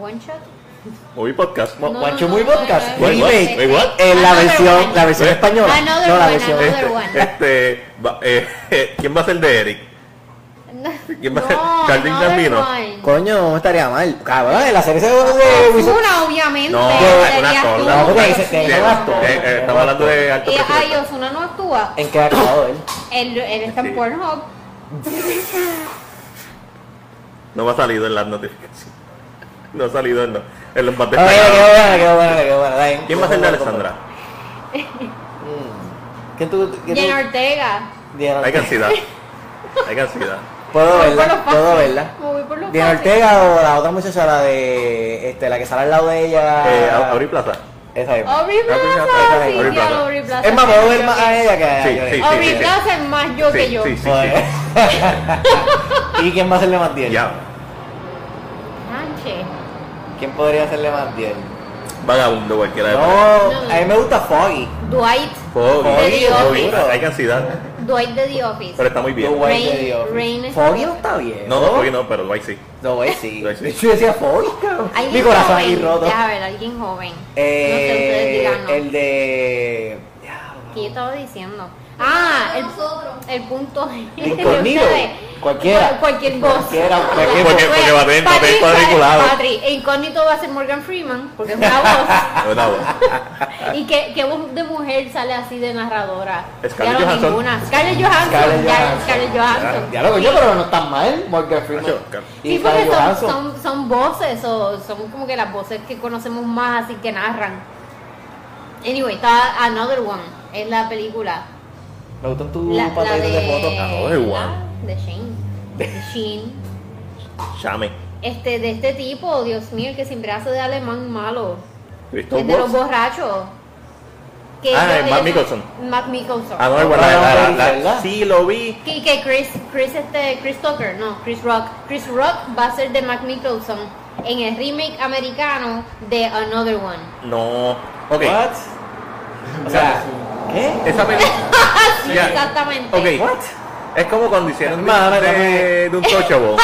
one shot.
Movie podcast.
No, no,
Guancho
no,
muy
no, no,
podcast.
no,
Wait,
no, no,
what?
Ah, no, Ah,
Wait, what?
Eh, la
Another
versión,
one.
la versión
Eh,
española.
another
no, la
one,
versión.
another
Este,
one.
este, va- eh, ¿quién va a ser de Eric? ¿Quién va a ser?
No,
Carlin
another
Gambino.
one.
Coño, no estaría mal. Cabrón, en la serie
Ah,
se de Wizard-
Ozuna, obviamente.
No,
sería
una
tú.
sola.
No, porque ese- ese es un actor.
Eh, eh, Estamos hablando de alto
Eh, Ay,
presupuesto.
Ozuna no actúa.
¿En qué ha actuado él?
Él, él está
Sí.
en Pornhub.
No me ha salido en las notificaciones. No ha salido en, lo- en los más
Ah, bueno, qué
destacados.
bueno, qué bueno, qué bueno. dale.
¿Quién va a ser de Alessandra?
Mm. ¿Quién tú? quién tú-
Jen Ortega.
Diana
Hay
Ortega.
cantidad. Hay cantidad.
Puedo
Voy por lo
verla,
fácil.
puedo verla.
Me voy por lo
Diana
fácil.
Ortega o la otra muchacha, la de este, la que sale al lado de ella.
Eh, Auri Plaza.
Esa es.
Aubrey
Aubrey
Plaza,
Plaza,
sí,
Aubrey
ya,
Plaza.
Aubrey Plaza.
Es más, puedo ver más a ella que a
Sí,
yo.
sí.
Aubrey
sí.
Plaza es más yo que yo.
Sí, sí,
Joder.
sí.
¿Y quién va a hacerle más 10?
Ya.
Sánchez.
¿Quién podría hacerle más 10?
Vagabundo cualquiera de
No,
No, no.
a mí me gusta Foggy.
Dwight.
Foggy,
Foggy,
Foggy.
seguro.
Hay cantidad,
Dwight de The Office.
pero está muy
The
bien.
Way
Rain-
de Dios.
Rain está
Foggy
bien.
no está bien.
No, no, Foggy no, pero Dwight sí.
The Way sí.
The Way sí.
De hecho, yo decía Foggy, cabrón.
Alguien
Mi corazón
joven,
ahí roto.
Deja ver, alguien joven.
Eh,
no sé, ustedes díganos.
el de.
¿Qué yo estaba diciendo? Ah, el,
nosotros.
el punto de
Incognito.
ustedes.
Cualquiera.
Cual- Cualquier cosa. Pues,
Cualquiera, cualquier
Porque-
cosa.
va a tener papel
Patrick,
cuadriculado.
Patrick, e incógnito va a ser Morgan Freeman, porque es una
No, no.
voz. ¿Y qué, qué voz de mujer sale así de narradora?
Scarlett
Ya no,
Johansson.
ninguna. Scarlett Johansson.
Scarlett
ya,
Johansson.
Scarlett Johansson.
Ya lo coño, pero no están mal. Morgan Freeman.
Nacho, Car-
Y
Sí, porque
Scarlett
son,
Johansson.
son, son voces, o son como que las voces que conocemos más, así que narran. Anyway, está Another One, es la película.
Me gustan tus
La, la de,
pantalones Uh, de fotos.
Another One.
la de Shane. De Shane.
Chame.
Este, de este tipo, Dios mío, el que siempre hace de alemán malo.
Christoph
el de los
Waltz.
borrachos. Que
Ah,
ellos-
el Matt
ellos-
Mickelson.
Matt Mickelson.
Ah, no, el
Ah,
guarda- la- la-
¿verdad?
Sí, lo vi.
Que, que Chris, Chris, este, Chris Tucker, no, Chris Rock. Chris Rock va a ser de Mac Nicholson en el remake americano de Another One.
No. Ok.
What? O sea, ¿qué?
Esa película.
Sí,
Ya.
Exactamente.
Ok.
What?
Es como cuando hicieron
Madre,
de, de un touchable.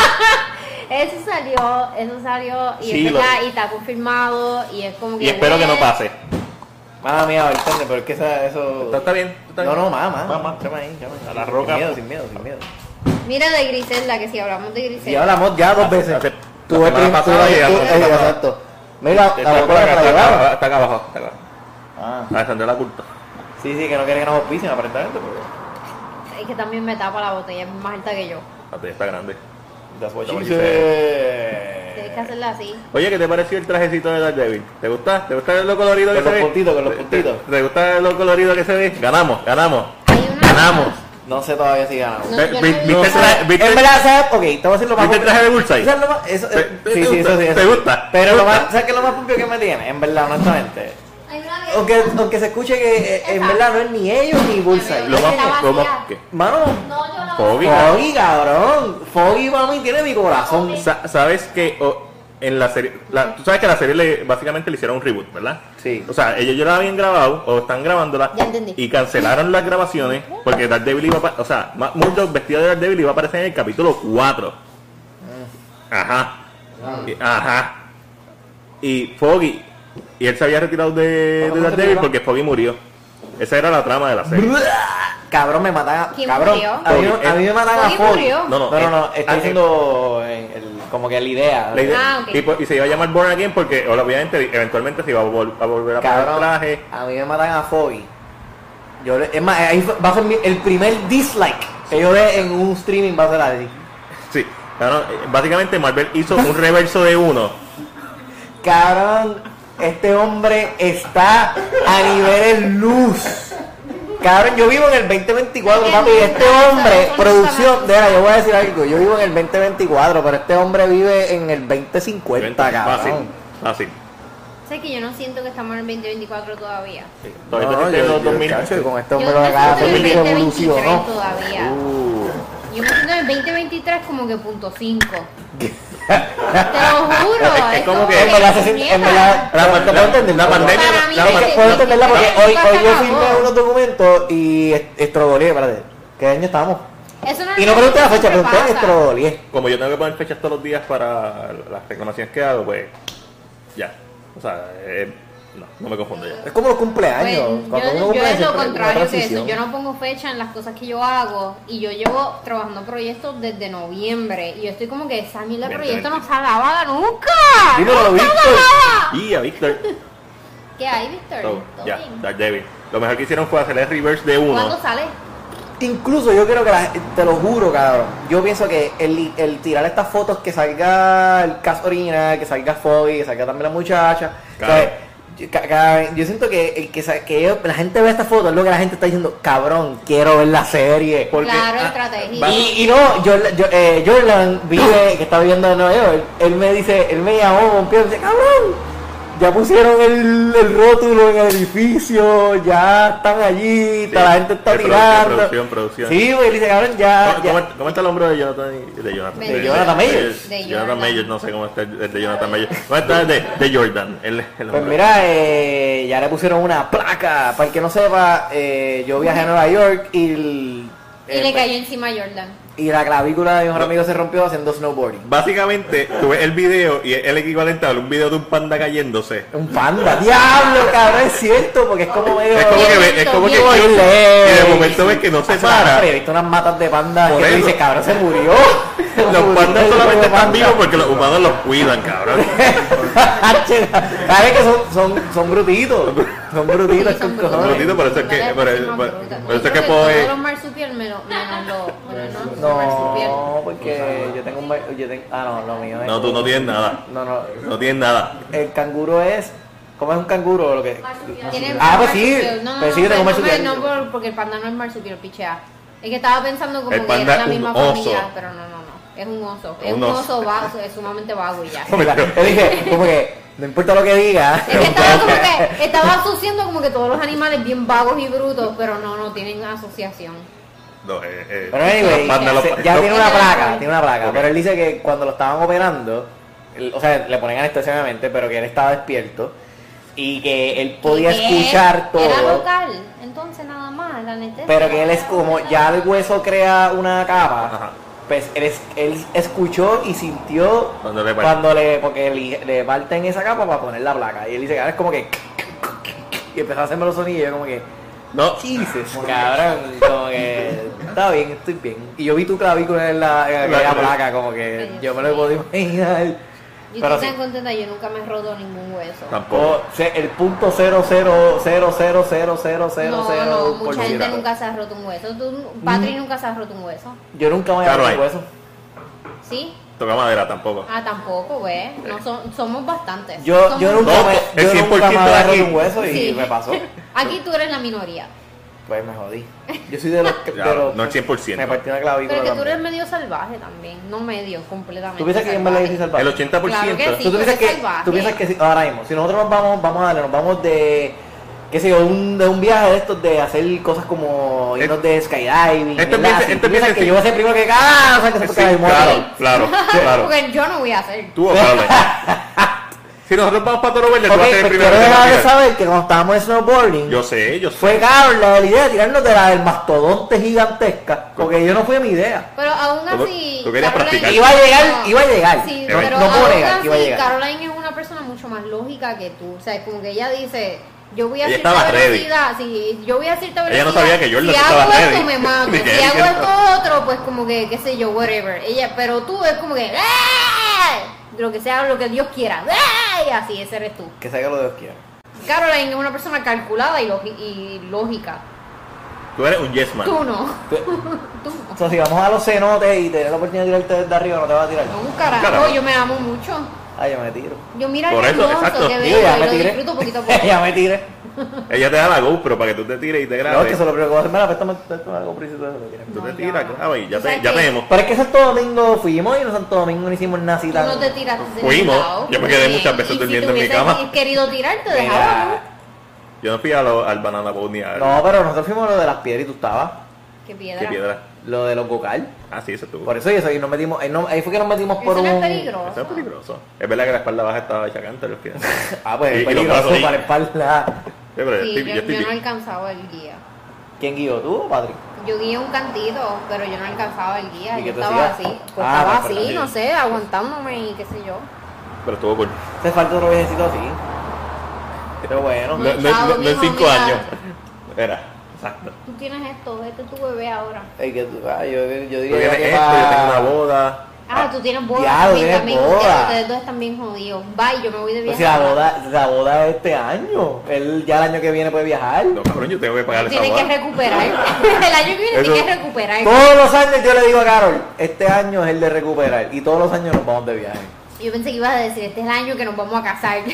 Eso salió, eso salió y
Sí,
es
lo-
verdad, y está confirmado y es como que
Y espero que no
"What?".
pase.
Mamá mía, Bertende, pero es que esa, eso.
¿Está, está bien? ¿Está bien?
No, no, mamá.
Mamá.
Chama ahí, chama ahí.
A la roca.
Sin miedo, sin miedo, sin miedo.
Mira de Griselda, que si hablamos de
Y
Griselda.
ya hablamos ya dos veces.
hace-
Tú
la semana
el prim- tú
pasada
el-
y la
tú-
semana
eh,
pasada.
exacto. Mira, la
Está, por
roca
acá,
que la
está acá
llevaba.
abajo, está acá abajo. Está acá abajo.
Ah,
Alessandra la culpa.
sí, sí, que no quiere que nos auspicien aparentemente, pero.
Es que también me tapa la botella, es más alta que yo.
La tuya está grande.
That's what
Está
she
bonito.
said.
Eh.
Tienes que hacerla así.
Oye, ¿qué te pareció el trajecito de Daredevil? ¿Te gusta? ¿Te gusta lo colorido que
Con
se
los
ve?
puntitos, con los
¿Te-
puntitos.
¿Te, te gusta lo colorido que se ve? Ganamos, ganamos.
Hay una-
Ganamos.
No sé todavía si ganamos.
No,
Ve-
yo
vi-
no-
¿Viste el traje? Eh, ¿Viste
En
el-
verdad, ¿sabes? Ok, te voy a decir lo más
¿Viste el traje de Bullseye?
¿Sabes lo más? Eso,
¿Te-
eh,
te-
sí,
te
sí,
gusta?
eso sí. eso
¿Te
sí.
gusta?
Pero
¿Te
lo
gusta?
más, ¿sabes qué es lo más propio que me tiene? En verdad, honestamente.
Hay una
Oh,
vieja
Aunque, aunque se escuche que eh, en verdad no es ni ellos ni Bullseye.
Lo más,
Está
lo más-
vacía.
¿qué?
Mano,
No, yo la
Foggy.
Foggy, cabrón. Foggy para mí tiene mi corazón.
Sa- ¿Sabes que o- en la serie, la- tú sabes que la serie le, básicamente le hicieron un reboot, ¿verdad?
Sí.
O sea, ellos ya la habían grabado o están grabándola
Ya entendí.
y cancelaron las grabaciones porque Daredevil iba, a, pa- o sea, Ma- Murdock vestido de Daredevil iba a aparecer en el capítulo 4. Ajá.
Ah.
Y- Ajá. Y Foggy y él se había retirado de,
¿Cómo
de
se
Daredevil
retiró?
porque Foggy murió. Esa era la trama de la serie.
Cabrón, me matan.
¿Quién
cabrón,
murió?
A mí, a mí me matan a
Foggy
Foggy.
murió.
No, no,
no, no, no,
eh,
estoy
ah,
diciendo eh, el- como que la idea.
La idea-
Ah, ok.
y, po- y se iba a llamar Born Again porque obviamente eventualmente se iba a, vol- a volver a poner el
Cabrón,
traje.
a mí me matan a Foggy. Yo, le- es más, ahí fue- va a ser mi- el primer dislike que yo dé en un streaming. Va a ser así.
Sí, cabrón, eh, básicamente Marvel hizo un reverso de uno.
Cabrón, este hombre está a niveles luz. Cabrón, yo vivo en el 2024,
Es
papi.
que
Este
nunca,
hombre,
eso no
producción.
está mal.
Mira, yo voy a decir algo. Yo vivo en el 2024, pero este hombre vive en el 2050,
Fácil,
cabrón.
fácil.
Sé que yo no siento que estamos en el 2024 todavía.
Sí.
No,
Todavía
no,
estoy
yo,
en
yo,
los 2000.
chacho, con este
Yo
hombre lo de cada
estoy en el
vez
2023
evolucionó.
todavía.
Uh.
Yo me siento en el 2023 como que punto 5. Te lo juro.
Es- es como que-
En verdad, se siente- en verdad,
La-
te puedo entender,
la
te puedo
pandemia-
entender.
Para mí
la
es
Es que
pandemia-
puedo entenderla porque
Nunca
hoy, hoy yo
acabó.
firmé unos documentos y est- Estrodolí, espérate, ¿qué año estamos?
Eso
Y no pregunté la fecha,
siempre
pregunté
pasa.
Estrodolí.
Como yo tengo que poner fechas todos los días para las reclamaciones que hago, pues ya. O sea, eh, no, no me confundo ya.
Es como los cumpleaños.
Pues,
Cuando uno
yo, yo
cumple
es
siempre hay
lo
una
contrario que eso.
transición.
Yo no pongo fecha en las cosas que yo hago y yo llevo trabajando proyectos desde noviembre y yo estoy como que esa mierda
Veinte,
de proyecto no
veinte.
se acaba nunca.
Dímelo,
¡No se
Víctor.
acaba!
Y a Víctor.
¿Qué hay, Víctor?
So,
¿Todo
Oh, ya,
bien?
Dark Devil. Lo mejor que hicieron fue hacer el reverse de
¿Cuándo
uno.
sale?
Incluso yo quiero que la te lo juro, cabrón. Yo pienso que el, el tirar estas fotos, que salga el caso original, que salga Fobi, que salga también la muchacha.
Claro.
¿sabes? Yo, ca- ca- yo siento que el que, sa- que ellos- la gente ve estas fotos es lo que la gente está diciendo, cabrón, quiero ver la serie.
Porque-
claro,
ah,
estrategia.
va-
Y, y no, yo, yo, eh, Jordan vive, que está viviendo en Nueva York, él me dice, él me llamó con y me dice, cabrón, ya pusieron el, el rótulo en el edificio, ya están allí,
Sí,
la gente está
de producción,
tirando.
producción, producción.
Sí, güey, él dice, cabrón, ya,
¿Cómo,
Ah, ya.
cómo- cómo está el hombro de Jonathan? y- De Jonathan.
De Jonathan
Majors.
De
De
Jonathan
Jordan.
Majors, no sé cómo está el el de Jonathan Majors. ¿Cómo está el de, de Jordan? El, el
Pues
hombro.
mira, eh, ya le pusieron una placa, para el que no sepa, eh, yo viajé a Nueva York y... el-
y le
eh,
cayó encima a Jordan.
y la clavícula de mi mejor amigo se rompió haciendo snowboarding.
Básicamente, tú ves el video y es el equivalente a un video de un panda cayéndose.
Un panda, diablo, cabrón, es cierto, porque es como medio...
Es como que, ve- es como que y de momento ves que no se para.
He visto unas matas de pandas
Por
que tú
eso.
dices, cabrón, se murió.
Los pandas solamente están vivos pues. porque los humanos los cuidan, cabrón.
Sabes que son, son, son brutitos. Son brutitos,
Sí, son
Son
estos cojones.
brutitos, por eso es que-
Dale,
por el-
encima
por-
brutas.
por eso es
Yo
que
creo
puedo ir-
Todos los marsupial menos, menos los. Menos los marsupial.
No, porque yo tengo un. ba- Yo tengo, ah, no, lo mío es.
No, tú no tienes nada.
No, no.
No tienes nada.
El canguro es. ¿Cómo es un canguro? Lo que,
Tiene
Ah, pues sí,
marsupial. No, no,
pues sí,
no,
tengo
no,
marsupial.
No, por- porque el panda no es marsupial, pichea. Es que estaba pensando como
El
que
panda
era
es
la misma
un oso.
familia, pero no, no, no. Es un oso. Es
Un
un
oso.
oso vago, es sumamente vago y ya.
Mira, Yo dije, como que. No importa lo que diga.
Es que estaba como que estaba asociando como que todos los animales bien vagos y brutos, pero no, no tienen asociación.
No, eh, eh,
Pero anyway,
los pandas, los
se-
pa-
ya
los-
tiene una
Ok.
placa, tiene una placa.
Ok.
Pero él dice que cuando lo estaban operando, él- o sea, le ponían anestesia obviamente, pero que él estaba despierto y que él podía
¿Y qué?
escuchar
Era
todo.
local, entonces nada más, la anestesia.
Pero que él es como, ya el hueso crea una capa,
Ajá.
pues él, es- él escuchó y sintió
Cuando le parten.
cuando le, porque le, le parten esa capa para poner la placa. Y él dice que ahora es como que... Y empezó a hacerme los sonidos y yo como que...
No,
Jesus, cabrón, como que está bien, estoy bien. Y yo vi tu clavícula en la, en aquella
Claro.
placa, como que
Ay,
yo me lo puedo imaginar.
Yo
Pero
estoy
sí,
tan contenta, yo nunca me he roto ningún hueso.
tampoco.
o sea, el punto cero cero cero cero cero cero cero
no,
cero
no,
por
mucha gente
ciento.
nunca se ha roto un hueso. Tú,
Mm.
Patrick nunca se ha roto un hueso.
Yo nunca me
Claro,
había
ahí.
roto eso.
¿Sí?
Toca madera, tampoco.
Ah, tampoco, ¿ves? No son- somos bastantes.
Yo,
Somos-
yo nunca
No,
me,
el
yo nunca
100%
me
de
había
aquí.
roto un hueso y
Sí.
me pasó.
Aquí tú eres la minoría.
Pues me jodí. Yo soy de los que...
Ya,
de los-
no el 100%.
Me partí una clavícula
Pero que tú
también.
eres medio salvaje también. No medio, completamente.
¿Tú piensas que yo me la hice salvaje?
El 80%.
Claro que sí.
¿Tú, tú piensas
eres
que,
salvaje.
tú piensas que si- ahora mismo, si nosotros nos vamos, vamos a darle, nos vamos de, qué sé yo, un, de un viaje de estos de hacer cosas como irnos de skydiving,
Esto
¿verdad?
empieza-
Así,
esto
¿tú piensas
empieza
que
así.
yo voy a ser el primero que ¡ah! O sea, que
Sí,
se toca la memoria.
claro, claro, claro.
Porque yo no voy a hacer.
Tú o Pablo. Si nosotros vamos para Toro Verde, tú
Ok,
vas a ser el
pero
primero
pues quiero
que va a
dejar de
tirar.
saber que cuando estábamos en snowboarding,
Yo sé, yo sé.
fue cabrón la idea de tirarnos de la del mastodonte gigantesca, porque yo no fue mi idea.
Pero aún
Tú-
así.
tú querías
Caroline-
practicar.
Iba a llegar, iba a llegar.
Sí,
No-
pero
no puedo
aún
negar que iba a
así,
llegar.
Caroline es una persona mucho más lógica que tú. O sea, es como que ella dice, yo voy a
Ella
cierta
estaba ready.
velocidad, sí, yo voy a cierta
Ella
velocidad.
no sabía que Jordan
si
estaba
hago esto
ready.
me mato,
Ni que
si
él
hago
que
esto otro, pues como que, qué sé yo, whatever. Ella, pero tú es como que, ¡ah! lo que sea, lo que Dios quiera, ¡ah! y así, ese eres tú.
Que salga lo de Dios quiera.
Caroline es una persona calculada y, logi- y lógica.
Tú eres un yes man.
Tú no.
O sea, si vamos a los cenotes y tener la oportunidad de tirarte desde arriba, no te vas a tirar.
No, un carajo,
Carajo.
yo me amo mucho.
Ah, yo me tiro.
Yo mira
Por
qué
eso,
hermoso,
exacto.
qué
Digo,
bello,
ya
y
me
lo
tiré.
disfruto poquito a poco.
ya me tiré.
Ella te da la GoPro para que tú te tires y te
No, es que
grabes.
se lo pregunto, mira, préstame préstame algo, Pris, y todo lo que quieras.
Tú te
No,
tiras,
ya.
grabas y ya,
O sea
te, ya
que-
tenemos.
Pero es que Santo Domingo fuimos y en Santo Domingo no hicimos nada así
Tú
tan-
no te tiraste de
Fuimos.
lado.
Yo me quedé
Muy bien.
muchas veces
Y
durmiendo en mi
Si tú
cama.
hubieses querido tirar, te dejaba. ¿no?
Mira,
Yo no fui a lo- al Banana Boat ni a
No, pero nosotros fuimos a lo de las piedras y tú estabas.
Qué
qué
piedra.
piedra.
Lo de los gocal.
Ah, sí, eso estuvo.
Por eso y eso, ahí nos metimos, ahí, no- ahí fue que nos metimos por
Eso
un.
no es peligroso.
Eso es peligroso. Es verdad que la espalda baja estaba hecha canta, los pies. Sí,
Ah, pues
Y- y
es
los
peligroso
brazos ahí.
para espalda.
pero yo
Sí,
estoy,
yo,
yo estoy
yo no
bien.
alcanzaba el guía.
¿Quién guió? ¿Tú o Patrick?
Yo guía un cantito, pero yo no alcanzaba el guía.
¿Y
Yo
qué te
estaba
hacía?
así. Pues
Ah,
estaba
pues,
así,
sí.
no sé, aguantándome y qué sé yo.
Pero estuvo cool.
Hace falta otro viejecito así. Pero bueno.
No, no, no, no en
mijo,
cinco
mira.
años. Era, exacto.
Tú tienes esto, este es tu bebé ahora.
Ey, que tú- ah, yo, yo
Tú
diría
tienes
que
esto,
pa-
yo tengo una boda.
Ah, tú tienes boda.
Diablo,
también,
tienes
también,
boda.
diablo, Ustedes dos están bien jodidos. Bye, yo me voy de
Pero
viaje.
si la boda, la boda es este año. Él ya el año que viene puede viajar.
No, cabrón, yo tengo que pagar esa
Tienes que
boda.
recuperar. el año que viene
Eso-
tienes que recuperar.
Todos los años yo le digo a Carol, este año es el de recuperar. Y todos los años nos vamos de viaje.
Yo pensé que ibas a decir, este es el año que nos vamos a casar.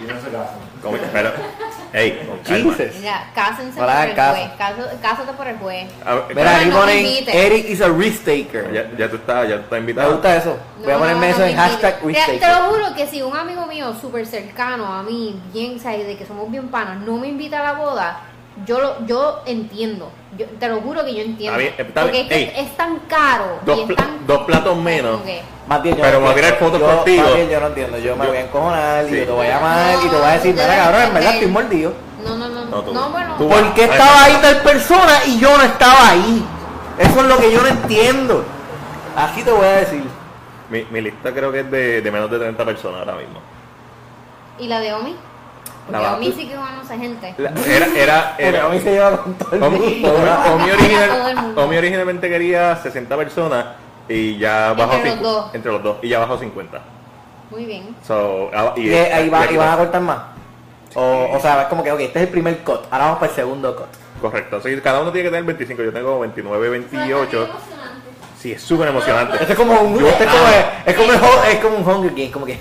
Y no se casa.
Como que, pero, ey, con calma.
Jesus.
Mira, cásense
No la
por
hagan
el
caso.
juez. Caso- Cásate por el juez.
A ver,
Mira, aquí
no te
ponen
invites.
Eric is a risk taker.
ya, ya tú estás, ya tú estás
Me
invitado.
gusta eso. Voy a
No,
ponerme
no,
eso
no,
en
mentira.
hashtag risk
Te, te
taker.
lo juro que si un amigo mío súper cercano a mí, bien sabe de que somos bien panas, no me invita a la boda, yo lo, yo entiendo. Yo, te lo juro que yo entiendo.
Está bien, está
porque
bien.
es que
Ey.
es tan caro. y
Dos,
es
pla-
tan-
dos platos menos.
como que-
Más bien, yo
Pero
no
voy a tirar
entiendo.
fotos
Yo-
contigo.
más bien, yo no entiendo. Yo me
Yo-
voy a encojonar
Sí.
y yo te voy a llamar y te voy a decir,
No,
mira cabrón, en verdad
no,
estoy mordido.
No, no, no.
No,
No,
tú-
bueno.
tú-
¿Por qué
Ay,
estaba
no.
ahí tal persona y yo no estaba ahí? Eso es lo que yo no entiendo. Así te voy a decir.
Mi, mi lista creo que es de, de menos de 30 personas ahora mismo.
¿Y la de Omi? Porque
La-
Omi sí que conoce gente.
La- era, era,
Pero
era.
a mí se lleva con todo el
Omi,
mundo.
Omi-
¿verdad?
Omi
Todo el
original,
mundo.
Omi originalmente quería 60 personas y ya
Entre
bajó
los
cincu-
dos.
entre los dos y ya bajó 50.
Muy bien.
So, ah, y,
Y ahí
y
va,
aquí
y vas a
va.
cortar más. O, o sea, es como que, ok, este es el primer cut, ahora vamos para el segundo cut.
Correcto. Así que cada uno tiene que tener 25. Yo tengo 29, 28. Sí, es súper
Esto
emocionante.
es como un,
Yo-
este es, como, es, como el, ho- es como un Hunger Game, como que,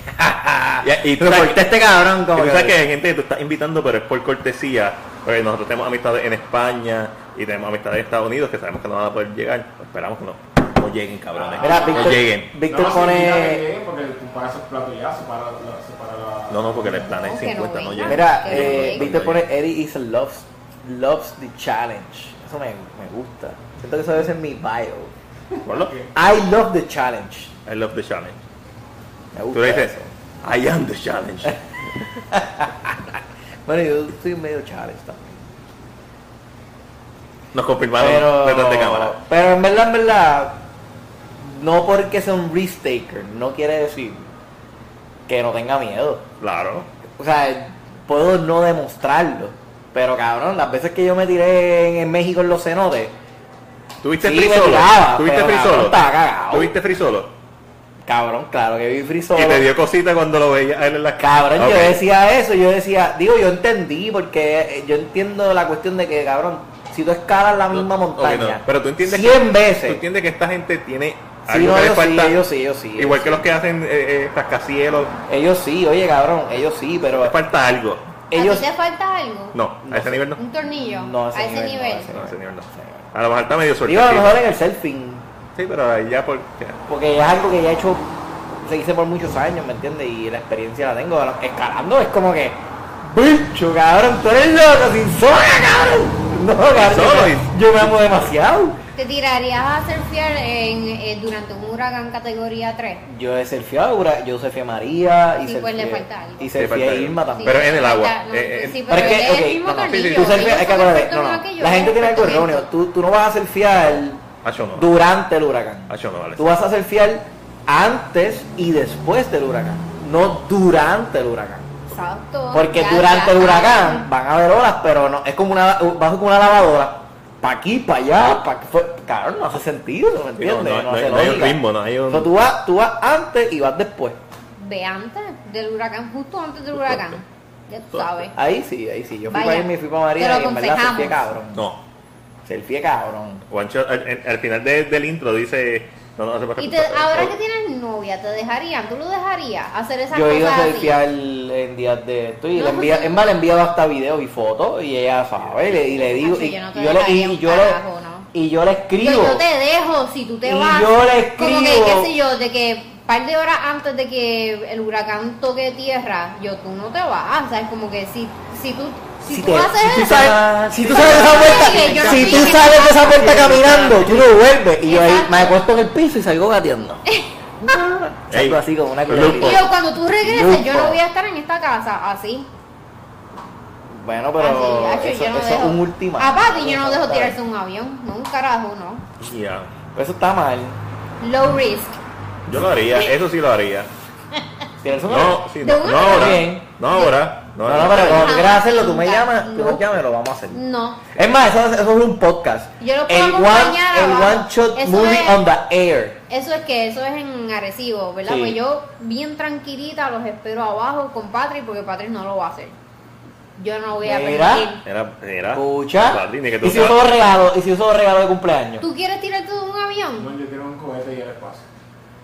Y, y tú sabes,
reporté a este cabrón,
y
como
tú
que,
sabes que hay gente que tú estás invitando, pero es por cortesía. Porque nosotros tenemos amistades en España y tenemos amistades en Estados Unidos que sabemos que no van a poder llegar. Esperamos que no, no lleguen, cabrones.
Mira,
No
no
Víctor,
lleguen.
Víctor
no,
pone...
Sí, mira que lleguen porque tú pagas esos platos ya, separa la... Separa la...
No, no, porque el plan es
No, que no
50, no
vengan.
lleguen.
Mira,
Que
eh,
no
Víctor pone Eddie is a loves, loves the challenge. Eso me, me gusta. Siento que eso debe ser mi bio.
Ponlo.
I love the challenge.
I love the challenge.
Me
Tú
gusta.
le dices,
eso.
I am the challenge.
Bueno, yo soy medio challenge también.
Nos confirmaron
Pero,
detrás de cámara.
pero en verdad, en verdad, no porque sea un risk taker, no quiere decir que no tenga miedo.
Claro.
O sea, puedo no demostrarlo. Pero cabrón, las veces que yo me tiré en, en México en los cenotes,
¿Tuviste
Sí,
free
me
solo?
tiraba,
¿Tuviste
pero
free
cabrón,
solo?
estaba cagado.
¿Tuviste free solo?
cabrón, claro que vi free
Y
solo.
te dio cosita cuando lo veía a él en la
Cabrón,
Ok.
yo decía eso, yo decía, digo, yo entendí, porque eh, yo entiendo la cuestión de que, cabrón, si tú escalas la misma
No, ok, no.
montaña
Pero tú entiendes
100
que, Tú
veces,
entiendes que esta gente tiene
sí,
algo
no,
que le
ellos, sí,
falta.
ellos sí, ellos sí,
Igual que los que hacen eh, eh, rascacielos,
ellos sí, oye, cabrón, ellos sí,
le
pero
falta algo.
ellos...
¿A ti te falta algo?
No,
No
a ese
sé.
nivel no.
¿Un tornillo?
No, a ese
a ese
nivel no,
nivel.
a ese
No, a ese nivel no. A lo mejor está medio suerte.
Digo, a lo mejor en el surfing,
Sí, pero ahí ya por... ya.
porque es algo que ya he hecho, se hice por muchos años, ¿me entiendes? Y la experiencia la tengo, cabrón. escalando es como que, bicho, cabrón, tú eres loco, sin sola, cabrón. No, cabrón, yo
solo,
me-
y-
yo me amo demasiado.
¿Te tirarías a surfear en, eh, durante un huracán categoría 3?
Yo he surfeado, Aura, yo surfeé a María y
Sí,
surfeé,
pues le falta algo.
y
Le falta
surfeé a
algo.
Irma
Sí,
también.
Pero en el agua,
falta- no,
eh, eh.
sí,
Pero
pero
es que,
es el
ok,
mismo
no, no, sí, sí,
tornillo.
Tú surfeas-
ellos
hay que
son
acordar,
expertos
no,
más
no.
que yo,
La gente tiene algo
expertos en
erróneo.
esto.
Tú, tú no vas a surfear
Ah, yo no.
durante el huracán.
Ah, yo no, vale.
Tú vas a surfear antes y después del huracán. No durante el huracán.
Exacto.
Porque
ya,
durante
ya,
el
ya.
huracán van a haber olas, pero no, es como una, vas como una lavadora. Pa' aquí, pa' allá, pa' Claro, no hace sentido, ¿me
Sí, no,
entiendes?
no, no,
hace
no hay un
lógica.
ritmo, no hay un...
O sea, tú vas, tú vas antes y vas después.
Ve antes del huracán, justo antes del
Justo
huracán.
antes.
Ya tú
Justo
sabes.
Ahí sí, ahí sí. Yo fui
Vaya,
para Irma y fui para
te
María
lo
y en verdad
aconsejamos.
selfie cabrón.
No.
Selfie cabrón.
Juancho, al, al- al final de- del intro dice No, no hace falta
Y te-
escuchar.
ahora que tienes novia, ¿te dejarían? ¿Tú lo dejarías hacer esas
Yo he ido
cosas
a
así?
surfear en días de esto y
No,
le envía,
pues sí.
es más, le he enviado hasta videos y fotos y ella sabe y le, y le digo
Macho,
y
yo no te
yo le
dejaría
y
un
yo le
carajo, ¿no?
y yo le
Yo,
escribo
yo te dejo si tú te
Y
vas.
yo le
Como que, qué
escribo.
sé yo, de que par de horas antes de que el huracán toque tierra, yo tú no te vas. ¿Sabes? Como que si, si tú, si tú haces
si tú
eso.
sabes, si tú
Yo
sabes
no
esa
llegué, yo
puerta,
no
si tú
llegué.
sales de esa puerta caminando, tú no vuelves. Y yo ahí
Exacto.
me acuesto en el piso y salgo gateando.
Ey,
Salgo así como una
Lupo.
y yo, cuando tú regreses, yo no
Lupo.
voy a estar en esta casa así.
Bueno, pero
así,
eso,
hacho, Ah, yo no
eso es
dejo-
un ultimato.
A papi yo no dejo tirarse un avión, no un carajo, no.
Ya.
Eso está mal.
Low risk.
Yo lo haría, eso sí lo haría.
Tirarse un avión.
No, sí,
¿De
no,
una?
no ahora.
Bien.
No ahora. No
No,
ahora.
no, pero cuando
Jamás,
tú quieras hacerlo, tú me
nunca,
llamas, tú
no.
me llamas y lo vamos a hacer.
No.
Es más, eso, eso es un podcast.
Yo lo puedo
el one,
acompañar
el
abajo.
one shot
Eso
movie
es-
on the air.
Eso es que eso es en Arecibo, ¿verdad?
Sí.
Pues yo bien tranquilita los espero abajo con Patrick porque Patrick no lo va a hacer. Yo no voy a
Mira.
permitir.
Era, era.
Escucha.
Patrick, ni Ah, que tú
Y si uso regalo, y si uso regalo de cumpleaños.
¿Tú quieres tirarte de un avión?
Bueno, yo quiero un cohete y el espacio.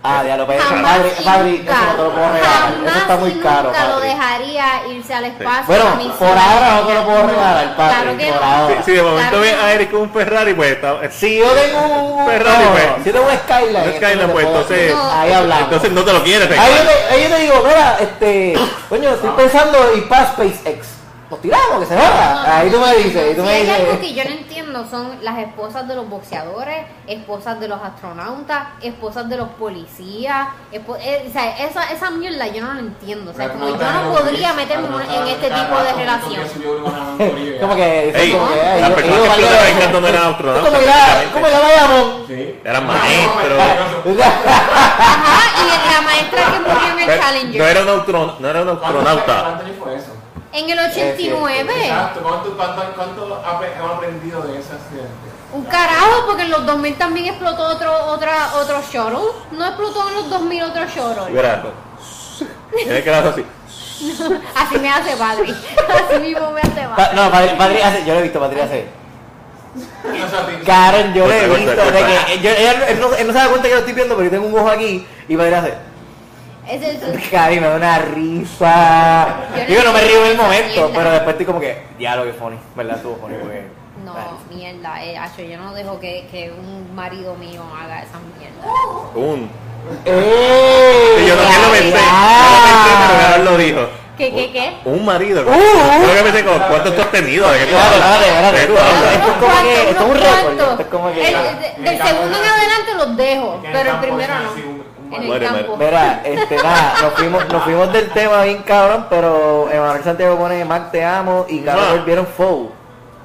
Ah, ya lo pedí.
Jamás
Fabri,
y
Fabri,
nunca,
eso no te lo puedo regalar. Eso
jamás
está muy
y
caro,
nunca lo
Fabri.
dejaría irse al espacio. a mí
Bueno, por
sí.
ahora no te lo puedo regalar, Patri.
claro que
por
no.
Si,
ahora.
si de momento
Claro.
ves a Eric con un Ferrari, pues está. es-
Si yo tengo un...
Ferrari,
no,
pues.
Si yo tengo un Skyline.
Un Skyline,
entonces
pues,
te puedo-
entonces-
No.
Ahí hablamos.
Entonces no te lo quieres
ahí,
regalar.
yo te, ahí yo te digo, mira, este... Coño, estoy pensando en ir para SpaceX. Nos tiramos, que se
No, no,
joda. Ahí tú me dices, ahí tú
Si
me
hay algo
dices...
que yo no entiendo son las esposas de los boxeadores, esposas de los astronautas, esposas de los policías. espo- eh, o sea, esa, esa mierda yo no la entiendo. O sea, como yo no podría meterme en una- en este tipo de relación.
Como que...
Ey,
como que, ay,
las
yo-
personas
yo
que
valgo-
explotaban en canto no eran
Es
astronautas.
como que la...
prácticamente.
Como que la vayamos.
Sí.
Eran maestros.
Ajá, y la maestra que murió en el
Pero
Challenger.
No era un astronauta. No era un astronauta.
¿Cuánto fue eso?
En el 89.
Exacto. ¿Cuánto, cuánto, cuánto ha- hemos aprendido de ese accidente?
Un carajo, porque en los 2000 también explotó otro otra otro shuttle. No explotó en los 2000 otro shuttle.
Mira. Tiene que hacer así.
Así me hace padre. Así mismo me hace
Pa-
padre.
No, Patri- Patri hace... Yo lo he visto, Patri hace...
O sea, ti-
Karen, yo le he
Corta, corta,
visto.
corta.
de que- eh, yo- ella- él, no, él no se da cuenta que lo estoy viendo, pero yo tengo un ojo aquí y Padre hace.
Ese es el-
Karen, me da una risa.
Yo no
Digo, no me
sé
río en
qué
el momento,
mierda.
pero después estoy como que, diálogo que funny, ¿verdad? Estuvo funny porque.
No,
Bueno.
mierda, eh, acho, yo no dejo que, que un marido mío haga esa mierda.
Un.
¡Eh!
Y yo también lo pensé. Yo lo pensé, pero Garón lo dijo.
¿Qué, qué, qué?
Un marido.
Uh, uh.
Yo lo que pensé como, ¿cuánto tú has tenido? ¿De qué tú
Espérate,
hablas?
espérate,
¿De qué tú
espérate.
hablas?
Esto es como
¿Cuánto?
que- esto es un
¿Unos
récord,
cuántos?
esto es como que-
El- de-
En
del
el campo
segundo en
no.
adelante los dejo,
En el
pero el
campo
primero
es
no.
así, un- un
En el
muere,
campo.
Mira, este, nada, nos fuimos, nos fuimos del tema bien cabrón, pero Emanuel Santiago pone Mac te amo y
Ma.
Carlos volvieron Fow.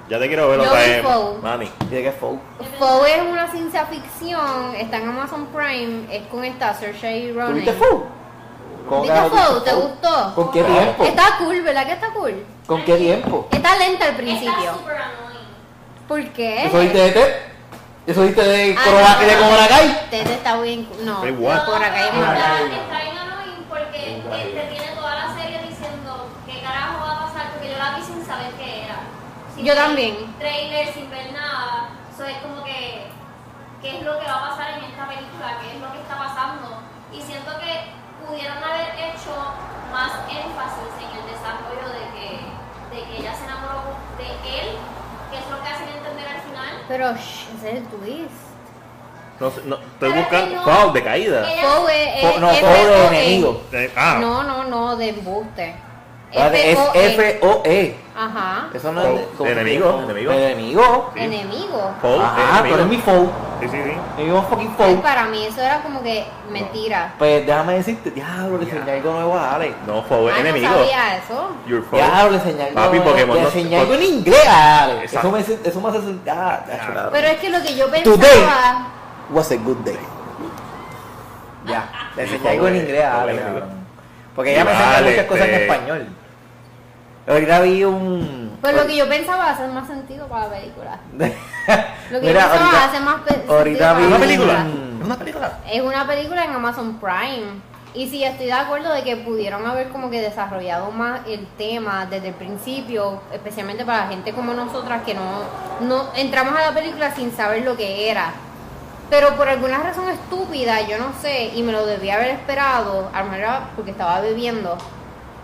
Ya te quiero ver
Yo
otra
vi
vez,
Foe.
mami.
¿Y de qué es Fow?
Foe es una ciencia ficción, está en Amazon Prime, es con esta Saoirse Ronan.
¿Tuviste Fow? ¿Cómo
¿Viste
carajo
Foe?
viste
¿Te
Foe?
gustó?
¿Con qué tiempo?
Está cool, ¿verdad que está cool?
¿Con qué tiempo?
Está lenta al
Está
principio.
súper annoying.
¿Por qué?
¿Eso viste de Ted? ¿Eso viste de
¿Eh? Ah,
Cobra
no.
de Cobra Kai?
Tete está bien cool. No,
Ay, what?
por acá hay
Ah,
más.
está, está bien annoying porque este tiene toda la serie diciendo qué carajo va a pasar porque yo la vi sin saber qué era. Sin
Yo
ver
también.
Trailer, sin ver nada. So, es como que qué es lo que va a pasar en esta película, qué es lo que está pasando. Y siento que pudieron haber hecho más énfasis en el desarrollo de que, de que ella se enamoró de él, que es lo que hacen entender al final.
Pero, shh, ese es el twist.
No, sé, no, estoy
Pero que
buscando.
no.
Foul de
Eh,
caída.
Ella-
Foe es
Fo- No,
F
Foe de
O E.
enemigo.
Eh, ah,
No, no, no, de embuste.
Espérate, Es
F-O-E.
F-O-E.
Ajá.
Eso no es
Foe. E. Enemigo,
que-
enemigo.
Enemigo.
Sí.
Enemigo.
Foul
Ajá, Ah, tú
de
eres mi
enemigo.
Fow.
Sí, sí, sí.
Enemigo fucking
Ay,
Fow.
para mí eso era como que mentira.
Pues déjame decirte, diablo, le enseñé algo nuevo a Ale.
No, foul
Ah,
enemigo.
no sabía eso.
Your foul.
Diablo, le enseñé algo
Papi,
nuevo.
Pokémon
Le
no- pues-
enseñé algo en inglés a Ale.
Exacto.
Eso me, hace- eso me hace sentir... Ah, ya, chulada.
Pero es que lo que yo pensaba...
Today was a good day. Ya, le enseñé algo en
Joder,
inglés a Ale,
joder,
cabrón.
cabrón.
Porque ella me enseña
Vale,
muchas cosas en
este.
español. Ahorita vi un...
Pues lo que yo pensaba hace más sentido para la película. Lo que
Mira,
yo pensaba
ahorita-
hace más pe- sentido
ahorita
para
vi
la
¿Una película?
Mm.
¿Es una película?
Es una película en Amazon Prime. Y sí, estoy de acuerdo de que pudieron haber como que desarrollado más el tema desde el principio, especialmente para gente como nosotras que no, no entramos a la película sin saber lo que era. Pero por alguna razón estúpida, yo no sé, y me lo debía haber esperado, a lo mejor era porque estaba bebiendo,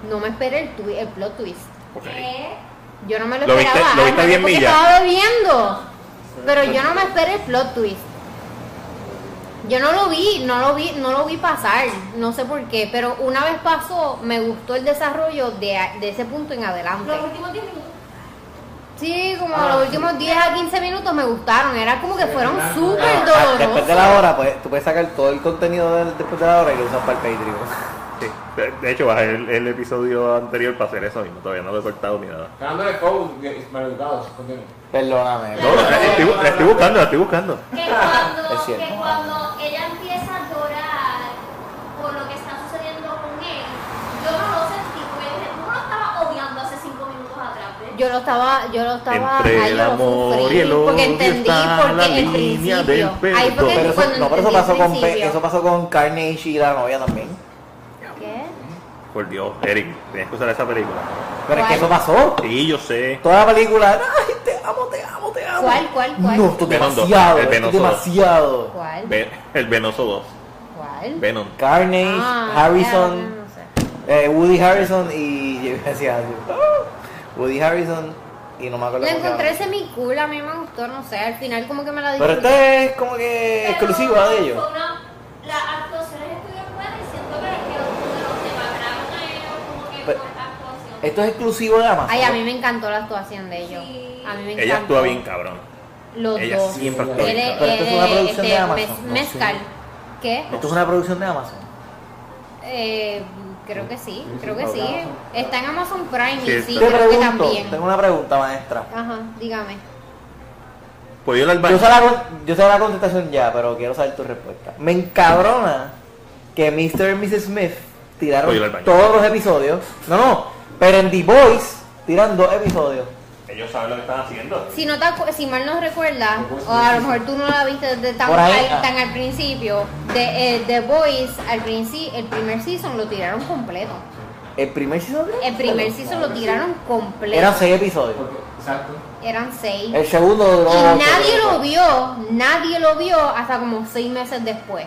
no me esperé el, twi- el plot twist.
Ok.
Eh.
¿Qué?
Yo no me lo,
Lo viste-
esperaba.
lo
a
viste
mejor
bien
porque
milla.
estaba bebiendo. Pero yo no me esperé el plot twist. Yo no lo vi, no lo vi, no lo vi pasar, no sé por qué, pero una vez pasó, me gustó el desarrollo de, a- de ese punto en adelante.
Los últimos 10 minutos.
Sí, como
Ah,
los
sí.
últimos 10 a 15 minutos me gustaron, era como que fueron
Ah,
súper
ah,
Ah, después de
dolorosos.
la hora, pues tú puedes sacar todo el contenido de- después de la hora y lo usas para el Patreon.
Sí. De, de hecho, bajé el, el episodio anterior para hacer eso mismo. Todavía no lo he cortado ni nada.
Ganándole Cow, que- maleducados, contiene.
Perdóname.
No, la, estoy, bu- la estoy buscando, la estoy buscando.
Que cuando,
Es cierto.
que cuando ella empieza a llorar por lo que está sucediendo con él, yo no lo sentí, porque yo dije, tú no lo estabas odiando hace 5 minutos atrás, ¿ves?
Yo lo estaba, yo lo estaba,
Entre
ahí
el
yo lo
amor
sufrí,
y el
porque
odio
entendí
está
porque
la
el
línea
principio.
del
Ahí fue
perdón.
que
Pero eso,
cuando
no, pero eso
entendí el
pasó con Pe-
principio.
eso pasó con Carnage y la novia también.
¿Qué?
Por Dios, Eric, tenías que usar esa película.
Pero es
¿Cuál?
que eso pasó.
Sí, yo sé.
Toda la película, ay, te amo, te amo, te amo.
¿Cuál, cuál, cuál?
No, esto es
Venom dos,
demasiado,
el
esto es
Venom dos.
demasiado.
¿Cuál?
Ve- el Venoso 2.
¿Cuál?
Venom.
Carnage,
Ah, ya,
Harrison,
no sé.
eh, Woody Harrison y yo iba a decir algo. Woody Harrison y no me acuerdo
La
cómo se
encontré
llama.
semi cool, a mí me gustó, no sé, al final como que me la
Pero
disfruté.
esta es como que exclusiva de eh, ellos.
Fue una- Las actuaciones estuvieron buenas y siento que que los números se pagaron a ellos como que
Pero-
por la actuación.
Esto es exclusivo de Amazon.
Ay, a mí me encantó la actuación de ellos.
Sí.
A mí me encantó.
Ella actúa bien cabrón.
Los
Ella
dos.
siempre actúa
Él
bien
es-
cabrón.
Pero esto es
él
una
es,
producción de
este,
Amazon,
mez-
¿no?
Mezcal. ¿Qué?
Esto es una producción de Amazon.
Eh, creo que sí,
Sí,
creo
sí,
que
está
sí.
en Amazon.
Está en Amazon Prime
Sí,
y
está.
sí,
Te
creo que
pregunto,
también.
tengo una pregunta, maestra.
Ajá, dígame.
Puedo ir al
Yo
baño.
sé, la, con- yo sé la contestación ya, pero quiero saber tu respuesta. Me encabrona que Mr. y Mrs. Smith tiraron
Voy al baño.
todos los episodios. No, no, pero en The Voice tiran dos episodios.
Ellos saben lo que están haciendo.
Si, no te acu- si mal no recuerdas,
The Voice
o a
no
lo
existe.
mejor tú no la viste desde tan,
Por ahí,
al,
ah.
tan al principio, de eh, The Boys, al princi- el primer season lo tiraron completo.
El primer season
El primer season lo tiraron completo.
eran seis episodios.
Porque, exacto.
Eran seis.
El segundo duró.
Y
ocho,
nadie
creo.
lo vio, nadie lo vio hasta como seis meses después.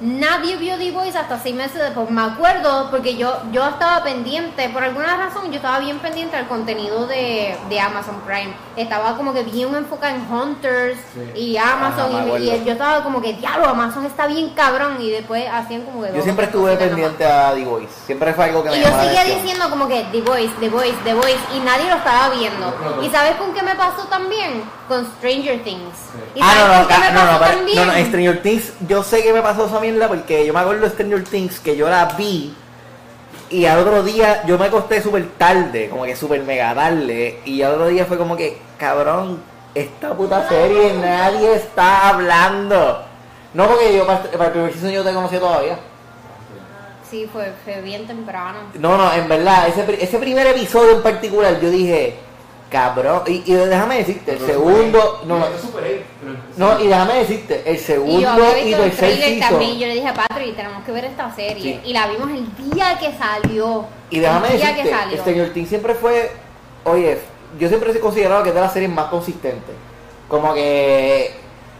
Nadie vio The Voice hasta seis meses después. Me acuerdo porque yo, yo estaba pendiente, por alguna razón, yo estaba bien pendiente al contenido de, de Amazon Prime. Estaba como que bien enfocada en Hunters
Sí.
y Amazon.
Ajá, me
y- y,
acuerdo.
yo estaba como que, diablo, Amazon está bien cabrón. Y después hacían como que.
Yo
dos
siempre
o tres
estuve
cositas
pendiente a The Voice. Siempre fue algo que me
y yo
llamó la
seguía
atención.
diciendo como que The Voice, The Voice, The Voice y nadie lo estaba viendo. ¿Y sabes con qué me pasó también? Con Stranger Things. ¿Y
Ah,
sabes
no, no,
con qué
ca-
me
no,
pasó
no, pero-
también?
no, no, Stranger Things, yo sé que me pasó esa mierda porque yo me acuerdo de Stranger Things que yo la vi y al otro día yo me acosté súper tarde, como que súper mega tarde, y al otro día fue como que, cabrón, esta puta serie nadie está hablando. No porque yo para, para el primer season yo te conocía todavía.
Sí, fue, fue bien temprano.
No, no, en verdad, ese, pri- ese primer episodio en particular yo dije, cabrón, y, y déjame decirte, el
Pero
segundo,
superé.
no,
Yo
no,
superé, pero-
No, y déjame decirte, el
Y yo
segundo
había
y,
visto el
tercer
trailer
season.
también. Yo le dije a Patrick, tenemos que ver esta serie.
Sí.
Y la vimos el día que salió.
Y déjame
el día
decirte, este
que salió.
Stranger Things siempre fue, oye, yo siempre he considerado que es de las series más consistentes. Como que,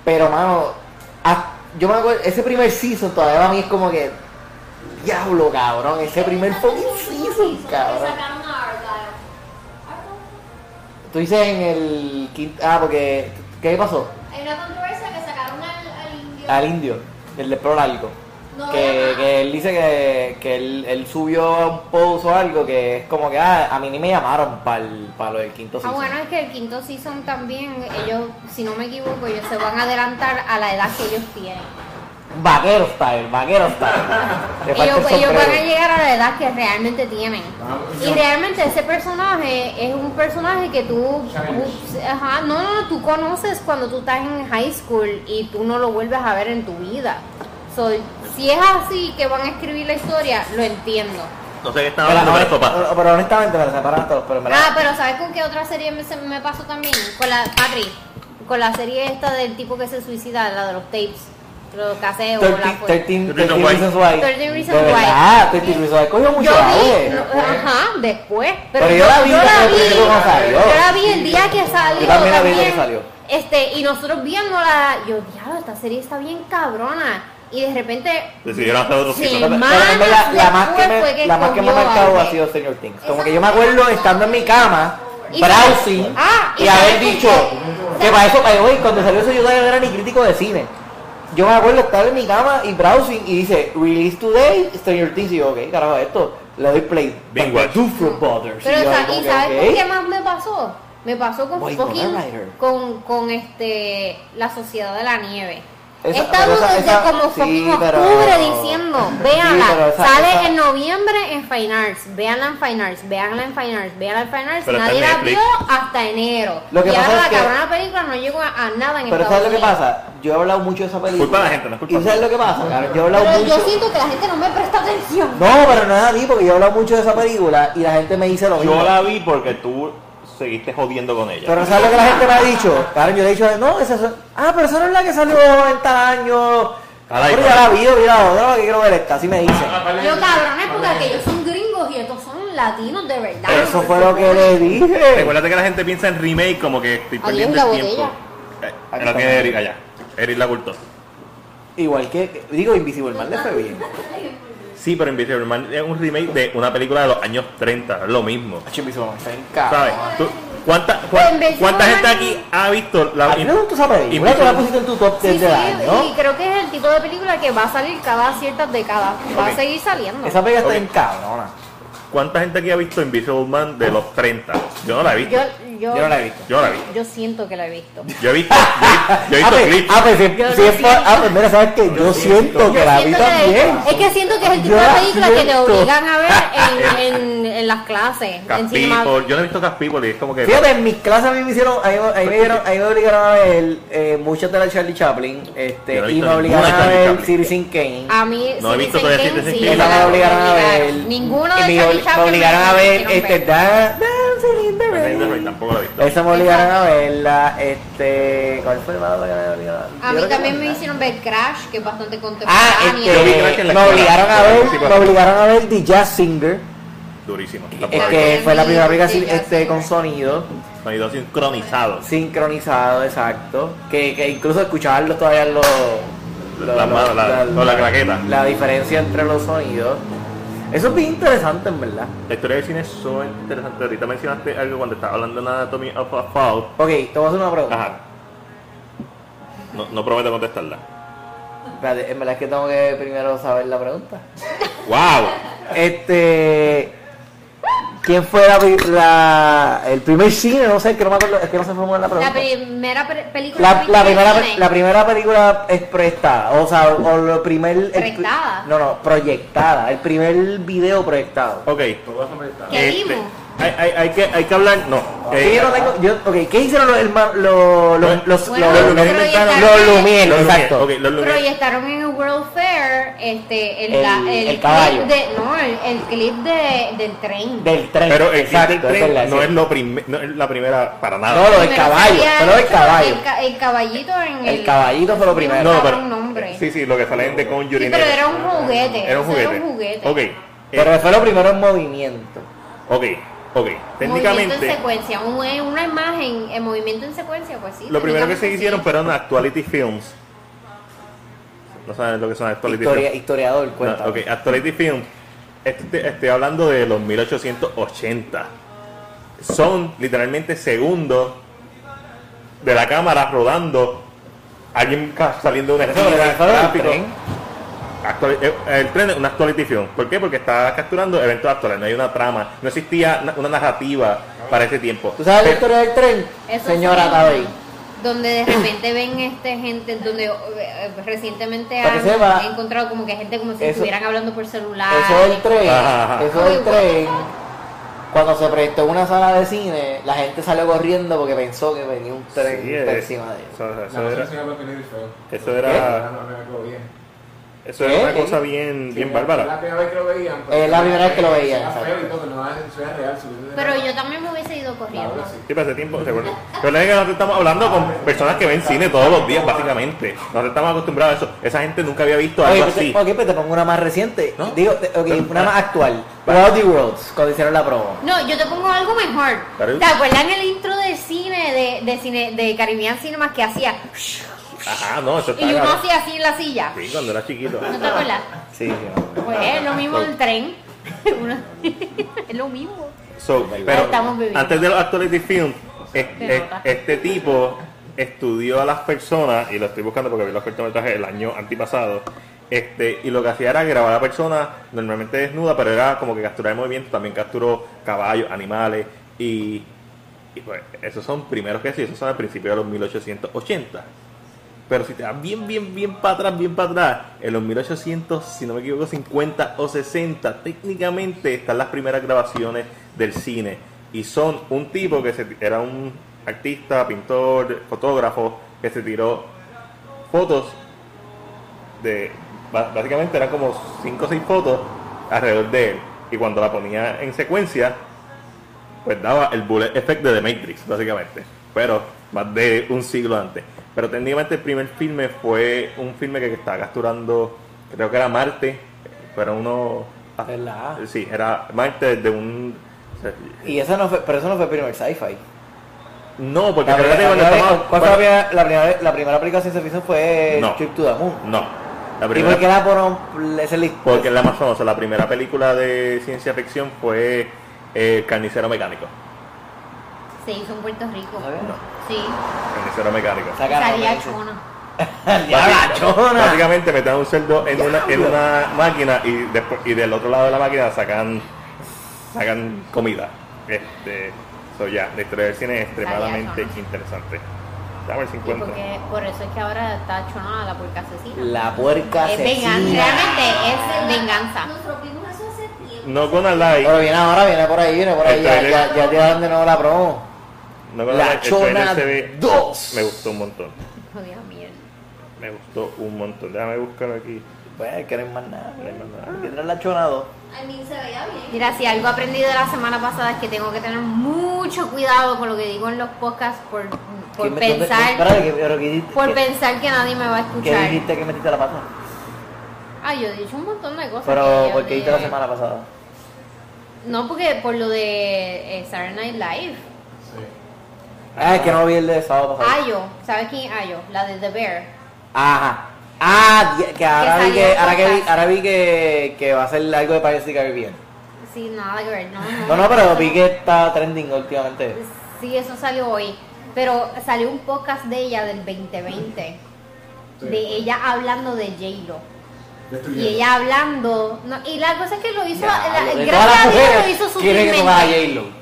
pero mano, haz- yo me acuerdo, ese primer season todavía para mí es como que, diablo cabrón, ese primer fucking season, cabrón.
Sacaron a Argyle. Argyle.
Tú dices en el quinto, ah, porque, ¿qué pasó?
Hay una controversia que sacaron al, al indio.
Al indio, el de Pro Largo.
No,
que,
no.
que él dice que, que él, él subió un post o algo que es como que ah, a mí ni me llamaron para lo del quinto
Ah,
season.
bueno, es que el quinto season también, ellos, si no me equivoco, ellos se van a adelantar a la edad que ellos tienen.
Vaquero style, vaquero style. Le falta
Ellos,
el
ellos van a
sombrero.
llegar a la edad que realmente tienen.
Ah,
Y
yo-
realmente ese personaje es un personaje que tú,
Challenge.
ups, ajá, no, no, no, tú conoces cuando tú estás en high school y tú no lo vuelves a ver en tu vida. So, si es así que van a escribir la historia, lo entiendo.
No sé qué están
Pero,
hablando, pero eso
no,
pasa.
pero, pero honestamente, pero se paran todos, pero me
Ah, pero ¿sabes con qué otra serie me, se- me pasó también? Con la, Patri, con la serie esta del tipo que se suicida, la de los tapes, los caseos, la
13,
fue-
13
Reasons Why.
Reasons Why.
13 pues. Reasons
De
Why.
verdad, 13 Reasons Why. Cogió mucho
Yo vi,
aire.
no, ajá, después. Pero,
eh, pues. Pero yo la vi,
yo
no
la
creo que
vi,
eso no salió.
yo la vi el día que salió
yo también la vi desde que salió.
Este, y nosotros viéndola, yo, diablo, esta serie está bien cabrona. Y de repente,
Decidieron hacer otro
Sí.
tipo.
Pero-
Semanas
pero en verdad, la más que
después
me,
fue que
la más que me ha
cogió
marcado ha
aire.
sido Señor Things. Como
Esa
que yo me
fue-
acuerdo estando en mi cama,
Y-
browsing,
Ah, y
y haber
sabes que-
dicho, que para eso, para hoy, cuando salió eso yo todavía no era ni crítico de cine. Yo me acuerdo estar en mi cama y browsing y dice, release today, Stranger Things, y yo, ok, carajo, esto, le doy play.
Bing watch.
Doofro Brothers.
Pero,
y yo
o sea,
ahí como
¿y
que,
sabes
ok.
por qué más me pasó? Me pasó con
Boy,
fucking,
Winona Ryder.
con, con este, la Sociedad de la Nieve.
Esa-
Está
pero
duro
esa-
desde
esa-
como
sí,
fucking
pero-
octubre diciendo,
sí,
véanla,
pero esa-
sale
esa-
en noviembre en Fine Arts, véanla en Fine Arts, véanla en Fine Arts, véanla en Fine Arts,
Pero está
nadie
en
la
Netflix.
vio hasta enero.
Lo que
y
pasa
ahora
es
la
que-
cabrona película no llegó a, a nada en
Pero
Estados
¿sabes lo que
Unidos.
pasa? Yo he hablado mucho de esa película.
Culpa de la gente, no es culpa
¿Y sabes lo que pasa? Claro, yo he hablado
Pero
mucho...
yo siento que la gente no me presta atención.
No, pero no es a ti, porque yo he hablado mucho de esa película y la gente me dice lo mismo.
Yo la vi porque tú seguiste jodiendo con ella.
Pero ¿sabes lo que la gente me ha dicho? Claro, yo le he dicho, no, esa es... Ah, pero esa no es la que salió 90 años.
Caray,
pero ya la vi, mira, otra que quiero ver esta, así me dicen.
Ah,
Yo cabrones porque aquellos son gringos y estos son latinos de verdad.
Eso fue lo que le dije.
Recuérdate que la gente piensa en remake como que estoy
Adiós,
perdiendo
la
el
botella.
tiempo.
Aquí
Eh, la tiene
está.
Eric allá. Eric la ocultó.
Igual que, digo, Invisible Man le fue bien.
Sí, pero Invisible Man es un remake de una película de los años 30, es lo mismo.
Hacho, Invisible Man está en
¿Sabes?
casa.
Tú- ¿Cuánta, cua-
Pues Invisible
¿Cuánta gente
Man-
aquí ha visto
¿A
la
ti Ah, no te gustó esa película? Tú la pusiste en tu top 10
Sí, sí,
del año.
y creo que es el tipo de película que va a salir cada ciertas décadas. Va
Ok.
a seguir saliendo.
Esa película está
Ok.
en cabrona.
¿Cuánta gente aquí ha visto Invisible Man de los 30? Yo no la he visto.
Yo,
Yo,
yo,
Yo no la he visto.
no la he visto.
yo siento que la he visto.
Yo he visto, yo he, yo he visto
ah, pues,
clips.
ah, pues, si-
Yo lo
si es por-
siento.
ah, pues, mira, sabes que yo, siento, que
Yo
la vi
siento que-
también.
es que siento que es el tipo
Yo
de
la
película que te
siento.
obligan a ver en, en, en las clases. En
Cast
cinema.
People. Yo no he visto Cast People y es como que...
Fíjate, en mis clases a mí me hicieron, a mí, a mí me, dieron- a mí me obligaron a ver eh, muchas de la Charlie Chaplin,
Yo no
este,
he
y
visto
me obligaron
ninguna
a
de Charlie
ver
Chaplin.
Citizen Kane.
A mí,
No he
Citizen
visto todavía
Kane,
Citizen
sí,
Kane.
Esa
me
me
la
obligaron a ver.
Ninguno
y
de
me,
Charlie
obli-
Chaplin
me obligaron
me
a ver,
hicieron
este,
ver.
Dan- Dancing in the
Pretender
Rain.
Ray, tampoco la he visto.
Esa me obligaron a verla, este, ¿cuál fue el malo que me obligaron?
A
Yo
mí
creo que
también
fue
me
Dan.
hicieron ver Crash, que es bastante contemporáneo.
Ah,
Yo vi Crash
este,
en la
me
escuela.
obligaron a
Sí,
ver,
sí,
me obligaron a ver The Jazz Singer.
Durísimo.
Es
Tampoco la he visto.
que fue la primera película
Sí,
sin-
ya
este,
sé.
con sonido,
Sonido sincronizado.
sincronizado, exacto. Que, que incluso escucharlos todavía los. los-
La mano,
los-
la- no, la claqueta.
La diferencia entre los sonidos. Eso es bien interesante, en verdad.
La historia del cine es súper interesante. Ahorita mencionaste algo cuando estaba hablando de Anatomy of a Fall.
Ok, te voy a hacer una pregunta.
Ajá. No, no prometo contestarla.
Espérate, en verdad es que tengo que primero saber la pregunta.
¡Wow!
Este. ¿Quién fue la, pri- la- el primer cine? No sé, es que no me acuerdo, es que no se formula la
La
pregunta.
primera pre- película
La,
que
la
vi en el
primera,
cine.
la primera película es prestada, o sea, o lo primer... el pri-
Prestada.
no, no, proyectada, el primer video proyectado.
Ok.
Todas son ventajas.
¿Qué
este,
vimos?
hay, hay, hay, que, hay que hablar. No.
Sí,
Eh,
yo no tengo- yo- ok, ¿qué hicieron los hermanos, los, los, los,
Bueno,
los-
los Lumière
pero
inventaron-
ya-
los Lumière,
los Lumière,
exacto.
ok, los Lumière.
proyectaron en el World Fair este el,
El-
la-
el
clip
caballo.
de, no el, el clip de, del tren
Del tren,
Pero el clip
exacto,
del
es
tren
verdad,
no
sí.
es, lo prime- no es la primera para nada.
No, lo del
Primero
caballo,
salía
pero el
hecho
caballo.
el, ca- el caballito en el
El caballito fue lo primero.
no,
No,
pero,
pero-
un nombre
Sí, sí, lo que sale en The
Sí,
Conjuring.
pero era un juguete
era un
eso
juguete. Ok. eh,
Pero fue lo primero en movimiento.
ok, ok.
movimiento
Técnicamente,
en secuencia un- eh, una imagen en movimiento en secuencia pues sí
lo primero que
técnicamente
se
sí.
hicieron fueron Actuality Films. No saben lo que son Actuality
Historia,
Films.
historiador,
No,
cuenta.
ok, Actuality Film. Estoy, estoy hablando de los 1880. Son literalmente segundos de la cámara rodando. Alguien ca- saliendo de una
Eso,
esquina,
eso era el
tráfico.
tren.
Actual- eh, el tren es una actuality film. ¿Por qué? Porque está capturando eventos actuales. No hay una trama. No existía na- una narrativa para ese tiempo.
¿Tú sabes la
Pero-
historia del tren?
Eso
Señora
sí,
Tabey.
donde de repente ven este gente donde eh, eh, recientemente
Para
han
que sepa,
encontrado como que gente como si
eso-
estuvieran hablando por celular
Eso del tren,
Ajá, ajá.
eso del tren. Cuando se prestó en una sala de cine, la gente salió corriendo porque pensó que venía un tren
Sí,
por
eh,
encima de ellos.
eso-
La
eso
noche
era-
se llama Kennedy Feo.
Eso era,
Ah, No, no me acuerdo bien.
eso era
¿Qué?
una cosa bien, bien bárbara.
La primera vez que lo veían. pues,
Eh, la primera vez que lo veían,
Era
exacto.
feo y todo, pero no, eso era real. su vida era
pero
real.
yo también me hubiese ido corriendo
Ahora sí.
Sí, pero hace tiempo, recuerda. Pero es que nosotros estamos hablando con personas que ven cine todos los días, básicamente. Nosotros estamos acostumbrados a eso. Esa gente nunca había visto
Oye,
algo
pues,
así.
ok, pues te pongo una más reciente.
¿No?
Digo, te- ok,
Pero- ah.
una más actual.
Vale.
Rowdy Roads, cuando hicieron la promo.
No, yo te pongo algo mejor.
Claro.
¿Te acuerdas en el intro del cine de, de, cine, de Caribbean Cinemas que hacía.
Ajá, no, eso está.
Y uno
cabrón.
hacía así en la silla.
Sí, cuando era chiquito.
¿No te acuerdas?
Sí, sí, no.
Pues es lo mismo el tren. Uno- es lo mismo.
So, pero
estamos viviendo.
antes de los actuality film, es-
Se
es-
nota.
este tipo estudió a las personas, y lo estoy buscando porque vi los cortometrajes el año antipasado, este, y lo que hacía era grabar a la persona normalmente desnuda, pero era como que capturar el movimiento, también capturó caballos, animales, y, y, pues, esos son primeros que sí, esos son al principio de los 1880. Pero si te vas bien, bien, bien para atrás, bien para atrás, en los 1800, si no me equivoco, 50 o 60, técnicamente están las primeras grabaciones del cine. Y son un tipo que se, era un artista, pintor, fotógrafo, que se tiró fotos de. ba- Básicamente eran como 5 o 6 fotos alrededor de él. Y cuando la ponía en secuencia, pues daba el bullet effect de The Matrix, básicamente. Pero más de un siglo antes. Pero técnicamente el primer filme fue un filme que estaba capturando, creo que era Marte, pero uno... ah,
¿Verdad?
Sí, era Marte de un...
Y eso no fue, pero eso no fue el primer sci-fi.
No, porque
La
en realidad
primera-
cuando
la
estaba-
primera- ¿Cuál fue la primera- la primera- la primera película de ciencia ficción fue
No.
Trip to the Moon?
No, la
¿Y
primera...
por qué la ponen ese list?
Porque es la más famosa, la primera película de ciencia ficción fue eh, Carnicero Mecánico.
Se hizo en Puerto Rico.
¿Sabes?
Sí.
Carnicero Mecánico.
Salía chona.
¡Diabla chona!
Básicamente meten un cerdo en una, en una máquina y, después, y del otro lado de la máquina sacan sacan comida. Este, so ya, la historia del cine es extremadamente
Sabía, ¿no?
interesante. pues, Dame el
Y
50.
porque, por eso es que ahora está chonada la puerca asesina.
La puerca
Es venganza.
asesina.
Ah,
Realmente es venganza.
Nosotros vimos eso hace tiempo.
No gonna lie.
Pero viene ahora, viene por ahí, viene por ahí. Ya, ya, ya te dan de nuevo la promo.
No gonna lie,
La
el trailer
chona
se ve-
2.
Me gustó un montón.
Jodida mierda.
Me gustó un montón. Déjame buscarlo aquí.
Pues, que no hay más nada.
No hay más nada.
Tendrás la chona 2.
A mí se veía bien.
Mira, si algo aprendí de la semana pasada es que tengo que tener mucho cuidado con lo que digo en los podcasts por, por
¿Qué me-
pensar
Espérate, que, pero que dijiste-
por
que-
pensar que nadie me va a
que
escuchar.
dijiste que metiste la pata.
Ah, yo he dicho un montón de cosas. que
Pero,
yo
¿por qué dijiste la
dije.
semana pasada?
No, porque por lo de eh, Saturday Night Live.
Ah, es que no vi el de sábado pasado.
Ayo, ¿sabes quién es Ayo? La de The Bear.
Ajá. Ah, di- que ahora
Que
vi
salió
que,
en
ahora que, vi,
podcast.
ahora vi que, que va a ser algo de Pirates of the Caribbean.
Sí, nada que ver. No, no,
No, no, pero
eso-
vi que está trending últimamente.
Sí, eso salió hoy. Pero salió un podcast de ella del 2020.
Sí.
De ella hablando de J-Lo. Y
Destruyendo.
ella hablando. no, y la cosa es que lo hizo. la-
Diablo, de
gracias a
todas las
Dios lo
mujeres,
hizo
Quieren que coja a
sutilmente.
J-Lo.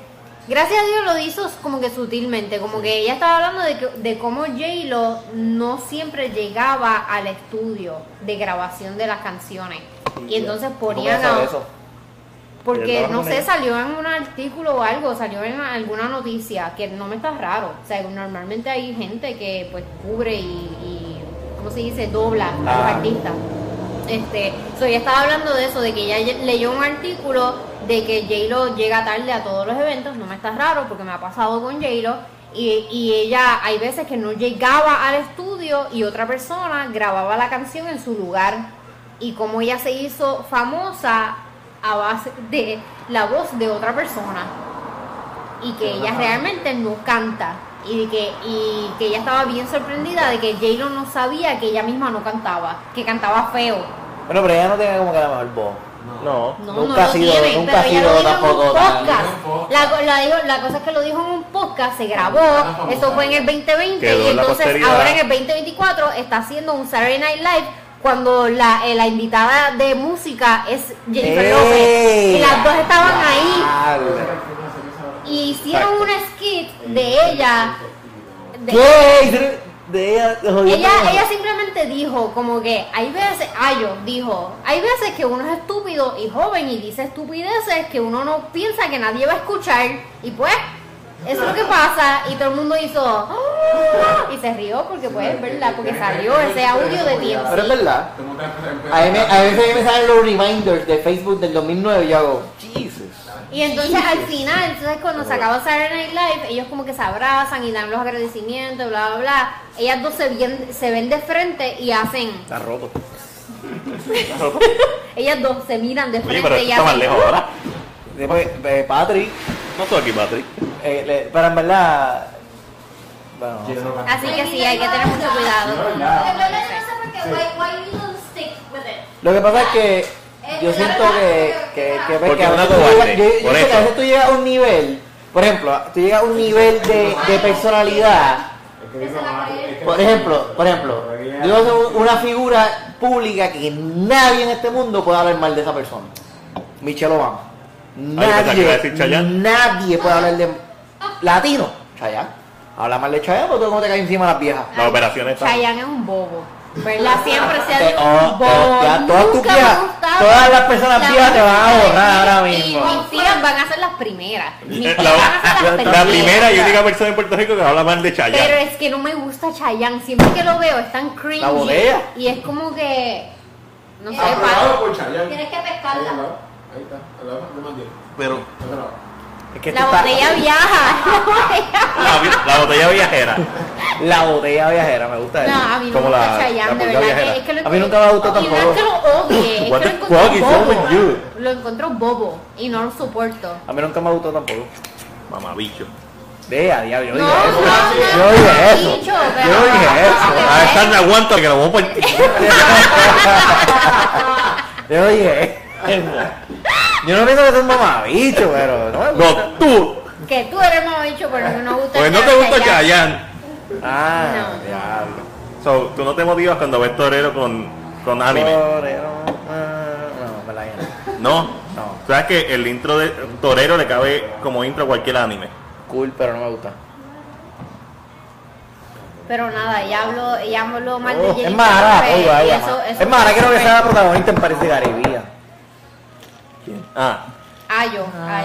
Gracias a Dios lo hizo como que sutilmente. Como que ella estaba hablando de, que- de cómo J-Lo no siempre llegaba al estudio de grabación de las canciones. Y entonces ponían
¿Cómo
a.
sabes eso?
Pero
Porque
no
no
ponen-
sé, salió en un artículo o algo, salió en alguna noticia, que no me está raro. O sea, normalmente hay gente que pues cubre y, y ¿cómo se dice? Dobla a los
Ah.
artistas. Este, so, ella estaba hablando de eso, de que ella ye- leyó un artículo de que J-Lo llega tarde a todos los eventos, no me está raro porque me ha pasado con J-Lo. Y, y ella, hay veces que no llegaba al estudio y otra persona grababa la canción en su lugar. Y como ella se hizo famosa a base de la voz de otra persona y que ella realmente no canta y de que y que ella estaba bien sorprendida de que J-Lo no sabía que ella misma no cantaba, que cantaba feo.
Bueno, pero ella no tiene como que la mejor voz.
No.
No,
Nunca
no
ha sido-
lo tiene,
nunca
pero
ha
ella
sido
lo dijo en
tampoco
un
tan-
podcast. La, co- la dijo- la cosa es que lo dijo en un podcast, se
Tan
grabó,
famosa.
eso fue en el 2020
Ah, Quedó
y
en la
entonces
posteridad.
ahora en el 2024 está haciendo un Saturday Night Live cuando la, eh, la invitada de música es Jennifer
¡Ey!
Lopez y las dos estaban ahí.
Diablo.
Y hicieron
Exacto.
un skit de ella. de-
¿Qué? De ella, jodiendo
ella,
con-
ella simplemente dijo como que hay veces, Ayo dijo, hay veces que uno es estúpido y joven y dice estupideces que uno no piensa que nadie va a escuchar y pues eso es lo que pasa y todo el mundo hizo "Ah", y se rió porque pues es verdad porque salió ese audio de tiempo.
Pero es verdad.
Tengo que empezar-
A, mí me- a veces a mí me salen los reminders de Facebook del 2009 y yo hago, Jesus.
Y entonces al final, entonces cuando se acaba Saturday Night Live, ellos como que se abrazan y dan los agradecimientos, bla, bla, bla. Ellas dos se, vien- se ven de frente y hacen,
Está roto.
ellas dos se miran de
Oye,
frente
pero
y
esto está más
hacen...
lejos ahora.
Después, eh, Patrick,
No estoy aquí, Patrick.
eh, le- pero en verdad, Bueno, no sé.
Quiero
Así que sí, hay que tener mucho cuidado.
No,
con-
ya.
De verdad yo no sé por qué,
Sí.
why, why you don't stick with it.
Lo que pasa es que
Eh,
yo
la
siento
verdad,
que,
pero-
que, pues, que,
Porque
que a
es una
veces tú
cobarde,
llegas- yo- yo
por
sé que a
eso.
veces tú llegas a un nivel, por ejemplo, tú llegas a un nivel de, de personalidad.
Es que digo, no, es que-
Por ejemplo, por ejemplo, yo soy una figura pública que nadie en este mundo puede hablar mal de esa persona. Michelle Obama.
yo pensaba que iba a
Nadie,
decir Chayanne.
nadie puede hablar de latino. Chayanne. Habla mal de Chayanne porque tú no te caes encima de las viejas.
Las operaciones están-
Chayanne es un bobo. ¿Verdad? Siempre se ha
Te-
dicho
oh,
un
oh,
bobo.
ya, todas tus
Nunca me
viejas-
ha gustado.
todas las personas
La
viejas te van a
música
borrar
de-
ahora
y
mismo.
Mis tías van a ser las primeras. Mis
Eh,
tías
La,
van a ser las
la
primeras.
primera y única persona en Puerto Rico que habla mal de Chayanne.
Pero es que no me gusta Chayanne. Siempre que lo veo es tan cringy.
La bodega.
Y es como que... No sé,
Aprobado
pa-
por Chayanne.
Ah, Tienes que
Ahí al
pescarla.
lado, ahí está, al lado, yo mandé.
Pero-
Al otro lado.
Es que
la
tú estás-
botella viaja. La botella...
La, vi- la botella viajera.
La botella viajera, me gusta eso.
No, a mí no me
Como la-
gusta
la
Chayanne, de
pulga
verdad.
viajera.
que- es que lo
A mí nunca me ha gustado
y no
tampoco.
es que lo odie, es
What
que
the
lo encontró
fuck is wrong
bobo.
with you?
Lo encontró bobo y no lo soporto.
A mí nunca me gustó tampoco.
Mamabicho.
Vea, diablo, yo
No,
dije
no,
eso.
no,
yo
no,
dije
no,
eso.
bicho,
yo
pero-
dije
Ah,
A
eso.
esta me aguanta que lo vamos a partir.
Yo dije eso. Yo no pienso que seas mamabicho, pero no me gusta.
No, tú.
Que tú eres mamabicho, pero no me gusta
Pues no te gusta Chayanne.
Ah,
No, no.
diablo.
So, tú no te motivas cuando ves torero con, con anime.
Torero, ah, No, me la lleno.
No.
No.
Sabes que el intro de torero le cabe como intro a cualquier anime.
Cool, pero no me gusta.
Pero nada, ya hablo, ya hablo mal de
Oh,
Jennifer
es más, ahora,
Lopez,
oiga,
y
oiga,
eso-
más.
eso
Es más, ahora
fue
quiero que
súper-
sea la protagonista en París de Garibía.
Ah.
Ah, yo, ah,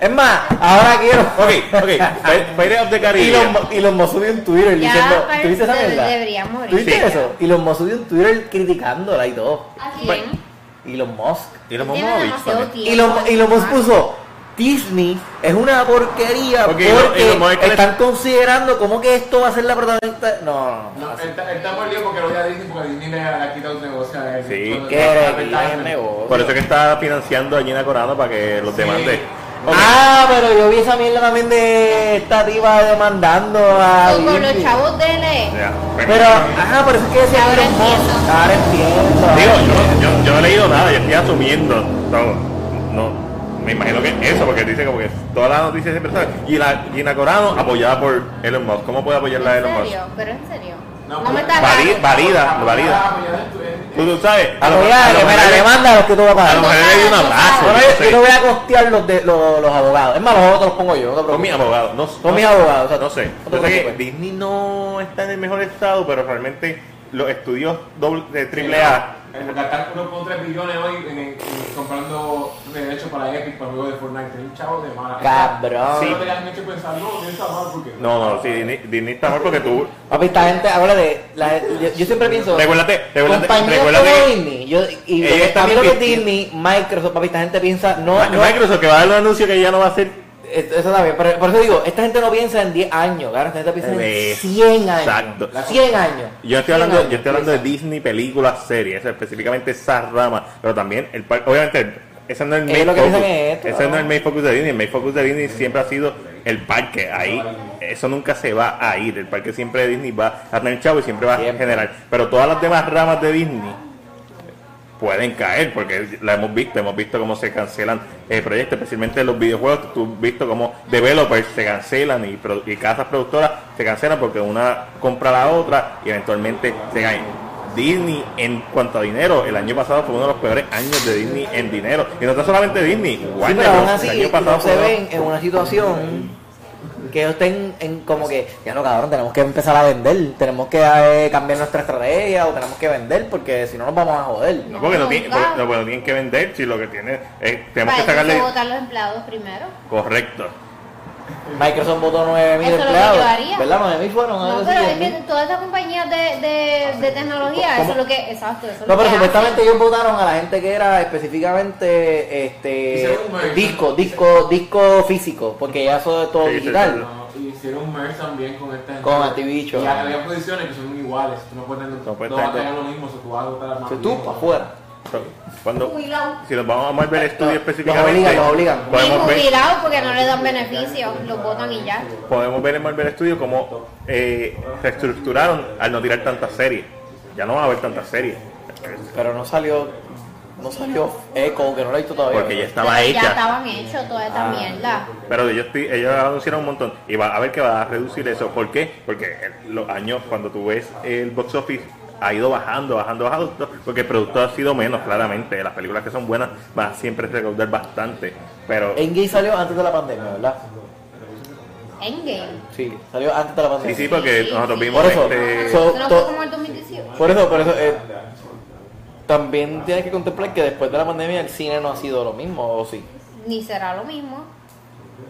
yo.
Es más, ahora quiero.
Ok, ok. Fai- Fire of the
Y
Caribbean.
los, y los subió un Twitter
Ya,
diciendo,
pero
¿tuviste esa
de-
mierda?
debería morir.
¿Tuviste
Sí.
eso? Y los Musk subió un Twitter criticándola y todo.
Así
¿Quién?
es.
Y los Musk.
Y los
Tiene
Mamabichos
demasiado
también.
tiempo.
Y los, y los Musk puso, Disney es una porquería
Ok, y lo- y
porque
lo Musk es que le-
están considerando como que esto va a ser la protagonista. No, no, no.
No,
así.
él está- él está muy lío porque lo voy a Disney porque Disney le ha le ha quitado un negocio a él.
Sí.
Cuando-
Qué
cuando-
herejía
cuando-
el negocio.
Por eso que está financiando a Gina Corano para que los
Sí.
demande. Ok.
Ah, pero yo vi esa mierda también de esta diva demandando a.
Yo con los
Disney.
chavos de E. L.
Ya.
Pero, ajá, por eso es que decía
Ahora
Elon Musk.
entiendo.
Ahora entiendo.
Digo, yo, yo, yo no he leído nada, yo estoy asumiendo todo. No, me imagino que eso, porque dice como que todas las noticias siempre están. Gina, Gina Corano apoyada por Elon Musk. ¿Cómo puede apoyarla a
¿En
Elon Musk?
serio? Pero en serio.
No,
No me
pero-
está
Valid-
raro.
valida, valida.
apoyada en tu- en-
Tú, tú sabes,
A lo
mejor-
mejor,
lo
mira,
mejor-
demanda los que tú vas a
a
pagar.
lo mejor le doy un abrazo.
Ahora
no
yo, yo
sé.
te voy a costear los, de, los, los abogados. Es más, los abogados te los pongo yo. No te
Con mis
preocupes.
abogados, no,
Con
no
mis
sé.
abogados, o sea,
No sé.
no te
Yo sé que
preocupes.
Disney no está en el mejor estado, pero realmente los estudios doble, de AAA.
En gastar 1.3 billones hoy en, en- en comprando derechos para Epic para el juego de Fortnite. Un chavo de mala.
Cabrón.
Si no te han hecho pensar, no, piensa mal porque.
No, no, sí, Disney, Disney está mal porque tú.
Papi, esta gente, ahora de. La, yo, yo siempre pienso.
Recuérdate, recuérdate,
compañías
recuérdate
como
que-
Disney. Yo, y lo
Ellos
que, a
están
mí lo que es
invirtiendo.
Disney, Microsoft, papi, esta gente piensa. No,
Ma-
no
Microsoft que va a dar un anuncio que ya no va a ser.
es- Eso también. Por, por eso digo, esta gente no piensa en 10 años. Claro, esta gente piensa
Eh,
en 100 años.
exacto.
100 años.
Yo estoy
100
hablando,
años.
yo estoy hablando de Disney, películas, series, específicamente esa rama, pero también el par- obviamente ese no es el
Ellos
main
lo que
focus.
piensan es esto,
ese
claro.
no es el main focus de Disney, el main focus de Disney siempre ha sido el parque ahí. Eso nunca se va a ir, el parque siempre de Disney va a tener chavo y siempre va
Siempre.
a generar, pero todas las demás ramas de Disney pueden caer porque la hemos visto, hemos visto cómo se cancelan eh, proyectos, especialmente los videojuegos, tú has visto cómo developers se cancelan y, pro- y casas productoras se cancelan porque una compra a la otra y eventualmente se caen. Disney en cuanto a dinero, el año pasado fue uno de los peores años de Disney en dinero. Y no está solamente Disney,
Sí,
Warner
pero aún
Bros.
así
el año pasado
no
fue
se
uno-
ven en una situación que ellos estén en como que, ya no cabrón, tenemos que empezar a vender, tenemos que eh, cambiar nuestra estrategia o tenemos que vender porque si no nos vamos a joder.
No, porque no,
No,
Oh,
tienen,
claro.
porque- no, porque no tienen que vender, si lo que tienen es, eh, tenemos que
Para eso se
sacarle...
votan los empleados primero.
Correcto.
Microsoft votó 9.000
Eso es lo que
empleados.
yo haría.
¿Verdad? 9.000 fueron. algo
No,
así,
pero
10.000.
es que todas estas compañías de, de, de tecnología, eso
¿Cómo?
es lo que. Exacto, eso es
No,
lo
pero
que
supuestamente
hacen.
ellos votaron a la gente que era específicamente
Y
este
según Microsoft-
disco, disco, disco físico, porque ya eso es todo
Sí, sí,
digital.
No, y hicieron un merge también con esta gente.
Con Activision.
Y había posiciones que son iguales. Tú no puedes tener,
No
no,
puedes
vas a
tener-
tener lo mismo. Si tú vas a votar más.
Si tú,
viejo.
para afuera.
So, Cuando,
Jubilado.
si nos vamos a ver el estudio
Los-
específicamente,
los obligan, los obligan.
Y
Podemos ver,
jubilado porque no le dan beneficios, los botan y ya.
podemos ver en Marvel Studios cómo eh, reestructuraron al no tirar tantas series. Ya no va a haber tantas series.
Pero no salió. No salió Echo, que no lo he visto todavía.
Porque ya
Pero
estaba
Ya
hecha.
estaban hechos toda esta
Ah.
mierda.
Pero ellos, ti- ellos anunciaron un montón. Y va a ver que va a reducir eso. ¿Por qué? Porque el- los años, cuando tú ves el box office, ha ido bajando, bajando, bajando. Porque el producto ha sido menos, claramente. Las películas que son buenas van a siempre recaudar bastante. Pero
Endgame salió antes de la pandemia, ¿verdad?
Endgame.
Sí, salió antes de la
sí,
pandemia.
sí, porque nosotros vimos
Por eso.
este-
So,
Eso no
to-
fue como el 2018.
Por eso, por eso. eh, también tienes que contemplar que después de la pandemia el cine no ha sido lo mismo, ¿o sí?
Ni será lo mismo.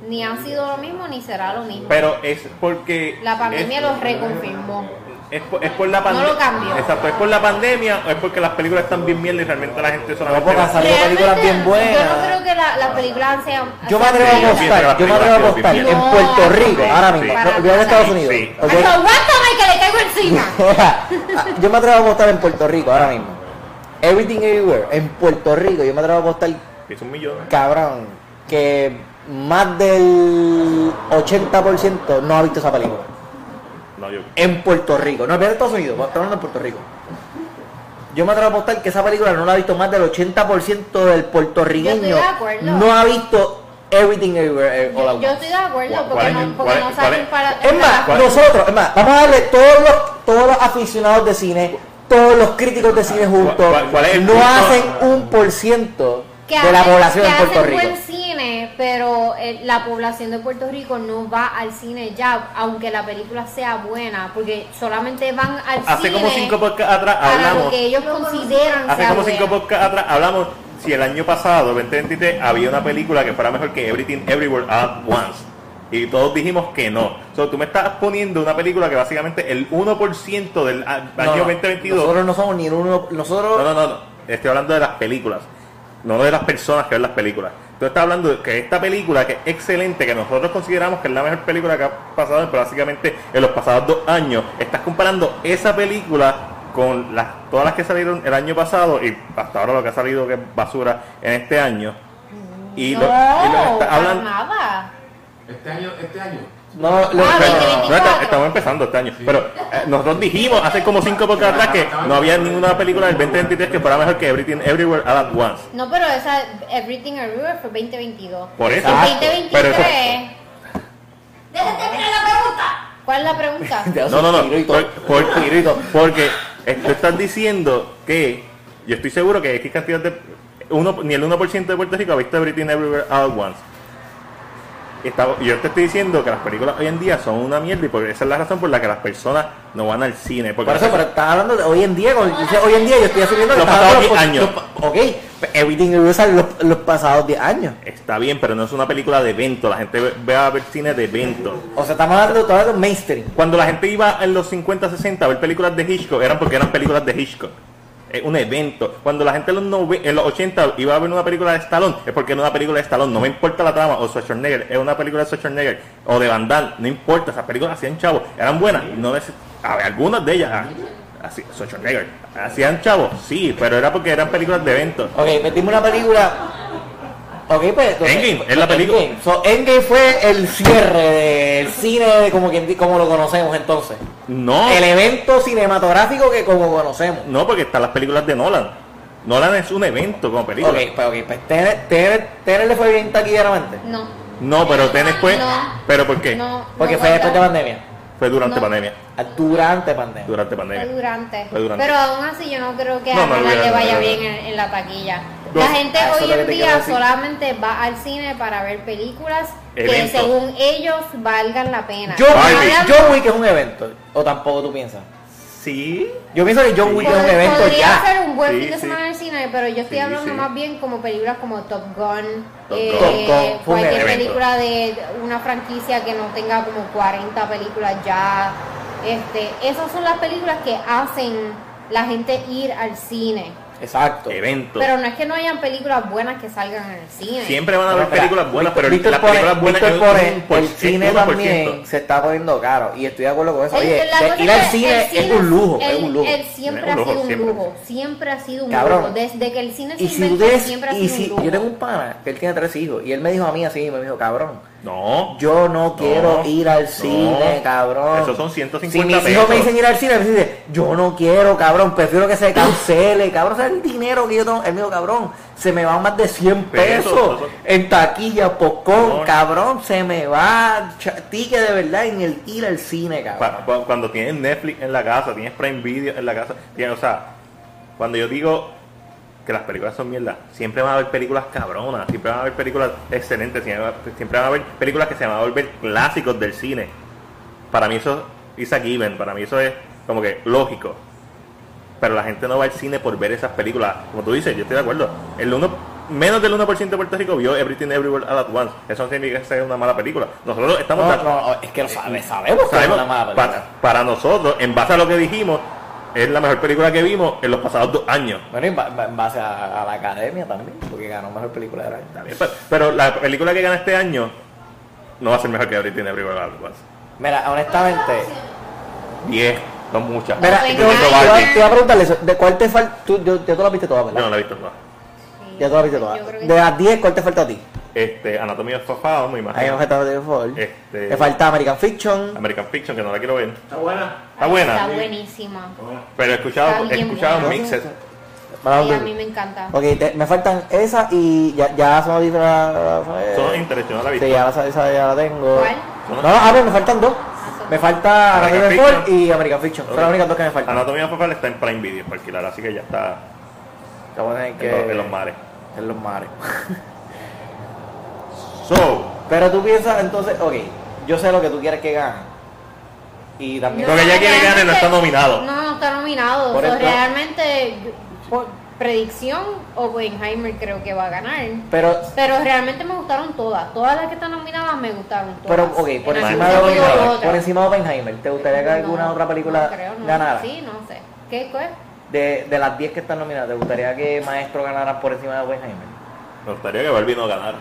Ni han sido lo mismo, ni será lo mismo.
pero es porque...
La pandemia
es-
los reconfirmó.
Es por, es por la
No
pandemia.
lo cambió.
Exacto, es por la pandemia o es porque las películas están bien mierda y realmente la gente solamente.
porque
va-
sal- Salió películas bien buenas.
Yo no creo que la- las películas sean.
Yo me atrevo
Sí, yo
a
pienso que la
apostar, yo me atrevo a
película
apostar
ha sido
bien
en
bien.
Puerto Rico,
Sí,
ahora
sí.
mismo,
Para
olvidar
nada.
Estados Unidos.
Sí.
ok.
Aguántame que le caigo encima.
Ah, yo me atrevo a apostar en Puerto Rico ahora mismo. Everything Everywhere, en Puerto Rico, yo me atrevo a apostar,
Es un millón.
cabrón, que más del 80% no ha visto esa película.
No, yo.
En Puerto Rico, no, olvidar Estados Unidos, estamos hablando en Puerto Rico. Yo me atrevo a apostar que esa película no la ha visto más del 80% del
Yo estoy
puertorriqueño.
de acuerdo.
No ha visto Everything Everywhere eh, All at
Yo, yo
Once.
estoy de acuerdo
¿Cuál-
porque
cuál
no,
es-
porque
cuál-
no
cuál
salen
es?
para.
Es más,
¿Cuál?
nosotros, es más, vamos a darle todos los, todos los aficionados de cine, todos los críticos de cine juntos,
Ah, ¿Cuál- cuál es el
no
punto? Ah.
hacen un por ciento
que
de la
hacen-
población
que
en Puerto
hacen Pues,
Rico.
buen cine, pero eh, la población de Puerto Rico no va al cine ya, aunque la película sea buena, porque solamente van al
Hace
cine
como cinco podcasts atrás
para lo
hablamos.
que ellos consideran
Hace
sea
como cinco
buena.
podcasts atrás hablamos si el año pasado, 2023, había una película que fuera mejor que Everything Everywhere at Once. Y todos dijimos que no. So, tú me estás poniendo una película que básicamente el 1% del a-
No,
año
no,
2022
Nosotros no somos ni el uno, nosotros
No, no, no, no. Estoy hablando de las películas. No de las personas que ven las películas. Tú estás hablando de que esta película, que es excelente, que nosotros consideramos que es la mejor película que ha pasado básicamente en los pasados dos años, estás comparando esa película con las, todas las que salieron el año pasado y hasta ahora lo que ha salido que es basura en este año. Y
no,
lo, y lo
para
está- hablan-
nada.
Este año, este año.
no, lo-
Ah,
pero-
2024.
no, está- estamos empezando este año. Pero eh, nosotros dijimos hace como cinco podcasts atrás que no había ninguna película del 2023 que fuera mejor que Everything Everywhere All At Once.
No, pero esa Everything Everywhere fue 2022.
Por eso.
El
Exacto.
2023.
Pero eso-
Déjate terminar la pregunta.
¿Cuál es la pregunta?
te das
No,
un
no, Pues,
tiro y
no.
todo.
Por, por- porque eh, tú estás diciendo que yo estoy seguro que X cantidad de. Uno, ni el 1% de Puerto Rico ha visto Everything Everywhere All at Once. Está- yo te estoy diciendo que las películas hoy en día son una mierda y por, esa es la razón por la que las personas no van al cine. Porque
Por eso, pero
las-
estás hablando de hoy en día, cuando dice hoy en día yo estoy asumiendo que
Los
estás
pasados
hablando
10
de los- los- ok, Everything Everywhere sale los, los pasados 10 años.
Está bien, pero no es una película de evento. La gente ve- ve a ver cine de evento.
O sea, estamos hablando todavía de mainstream.
Cuando la gente iba en los 50, 60 a ver películas de Hitchcock, eran porque eran películas de Hitchcock. Es un evento. Cuando la gente en los, nove- en los 80 iba a ver una película de Stallone, es porque era una película de Stallone. No me importa la trama, o Schwarzenegger, es una película de Schwarzenegger, o de Van Damme, no importa. Esas películas hacían chavos, eran buenas. No neces- a ver, algunas de ellas, ah, así, Schwarzenegger, hacían chavos, sí, pero era porque eran películas de eventos.
Ok, metimos una película. Ok, pues. entonces-
Endgame, es la película.
Endgame. So, Endgame fue el cierre del cine de como, quien di- como lo conocemos entonces.
Ah.
No,
El e- evento cinematográfico que como conocemos.
no, porque están las películas de Nolan. Nolan es un evento como película.
Ok, pues, ok, pues Tenet- Tenet Tenet le fue bien taquilleramente.
No.
No, pero Tenet fue.
No.
¿Pero por qué?
No.
Porque
no
fue después de
cuenta.
pandemia.
Fue durante
No.
pandemia.
Ah, Durante pandemia.
Durante
Fue
pandemia.
durante.
Fue durante.
Pero aún así yo no creo que
No,
a
no,
Nolan
no,
le
no,
vaya
no, no.
bien en, en la taquilla.
No.
La gente
Ah, eso es
hoy
lo que
en
te quiero
día
decir.
solamente va al cine para ver películas que
Eventos.
según ellos valgan la pena.
John Wick,
Barbie.
John Wick es un evento. O tampoco tú piensas.
Sí.
Yo pienso que John Wick es un evento
Pues, podría
ya.
ser un buen
Sí,
fin de
sí.
semana en el cine, pero yo estoy
Sí,
hablando
sí.
más bien como películas como Top Gun,
Top
eh,
Gun.
Top Gun, fue un
cualquier
evento.
película de una franquicia que no tenga como 40 películas ya. Este, esas son las películas que hacen la gente ir al cine.
Exacto.
eventos.
Pero no es que no hayan películas buenas que salgan en el cine.
Siempre van a haber
Pero,
películas buenas, pero
Víctor
las
pone-
películas buenas
Víctor pone, el
por-
cine
es uno por
también
ciento.
se está poniendo caro y estoy de acuerdo con eso.
El-
Oye,
la
de-
cosa
ir al
que
cine
el
es un lujo,
el-
es un lujo.
el siempre
Es un
ha
lujo,
sido un
siempre.
lujo, siempre ha sido un
Cabrón.
lujo. Desde que el cine se
Y si tú
inventó,
tienes-
siempre ha
y
sido
si-
un lujo.
yo tengo un pana que él tiene tres hijos y él me dijo a mí así, me dijo, cabrón,
No.
yo no quiero ir al
no.
cine, cabrón.
Esos son 150
Si mis hijos
pesos.
me dicen ir al cine, me dicen, yo no quiero, cabrón, prefiero que se cancele, cabrón, o sea, el dinero que yo tengo, él me dijo, cabrón, se me van más de 100
Pesos,
pesos,
eso-
en taquilla, popcorn,
No.
cabrón, se me va, cha- ticket de verdad, en el ir al cine, cabrón.
Pa- pa- Cuando tienes Netflix en la casa, tienes Prime Video en la casa, tienes- o sea, cuando yo digo que las películas son mierda, siempre van a haber películas cabronas, siempre van a haber películas excelentes, siempre va- siempre van a haber películas que se van a volver clásicos del cine. Para mí eso es a given, para mí eso es como que lógico. Pero la gente no va al cine por ver esas películas. Como tú dices, yo estoy de acuerdo. El uno, menos del 1% de Puerto Rico vio Everything Everywhere All At Once. Eso no significa que sea una mala película. Nosotros estamos
No,
tan-
no, es que lo sabe- sabemos, que es
Sabemos,
una mala película.
para, para nosotros, en base a lo que dijimos, es la mejor película que vimos en los pasados dos años.
Bueno, y en ba- ba- en base a, a la academia también, porque ganó mejor película del año.
Está bien, Pero, pero la película que gana este año no va a ser mejor que Everything Everywhere All At Once.
Mira, honestamente,
pues. Diez, son muchas.
mira,
No
yo,
Y
sé
Margot
yo-
nada.
Robbie.
yo- te iba a preguntarle eso, ¿de cuál te falta? Tú, yo, ya tú la viste toda, ¿verdad?
Yo no la he visto todas.
Sí,
Ya tú la viste toda.
yo creo que
De las 10, ¿cuál te falta a ti?
Este, Anatomía of a Fall, me
A mí me
imagino.
falta Resident Evil.
Este-
Me falta American Fiction.
American Fiction, que no la quiero ver.
Está buena.
Está buena.
Está buenísima.
Está buena.
Pero he escuchado,
Está
he
bien
escuchado
buena.
mixes.
Sí, a
Vamos
mí me encanta.
Ok, te- me faltan esa y ya, ya son
Son
diferentes.
interesantes, no la he
Eh, Sí,
visto.
ya esa, esa ya la tengo.
¿Cuál? Ah,
No, no, a ver, me faltan dos.
son-
Me falta
American
Resident Evil
Fiction.
y American Fiction. Son
Ok. Ah,
las únicas dos que me faltan.
Anatomía of a Fall está en Prime Video para alquilar, así que ya está
Vamos a tener
en,
que-
los, en los mares.
En los mares.
So,
Pero tú piensas, entonces, ok, yo sé lo que tú quieres que gane. Y también.
No. Porque ya quiere que gane, no está nominado.
No, no está nominado.
Por
So,
eso-
realmente, yo- por predicción, Oppenheimer creo que va a ganar.
Pero,
Pero realmente me gustaron todas. Todas las que están nominadas me gustaron todas.
pero, ok, por
En
algún
encima, de
algún
Oppenheimer,
sentido u
Oppenheimer,
otro.
por encima de Oppenheimer, ¿te gustaría que
No,
alguna otra película
no creo, no.
ganara?
Sí, no sé. ¿Qué? ¿Cuál?
De, de las 10 que están nominadas, ¿te gustaría que Maestro ganara por encima de Oppenheimer?
me gustaría que Barbie no ganara.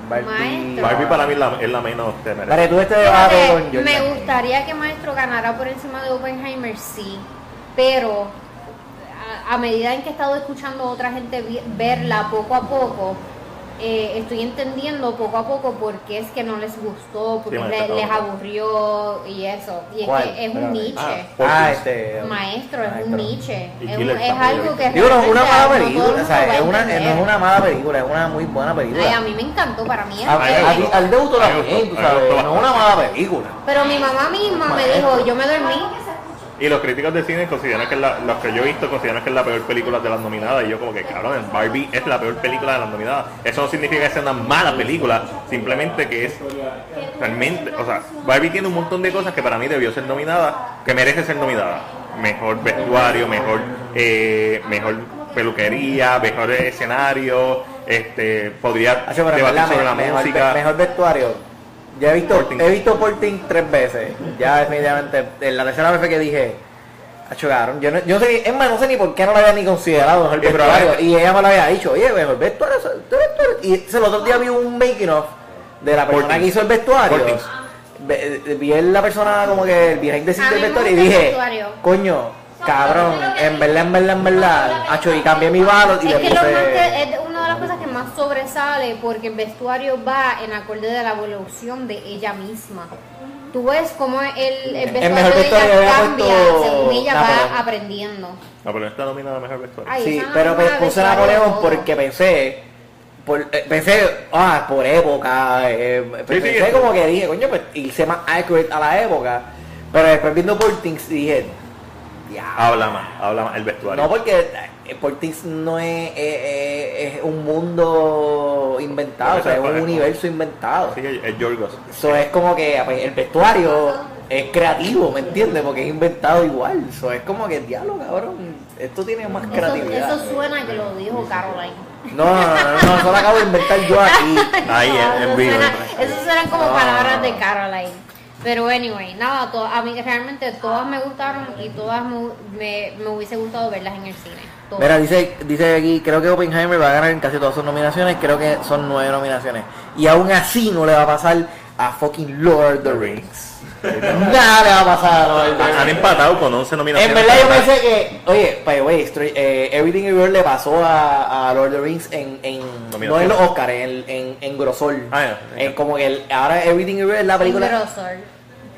Este,
Maestro.
Barbie para mí es la- es la menos temerosa.
Dale, tú este debate
Fíjate,
con Jordan.
me gustaría que Maestro ganara por encima de Oppenheimer, sí, pero a, a medida en que he estado escuchando a otra gente vi- verla poco a poco, eh, estoy entendiendo poco a poco por qué es que no les gustó, por
Sí,
qué
Maestro,
le-
está
les
brutal.
aburrió y eso. Y es
¿Cuál?
que es un
Espérame.
niche.
Ah,
Porque-
Ah, este.
Maestro, es un niche.
eh, Y
Es, un-
Killer
es
tampoco, yo
algo
he
que
Digo, no es una
realmente
mala
no todo el
película, o sea,
mundo
es
va a
una, no es
entender.
una mala película, es una muy buena película.
Ay, a mí me encantó, para mí es
A- a- a ti-
algo-
al deudo
A mí me
también, tú
gustó, a mí me
sabes,
gustó
no es una mala película.
Pero mi mamá misma me dijo, yo me dormí.
Algo que se escucha.
Y los críticos de cine consideran que es la, los que yo he visto consideran que es la peor película de las nominadas. Y yo como que cabrón, Barbie es la peor película de las nominadas. Eso no significa que sea una mala película, simplemente que es realmente, o sea, Barbie tiene un montón de cosas que para mí debió ser nominada, que merece ser nominada. Mejor vestuario, mejor, eh, mejor peluquería, mejor escenario, este, podría
Hacho, pero en
debatir
Ah, verdad,
sobre la
me- mejor,
música.
mejor vestuario. Ya he visto
Porting.
he visto Porting tres veces. Ya definitivamente. en La tercera vez fue que dije. Acho, cabrón, yo no, yo no sé, es más, no sé ni por qué no lo había ni considerado mejor
Es
vestuario.
probable.
Y ella me lo había dicho, oye, mejor vestuario, eso- tú eres- tú eres- Y el otro día vi un making of de la persona
Porting.
que hizo el vestuario.
Porting.
Ve- eh, Vi la persona como que el behind the scenes del
A mí me
vestuario y
gusta el
dije,
vestuario.
coño, cabrón, en verdad, en verdad, en verdad. Acho, y cambié mi balot y
Es
le
que lo más que-
puse.
es una de las cosas que más sobresale porque el vestuario va en acorde de la evolución de ella misma. Tú ves cómo el, el vestuario,
mejor
de
vestuario
ella
había
cambia
puesto
según ella
Napoleón.
va aprendiendo.
No, pero no está nominada a mejor vestuario.
Ay,
Sí,
esa
pero
mamá
pe-
de
puse
vestuario
Napoleón
todo.
porque pensé, por, eh, pensé, ah, por época, eh,
Sí,
pe-
sí,
pensé
es-
como que dije, coño, pues hice más accurate a la época, pero después viendo Portings dije, ya,
Habla más, habla más el vestuario.
no porque eh, Portings no es, eh, es- es- es un mundo inventado, o sea, es un universo inventado.
Así que es Yorgos.
Eso es como que pues, el vestuario es creativo, ¿me entiendes? Porque es inventado igual. Eso es como que diálogo, cabrón. Esto tiene más
Eso,
creatividad.
eso suena que lo dijo Caroline.
No, no, no, no, no, eso lo acabo de inventar yo aquí.
Ahí,
No,
en, en
eso
vivo.
suena- eso suenan como
Ah.
palabras de Caroline. Pero anyway, nada, to- a mí que realmente todas me gustaron y todas me, hu- me, me hubiese gustado verlas en el cine. Todas.
Mira, dice, dice aquí, creo que Oppenheimer va a ganar en casi todas sus nominaciones, creo que son nueve nominaciones. Y aún así no le va a pasar a fucking Lord of the Rings. Nada le va a pasar a Lord of the Rings.
Han empatado con 11
En
nominaciones.
verdad yo pensé que, oye, by the way, Str- eh, Everything Everywhere le pasó a, a Lord of the Rings en, en no en los Oscars, en, en, en grosor.
Ah, ya.
En como que el, ahora Everything Everywhere es la película...
Un grosor.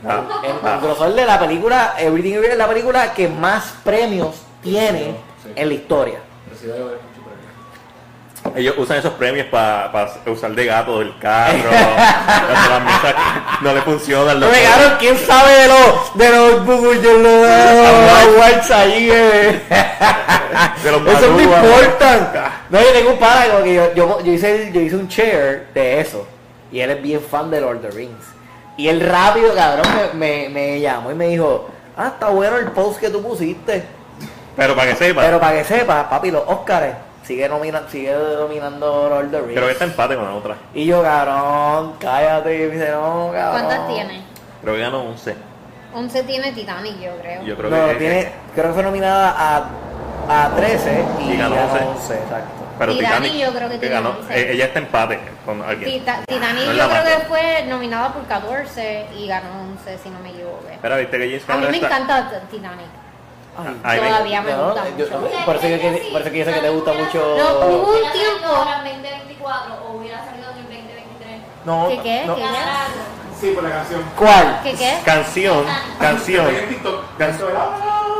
Ah,
El,
ah.
el grosor de la película, Everything Everywhere es la película que más premios tiene
Sí.
en la historia.
Recibió de mucho premio.
Ellos usan esos premios para usar de gato del carro. las transmisas no le funcionan. los-
Regaron, quién sabe de los de los bubuchos, de los awards ahí, eh.
de los
Eso no
balúas.
importa. No, yo tengo un pana como que yo, yo, yo hice, el- yo hice un share de eso. Y él es bien fan de Lord of the Rings. Y él rápido, cabrón, me, me, me llamó y me dijo, ah, está bueno el post que tú pusiste.
Pero para que sepa,
Pero para que sepas, papi, los Oscars sigue, nomina, sigue dominando Lord of the Rings.
creo que está empate con la otra.
Y yo, cabrón, cállate. Y me dice, no, cabrón.
Oh.
¿Cuántas tiene?
Creo que ganó 11.
11 tiene Titanic, yo creo.
Yo creo
no,
que.
tiene, creo que fue nominada a, a 13 y,
Y ganó
ganó
11.
11, exacto.
Pero
Titanic,
Titanic,
yo creo que tiene
ganó.
11.
Eh, Ella está empate con alguien.
Tita- Titanic
No es la
yo creo
más.
que fue nominada por 14 y ganó 11, si no me equivoco.
Espera, viste que James
A mí
Cameron
me
está-
encanta t- Titanic.
Ay,
Ay, me-
Todavía me
Ah, No,
gusta
yo-
mucho.
por eso que- por eso que yo sé que te gusta mucho-
No, hubo un
Hubiera salido
tiempo.
ahora en 2024 o hubiera salido en el 2023.
No,
¿Qué qué?
no.
¿Qué
Ganara
qué?
algo.
Sí, por la canción.
¿Cuál?
¿Qué qué?
Canción, canción.
Está en TikTok. Canción.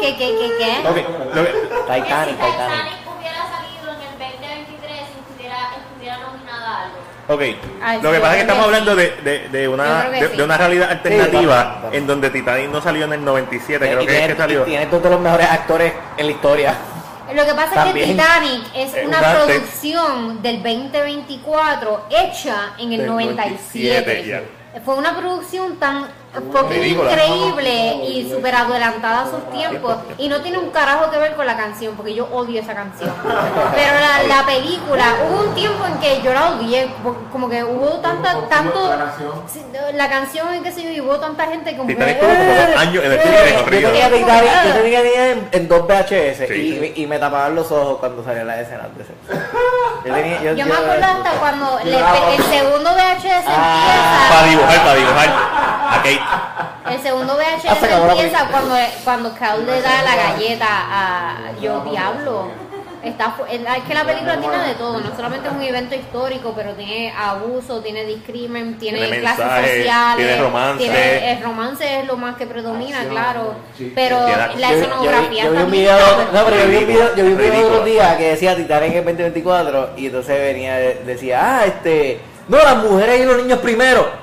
¿Qué qué qué qué?
Lo que- lo que-
Titanic,
Que si
Titanic.
Titanic hubiera salido en el 2023 y estuviera, estuviera nominada a algo.
Ok,
Ay,
lo que
sí,
pasa es que
yo
estamos
creo que
hablando de, de- de una,
Yo creo que
de,
sí.
de una realidad alternativa
vamos, vamos.
en donde Titanic no salió en el 97,
Eh,
creo
y
que es
tiene-
que salió.
y Tiene dos de los mejores actores en la historia.
Lo que pasa es que
También.
Titanic es
Eh,
una
exacto.
producción del 2024 hecha en el
Del
97.
97,
Fue una producción tan fucking
Ridícula.
increíble y súper adelantada a sus tiempos y no tiene un carajo que ver con la canción porque yo odio esa canción. Pero la, la película, hubo un tiempo en que yo la odié, como que hubo tanta, tanto...
La canción.
Sí, no, La canción en que se yo y hubo tanta gente como
Titanic tuvo como dos años en el cine
Yo
corrido.
tenía Titanic, yo tenía Titanic en, en dos VHS
Sí.
y, y me tapaban los ojos cuando salían las escenas de sexo. Yo, tenía-
Yo me acuerdo hasta cuando le-
Lloraba.
el segundo VHS
Ah,
Para
empieza.
dibujar, para dibujar. A Kate.
El segundo
Ah, se
VHS
acabó la
empieza cuando, cuando Cal le da la galleta a yo diablo. Está, fu- es es que la película tiene de todo, no solamente es un evento histórico, pero tiene abuso, tiene discrimen, tiene,
Tiene
clases
mensajes,
sociales,
tiene romance.
tiene- el romance es lo más que predomina,
Acción,
claro,
sí.
pero
Tiene acción.
la
Yo- yo-
escenografía
yo vi un
también
video,
está
no, pero yo vi un video, yo vi un video
Ridícula.
de otros días que decía Titanic en el 2024 y entonces venía, decía, ah, este, no, las mujeres y los niños primero.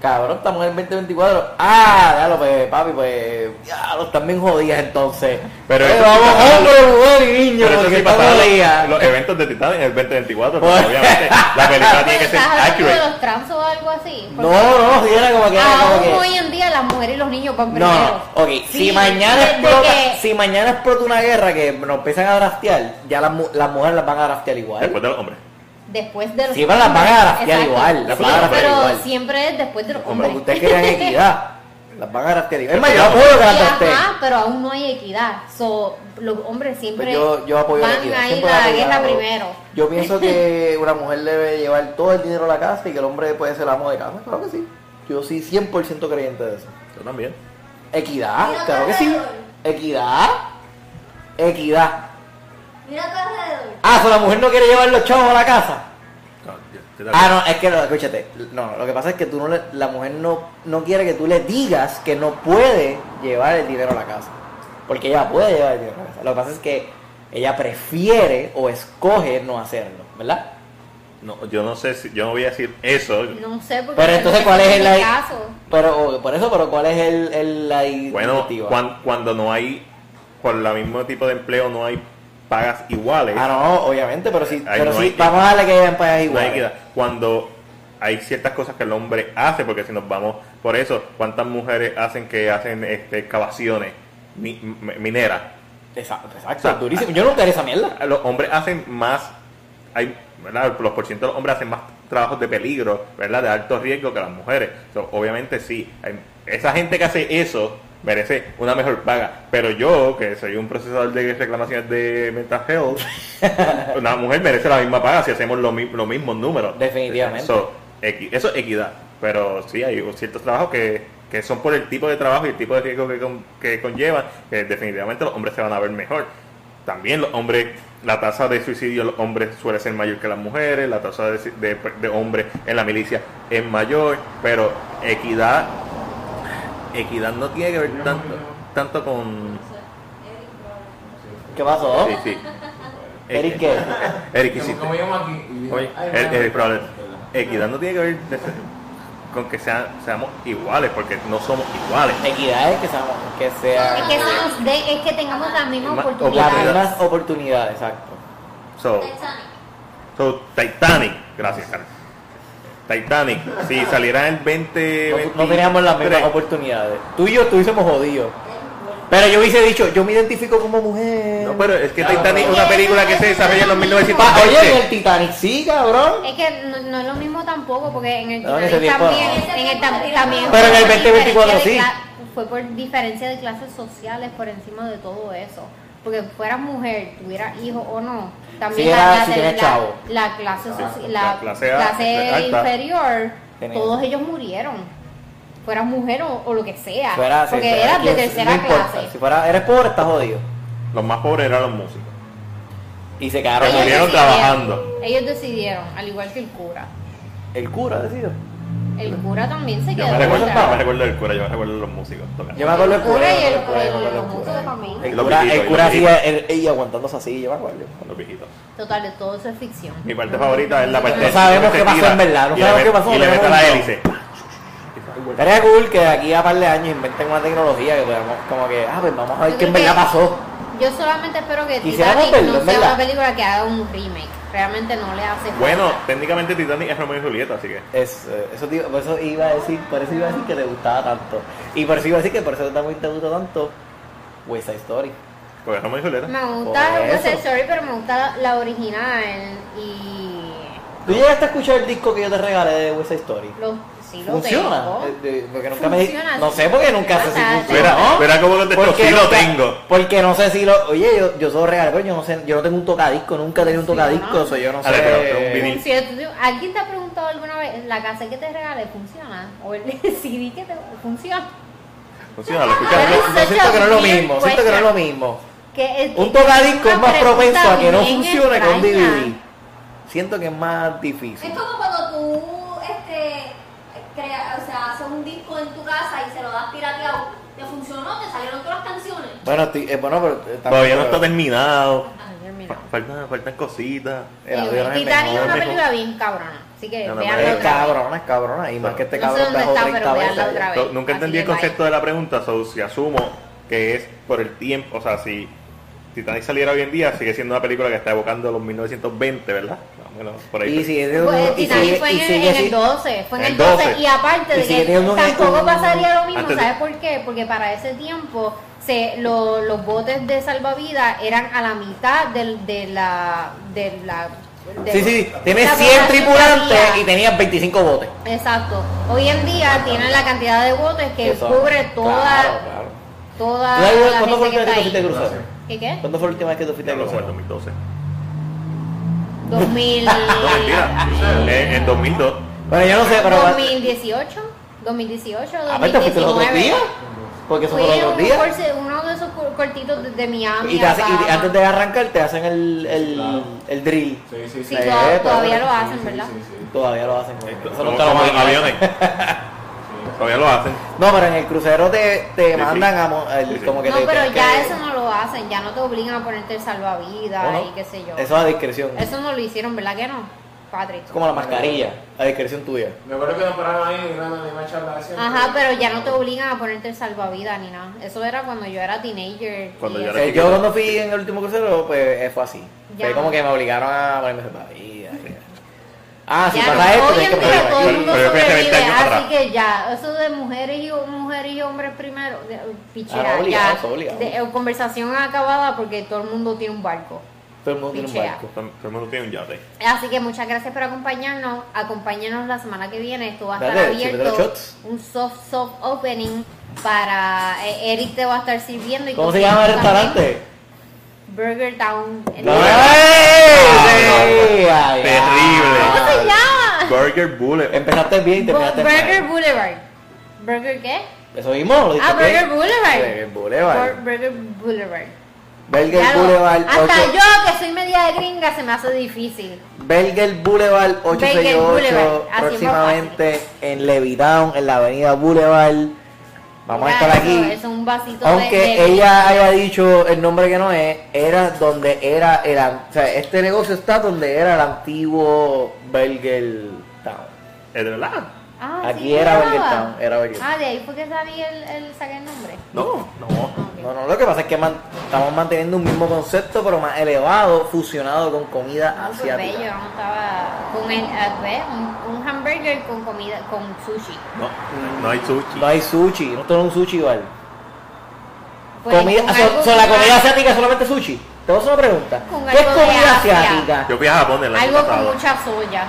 Cabrón, estamos en el 2024. Ah, dale, pues, papi, pues, ya, los están bien jodidas entonces.
Pero
Pero
eso sí
vamos,
pasaba-
hombre, mujer y niño,
Pero eso
porque
sí
están
pasaba
jodidas.
los, los eventos de Titanic en el 2024,
Pues-
porque obviamente la película tiene que
Pero
ser
estás hablando de
accurate.
los trans o algo así.
No, no, sí, era como que... era como
Aún
que-
hoy en día las mujeres y los niños
No,
van primero.
ok.
Sí,
si mañana
desde
explota,
que-
si mañana explota una guerra que nos empiezan a draftear, ya las, mu- las mujeres las van a draftear igual.
Después de los hombres.
Después de los
Sí, pero las van a draftear
Exacto.
igual, las
Sí,
van a draftear
pero
igual.
siempre es después de los
Hombre,
hombres.
Porque ustedes querían equidad. Las van a draftear igual. Es más, yo
Pero-
apoyo que las
Ajá,
drafteen.
pero aún no hay equidad. So, los hombres siempre
Pues Yo, yo apoyo la
van
equidad.
a ir
Siempre
a la
apoyo
guerra
equidad.
primero.
Yo pienso que una mujer debe llevar todo el dinero a la casa y que el hombre puede ser amo de casa. Claro que sí. Yo soy 100% creyente de eso.
Yo también.
Equidad,
Mira
claro que sí.
alrededor.
Equidad. Equidad.
Mira a tu alrededor.
Ah, si la mujer no quiere llevar los chavos a la casa.
No, yo- yo también.
Ah, no, es que no, escúchate. No, lo que pasa es que tú no le- la mujer no, no quiere que tú le digas que no puede llevar el dinero a la casa. Porque ella puede llevar el dinero a la casa. Lo que pasa es que ella prefiere o escoge no hacerlo, ¿verdad?
No, yo no sé si. Yo no voy a decir eso.
No sé por qué.
Pero entonces, ¿cuál es el-
mi caso?
Pero, o- por eso, pero ¿cuál es el, el- la di-
Bueno,
directiva?
cuan- cuando no hay. Por el mismo tipo de empleo no hay pagas iguales.
Ah, no, obviamente, pero si,
Ahí no
pero si
hay-
vamos a darle que ella pagas
No hay
igual.
equidad. Cuando hay ciertas cosas que el hombre hace, porque si nos vamos por eso, ¿cuántas mujeres hacen que hacen este, excavaciones mi- m- mineras?
Exacto, exacto,
ah.
durísimo. Yo nunca haré esa mierda.
Los hombres hacen más, hay, ¿verdad? los por ciento de los hombres hacen más trabajos de peligro, ¿verdad? De alto riesgo que las mujeres. So, obviamente sí, hay- esa gente que hace eso merece una mejor paga. Pero yo, que soy un procesador de reclamaciones de mental health, una mujer merece la misma paga si hacemos lo mi- los mismos números.
Definitivamente.
So, equi- eso es equidad. Pero sí, hay ciertos trabajos que, que son por el tipo de trabajo y el tipo de riesgo que, con- que conlleva, que definitivamente los hombres se van a ver mejor. También los hombres, la tasa de suicidio en los hombres suele ser mayor que las mujeres, la tasa de, de- de hombres en la milicia es mayor, pero equidad equidad no tiene que ver tanto, tanto con...
¿Qué pasó?
Sí, sí.
¿Oh?
Eh,
Eric, ¿qué?
Eric, ¿qué
Como,
hiciste?
como llegamos aquí y digo,
Oye,
ay,
el,
mira,
el problema-
¿verdad?
equidad no tiene que ver de- con que sea- seamos iguales, porque no somos iguales.
Equidad es que, seamos, que sea
Es que, seamos de- es que tengamos las
Ma-
mismas
las
oportunidades.
oportunidades.
mismas oportunidades, exacto.
So,
Titanic.
so, Titanic, gracias, Carlos. Titanic, si saliera en el 20.
No, no teníamos las mismas
23,
oportunidades. Tú y yo estuviésemos jodidos. Pero yo hubiese dicho, yo me identifico como mujer.
No, pero es que
No,
Titanic es
pero-
una película que se desarrolla en los
Pa-
1920.
oye, en el Titanic sí, cabrón.
Es que no, no es lo mismo tampoco, porque en el
No, en ese
Titanic
tiempo
también,
no.
en el tam- también
Pero en el
fue por
2024
diferencia de
sí.
cla- Fue por diferencia de clases sociales por encima de todo eso. Porque fueras mujer, tuviera hijos o no, también
Si
la,
era- si
la-
tenías
la-
chavo.
la clase,
Ajá.
soci-
La
la,
clase A,
clase
alta.
inferior,
Tenía.
todos ellos murieron. Fueras mujer o, o lo que sea.
Fuera, sí,
porque
fuera
eras de
quien-
tercera
no importa.
clase.
Si fuera, eres pobre, estás jodido.
Los más pobres eran los músicos.
Y se
Pero
cagaron
Ellos
el,
murieron
decidieron-
trabajando.
Ellos decidieron, al igual que el cura.
el cura, decido.
El cura también se
Yo
quedó.
me recuerdo,
otra.
atrás.
no me recuerdo del cura, yo me recuerdo de los músicos. tocando.
Yo me acuerdo del
El cura
cura.
y
yo me
el-
acuerdo del
el-
cura, yo me
el-
acuerdo del
el-
cura.
el-
El
los
cura,
viejitos,
el
y
cura
los
así, el- ella aguantándose así, yo me acuerdo.
Los viejitos.
Total, de todo eso es ficción.
Mi parte favorita es la parte
No
de-
sabemos qué
se
pasó
tira
en verdad, no
y le
sabemos
met-
qué pasó,
Y le
no
mete la
sabemos.
hélice.
Estaría cool que de aquí a par de años inventen una tecnología que podamos, como que, ah, pues vamos a ver
Yo
qué en
creo
verdad
que-
pasó.
Yo solamente espero que
Quisiéramos
Titanic
verlo,
no
en
sea
verdad.
una película que haga un remake. Realmente no le hace falta.
Bueno, técnicamente Titanic es Romeo y Julieta, así que.
Es, eh, eso, te iba- por eso iba a decir, por eso iba a decir que te gustaba tanto. Y por eso iba a decir que por eso también te gusta tanto West Side Story.
Porque es Romeo y Julieta.
Me gusta
Por
West Side
eso.
Story, pero me gusta la original y
¿Tú llegaste a escuchar el disco que yo te regalé de West Side Story?
los sí lo
¿Funciona?
tengo.
Eh, de- porque nunca me di-
Funciona,
No
sí.
sé por qué nunca sé si
Pasa,
funciona.
Mira,
¿no?
mira cómo lo
Porque
sí lo
nunca-
tengo.
Porque no sé si lo. Oye, yo, yo solo regalé, pero yo no sé, yo no tengo un tocadisco, nunca he tenido un
Funciona.
tocadisco, eso yo no sé.
Ale, pero un vinil.
Funciona. ¿Alguien te ha preguntado alguna vez la casa que te regalé funciona? ¿O el CD que te funciona?
Funciona, lo
Yo
escuchas.
Ah, Pero
no- yo siento que no es lo mismo, siento que no es lo mismo.
Que es-
Un tocadisco es más
una
propenso a que no
pregunta bien
funcione que un
extraña.
DVD. Siento que es más difícil.
Es como cuando tú este, crea, o sea, haces un disco en tu casa y se lo das pirateado. ¿Te funcionó? ¿Te salieron todas las canciones?
Bueno, estoy- eh, bueno, pero eh, también-
Todavía no está terminado.
Ay, Dios mío.
Fa- Faltan, faltan cositas.
El avión es el
Titanic es
mejor.
una película bien cabrona, así que
No, no,
veanla
pero-
Es
otra vez.
cabrona, es cabrona. Y más que este
No sé
cabrón
dónde
viajó
está,
30
pero veanla
veces.
otra vez.
So, nunca
Así
entendí
que
el concepto de la pregunta, so, si asumo que es por el tiempo, o sea, si Titanic saliera hoy en día, sigue siendo una película que está evocando los 1920, ¿verdad? Más o menos, por ahí.
Y sigue
vaya.
siendo-
Pues,
y
Titanic
sigue-
fue
y
en,
sigue
el- en el
siendo-
12, fue en
El
el 12,
12.
y aparte
Y
de
sigue
que
teniendo un-
tampoco
un-
pasaría lo mismo,
Antes de-
¿sabes por qué? Porque para ese tiempo se, lo- los botes de salvavidas eran a la mitad del, de la... De la de-
Sí, sí,
la
tienes 100
población que
tripulantes
había.
y tenías 25 botes.
Exacto. Hoy en día tienen la cantidad de botes que
Eso,
cubre toda,
claro, claro.
toda
¿Tú sabes
la
¿Cuándo fue
gente
la última vez
que está
que tú fuiste de
ahí.
crucero?
¿Qué qué?
¿Cuándo fue la última vez que tú fuiste
Ya
de
lo somos en
crucero?
2012.
2000...
No, mentira. Eh, en, en 2002.
Bueno, yo no sé, pero.
2018, 2018,
Ah, pero te fuiste los otros
2019.
días. Porque eso
Fui
fue los
un
otros días.
corse- uno de esos cor- cortitos de, de Miami.
Y, te
a
hacen- y
Bahamas.
antes de arrancar te hacen el, el,
Claro.
el drill.
Sí,
Sí,
sí, sí.
Eh,
to-
pero-
todavía lo hacen, ¿verdad?
Sí, sí, sí.
Todavía lo hacen. Eso
Como,
nunca lo
como
van
los
a quitar.
aviones. Todavía lo hacen.
No, pero en el crucero te, te
Sí,
mandan
sí.
a mo- el-
Sí, sí.
como que
No,
te-
pero
tienes
ya
que-
eso no lo hacen, ya no te obligan a ponerte el salvavidas
¿O no?
y qué sé yo.
Eso a discreción. Es
Eso no lo hicieron, ¿verdad que no? Patrick.
como la mascarilla, a discreción tuya.
Me acuerdo que nos pararon ahí en una, en una charla de siempre.
Ajá, pero ya no te obligan a ponerte el salvavidas ni nada. Eso era cuando yo era teenager.
Cuando
y
yo
eso.
era-
Eh, yo cuando fui en el último crucero, pues eh, fue así.
Ya.
Fue como que me obligaron a ponerme salvavidas. y- Ah, si
Ya
pasa
no,
esto,
hoy
tienes que
en día
ponerme
todo
Pero-
el
aquí.
mundo
pero fíjate, 20
sobrevive,
años atrás.
así que ya, eso de mujeres y mujeres y hombres primero, de- pichera,
obligado,
ya,
obligado.
de- eh, conversación acabada porque todo el mundo tiene un barco.
Todo el mundo tiene un
Pichea.
barco.
Todo todo el mundo tiene un yate.
Así que muchas gracias por acompañarnos. Acompáñanos la semana que viene. Esto va a estar
Dale, sírvete los
abierto.
shots.
Un soft, soft opening para eh, Eric te va a estar sirviendo. Y
¿Cómo se
cociendo
llama el
también.
restaurante?
Burger Town. en-
No.
¡Ey!
no,
Ay,
terrible.
¿Cómo
ay.
se llama?
Burger Bullet.
Empezaste bien y terminaste
Bu-
mal.
Burger Boulevard. ¿Burger qué?
Eso mismo, lo dijiste
Ah,
bien.
Burger Boulevard.
Burger Boulevard.
Bur- Burger Boulevard.
Burger
Claro,
Boulevard.
Hasta
ocho-
yo que soy media gringa se me hace difícil.
Belger Boulevard
Belger
868,
Boulevard, así es más
próximamente en Levitown, en la avenida Boulevard. Vamos a
Ya,
estar
eso
aquí.
Es un vasito de-
Aunque
de-
ella haya dicho el nombre que no es, era donde era el... an- O sea, este negocio está donde era el antiguo Belger Town.
¿Es de verdad?
Ah,
aquí
sí,
era
se
Burger
llamaba.
Town, era Burger Town.
Ah, de ahí fue que sabía el, el saqué el nombre.
No, no.
Ah, ok.
No, no, lo que pasa es que man- estamos manteniendo un mismo concepto, pero más elevado, fusionado con comida
Ah, pues bello,
asiática.
yo no estaba con el ah, ve, un, un hamburger con comida con sushi.
No, no hay sushi.
No hay sushi, no todo un sushi igual.
Pues,
Comida-
con
so-
algo-
so, la comida asiática es solamente sushi. Te voy a hacer una pregunta.
Con
¿Qué es
algo de
comida
Asia.
asiática?
Yo fui a Japón el año
Algo con
pasado.
mucha soya.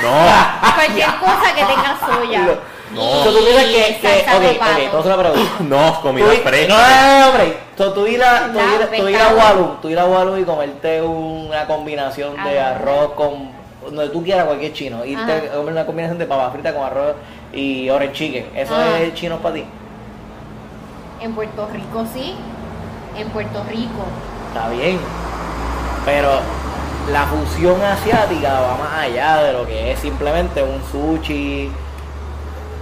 No,
Cualquier cosa que tenga soya.
No.
So, tú dices que, que-
salsa
ok,
de
ok, te voy a hacer una pregunta.
no,
Tú
comida
i-
fresca.
No, no, no, hombre. So, tú ir a, tú
La
ir, tú ir a
pescado.
Walum, tú ir a Walum y comerte una combinación de
Ajá.
arroz con donde tú quieras cualquier chino. Y
Ajá.
te comer una combinación de papas fritas con arroz y orange chicken. Eso
Ajá.
es chino para ti.
En Puerto Rico sí. En Puerto Rico.
Está bien. Pero la fusión asiática va más allá de lo que es simplemente un sushi.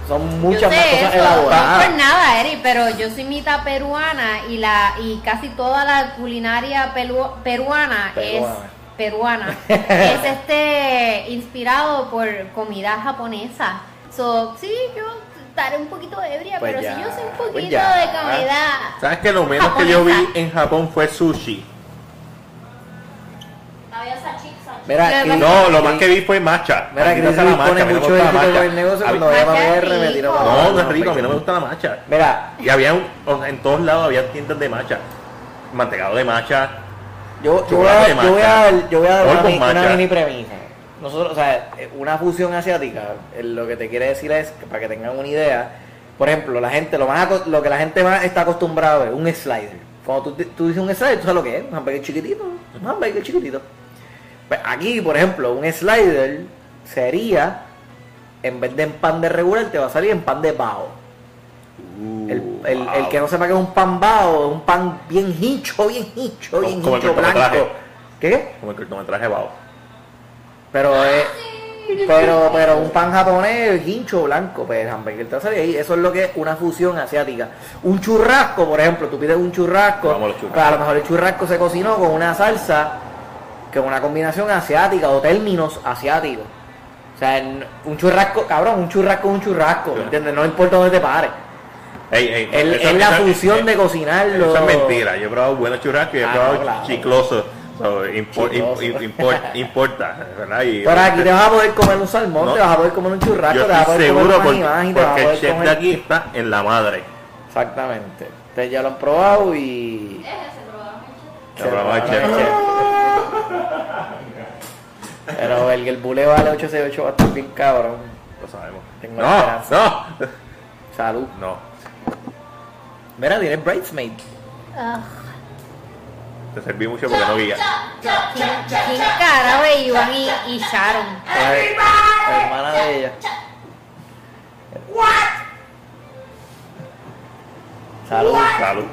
Son muchas
yo
más
sé
cosas
eso, No
elaboradas. Ah.
es por nada, Eri, pero yo soy mitad peruana y la y casi toda la culinaria peru- peruana,
Peruana.
es peruana. es este inspirado por comida japonesa. So, sí, yo estaré un poquito ebria,
Pues
pero
ya,
sí yo soy un
pues
poquito
ya.
de comida.
¿Sabes que lo menos que yo vi en Japón fue sushi?
Había esa chica.
Mira,
Lo
Chris-
No, lo más que vi fue macha.
Mira,
A mí
Chris
me gusta la
Luis pone
macha, a mí no me
mucho
gusta la
éxito en
macho.
el negocio
A mí-
cuando vaya
Macha
a
es
PR me tiro
rico.
para
No,
abajo.
no es rico, a mí no me gusta la macha.
Mira,
Y había un- o- en todos lados había tiendas de macha. Mantecado de macha.
yo, yo voy
Chocolate
a,
de
yo voy a
macha.
dar, yo voy a dar
Hoy
una,
con
mi- una
macha.
mini premisa. Nosotros, o sea, eh, una fusión asiática, eh, lo que te quiere decir es, que, para que tengan una idea, por ejemplo, la gente, lo más aco- lo que la gente más está acostumbrada a ver, un slider. Cuando tú, di- tú dices un slider, tú sabes lo que es, un hamburger chiquitito, un hamburger chiquitito. Pues aquí, por ejemplo, un slider sería, en vez de en pan de regular, te va a salir en pan de bao.
Uh,
El, el- el que no sepa que es un pan bao, es un pan bien hincho, bien hincho,
Como-
bien
como el
hincho,
cortometraje.
blanco. ¿Qué?
Como el cortometraje Bao.
Pero es, pero, pero un pan japonés hincho blanco, pues el hamburger te va a salir ahí. Eso es lo que es una fusión asiática. Un churrasco, por ejemplo, tú pides un churrasco, pues,
Vamos a los churrascos.
a lo mejor el churrasco se cocinó con una salsa, que es una combinación asiática o términos asiáticos. O sea, en- un churrasco, cabrón, un churrasco es un churrasco, ¿me
Claro.
¿entiendes? No importa dónde te pares.
Ey, ey,
El-
esa-
es la
esa-
función de
Eso
cocinarlo.
es mentira, yo he probado buenos churrascos y he
Ah,
probado
no, claro.
chiclosos. So, impo-
Chiclosos.
im- impor- importa, ¿verdad? Y-
Pero aquí te vas a poder comer un salmón,
No.
te vas a poder comer un churrasco,
yo
te vas a
estoy
poder
seguro
comer un
porque,
animal y te vas a
porque el
poder
chef
comer...
de aquí está en la madre.
Exactamente. Ustedes ya lo han probado y...
Déjense probar Eh,
El
mucho.
programa del chef.
Pero el, el bule vale 868 va a estar bien cabrón.
Lo sabemos.
Tengo
No, no,
Salud.
no.
Mira, tiene bridesmaid.
Ah,
Te serví mucho porque no guía.
¿Quién, quién carajo es Iván y, y Sharon?
La, la hermana de ella. Salud.
Salud.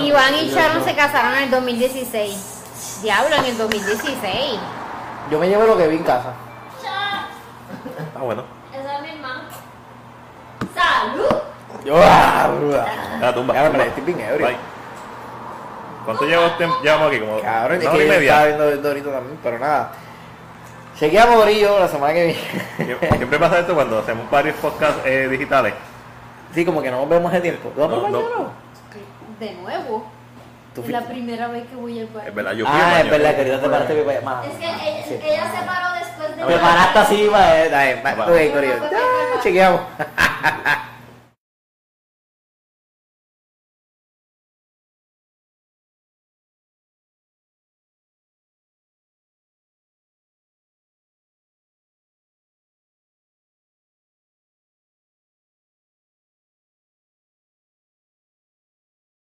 Iván y Sharon se casaron en el 2016. Diablo, en el 2016.
Yo me llevo lo que vi en casa.
Ah, bueno.
Esa es mi hermana. ¡Salud!
Yo... ah, ah.
Ah, tumba.
Ya, hombre,
tumba.
estoy bien ebrio.
Bye. ¿Cuánto llevas tem- llevamos aquí? Como
Cabrón, es
una hora y
que yo estaba
media.
viendo el Dorito también, pero nada. Chequeamos Dorillo la semana que viene.
Siempre pasa esto cuando hacemos varios podcasts eh, digitales.
Sí, como que no nos vemos hace tiempo. ¿Tú vas
No,
para
no.
Barcelona?
De nuevo.
Tú
es
fi-
la primera vez que voy al bar.
Es verdad, yo fui al
Ah,
baño.
es verdad, querida, te paraste pues, mi pijama.
Es que ella,
Ah, Sí.
ella se paró después de.
Te paraste así, va, eh, pues, dale, va,
Va.
ok, Corillo. Ya, Chequeamos.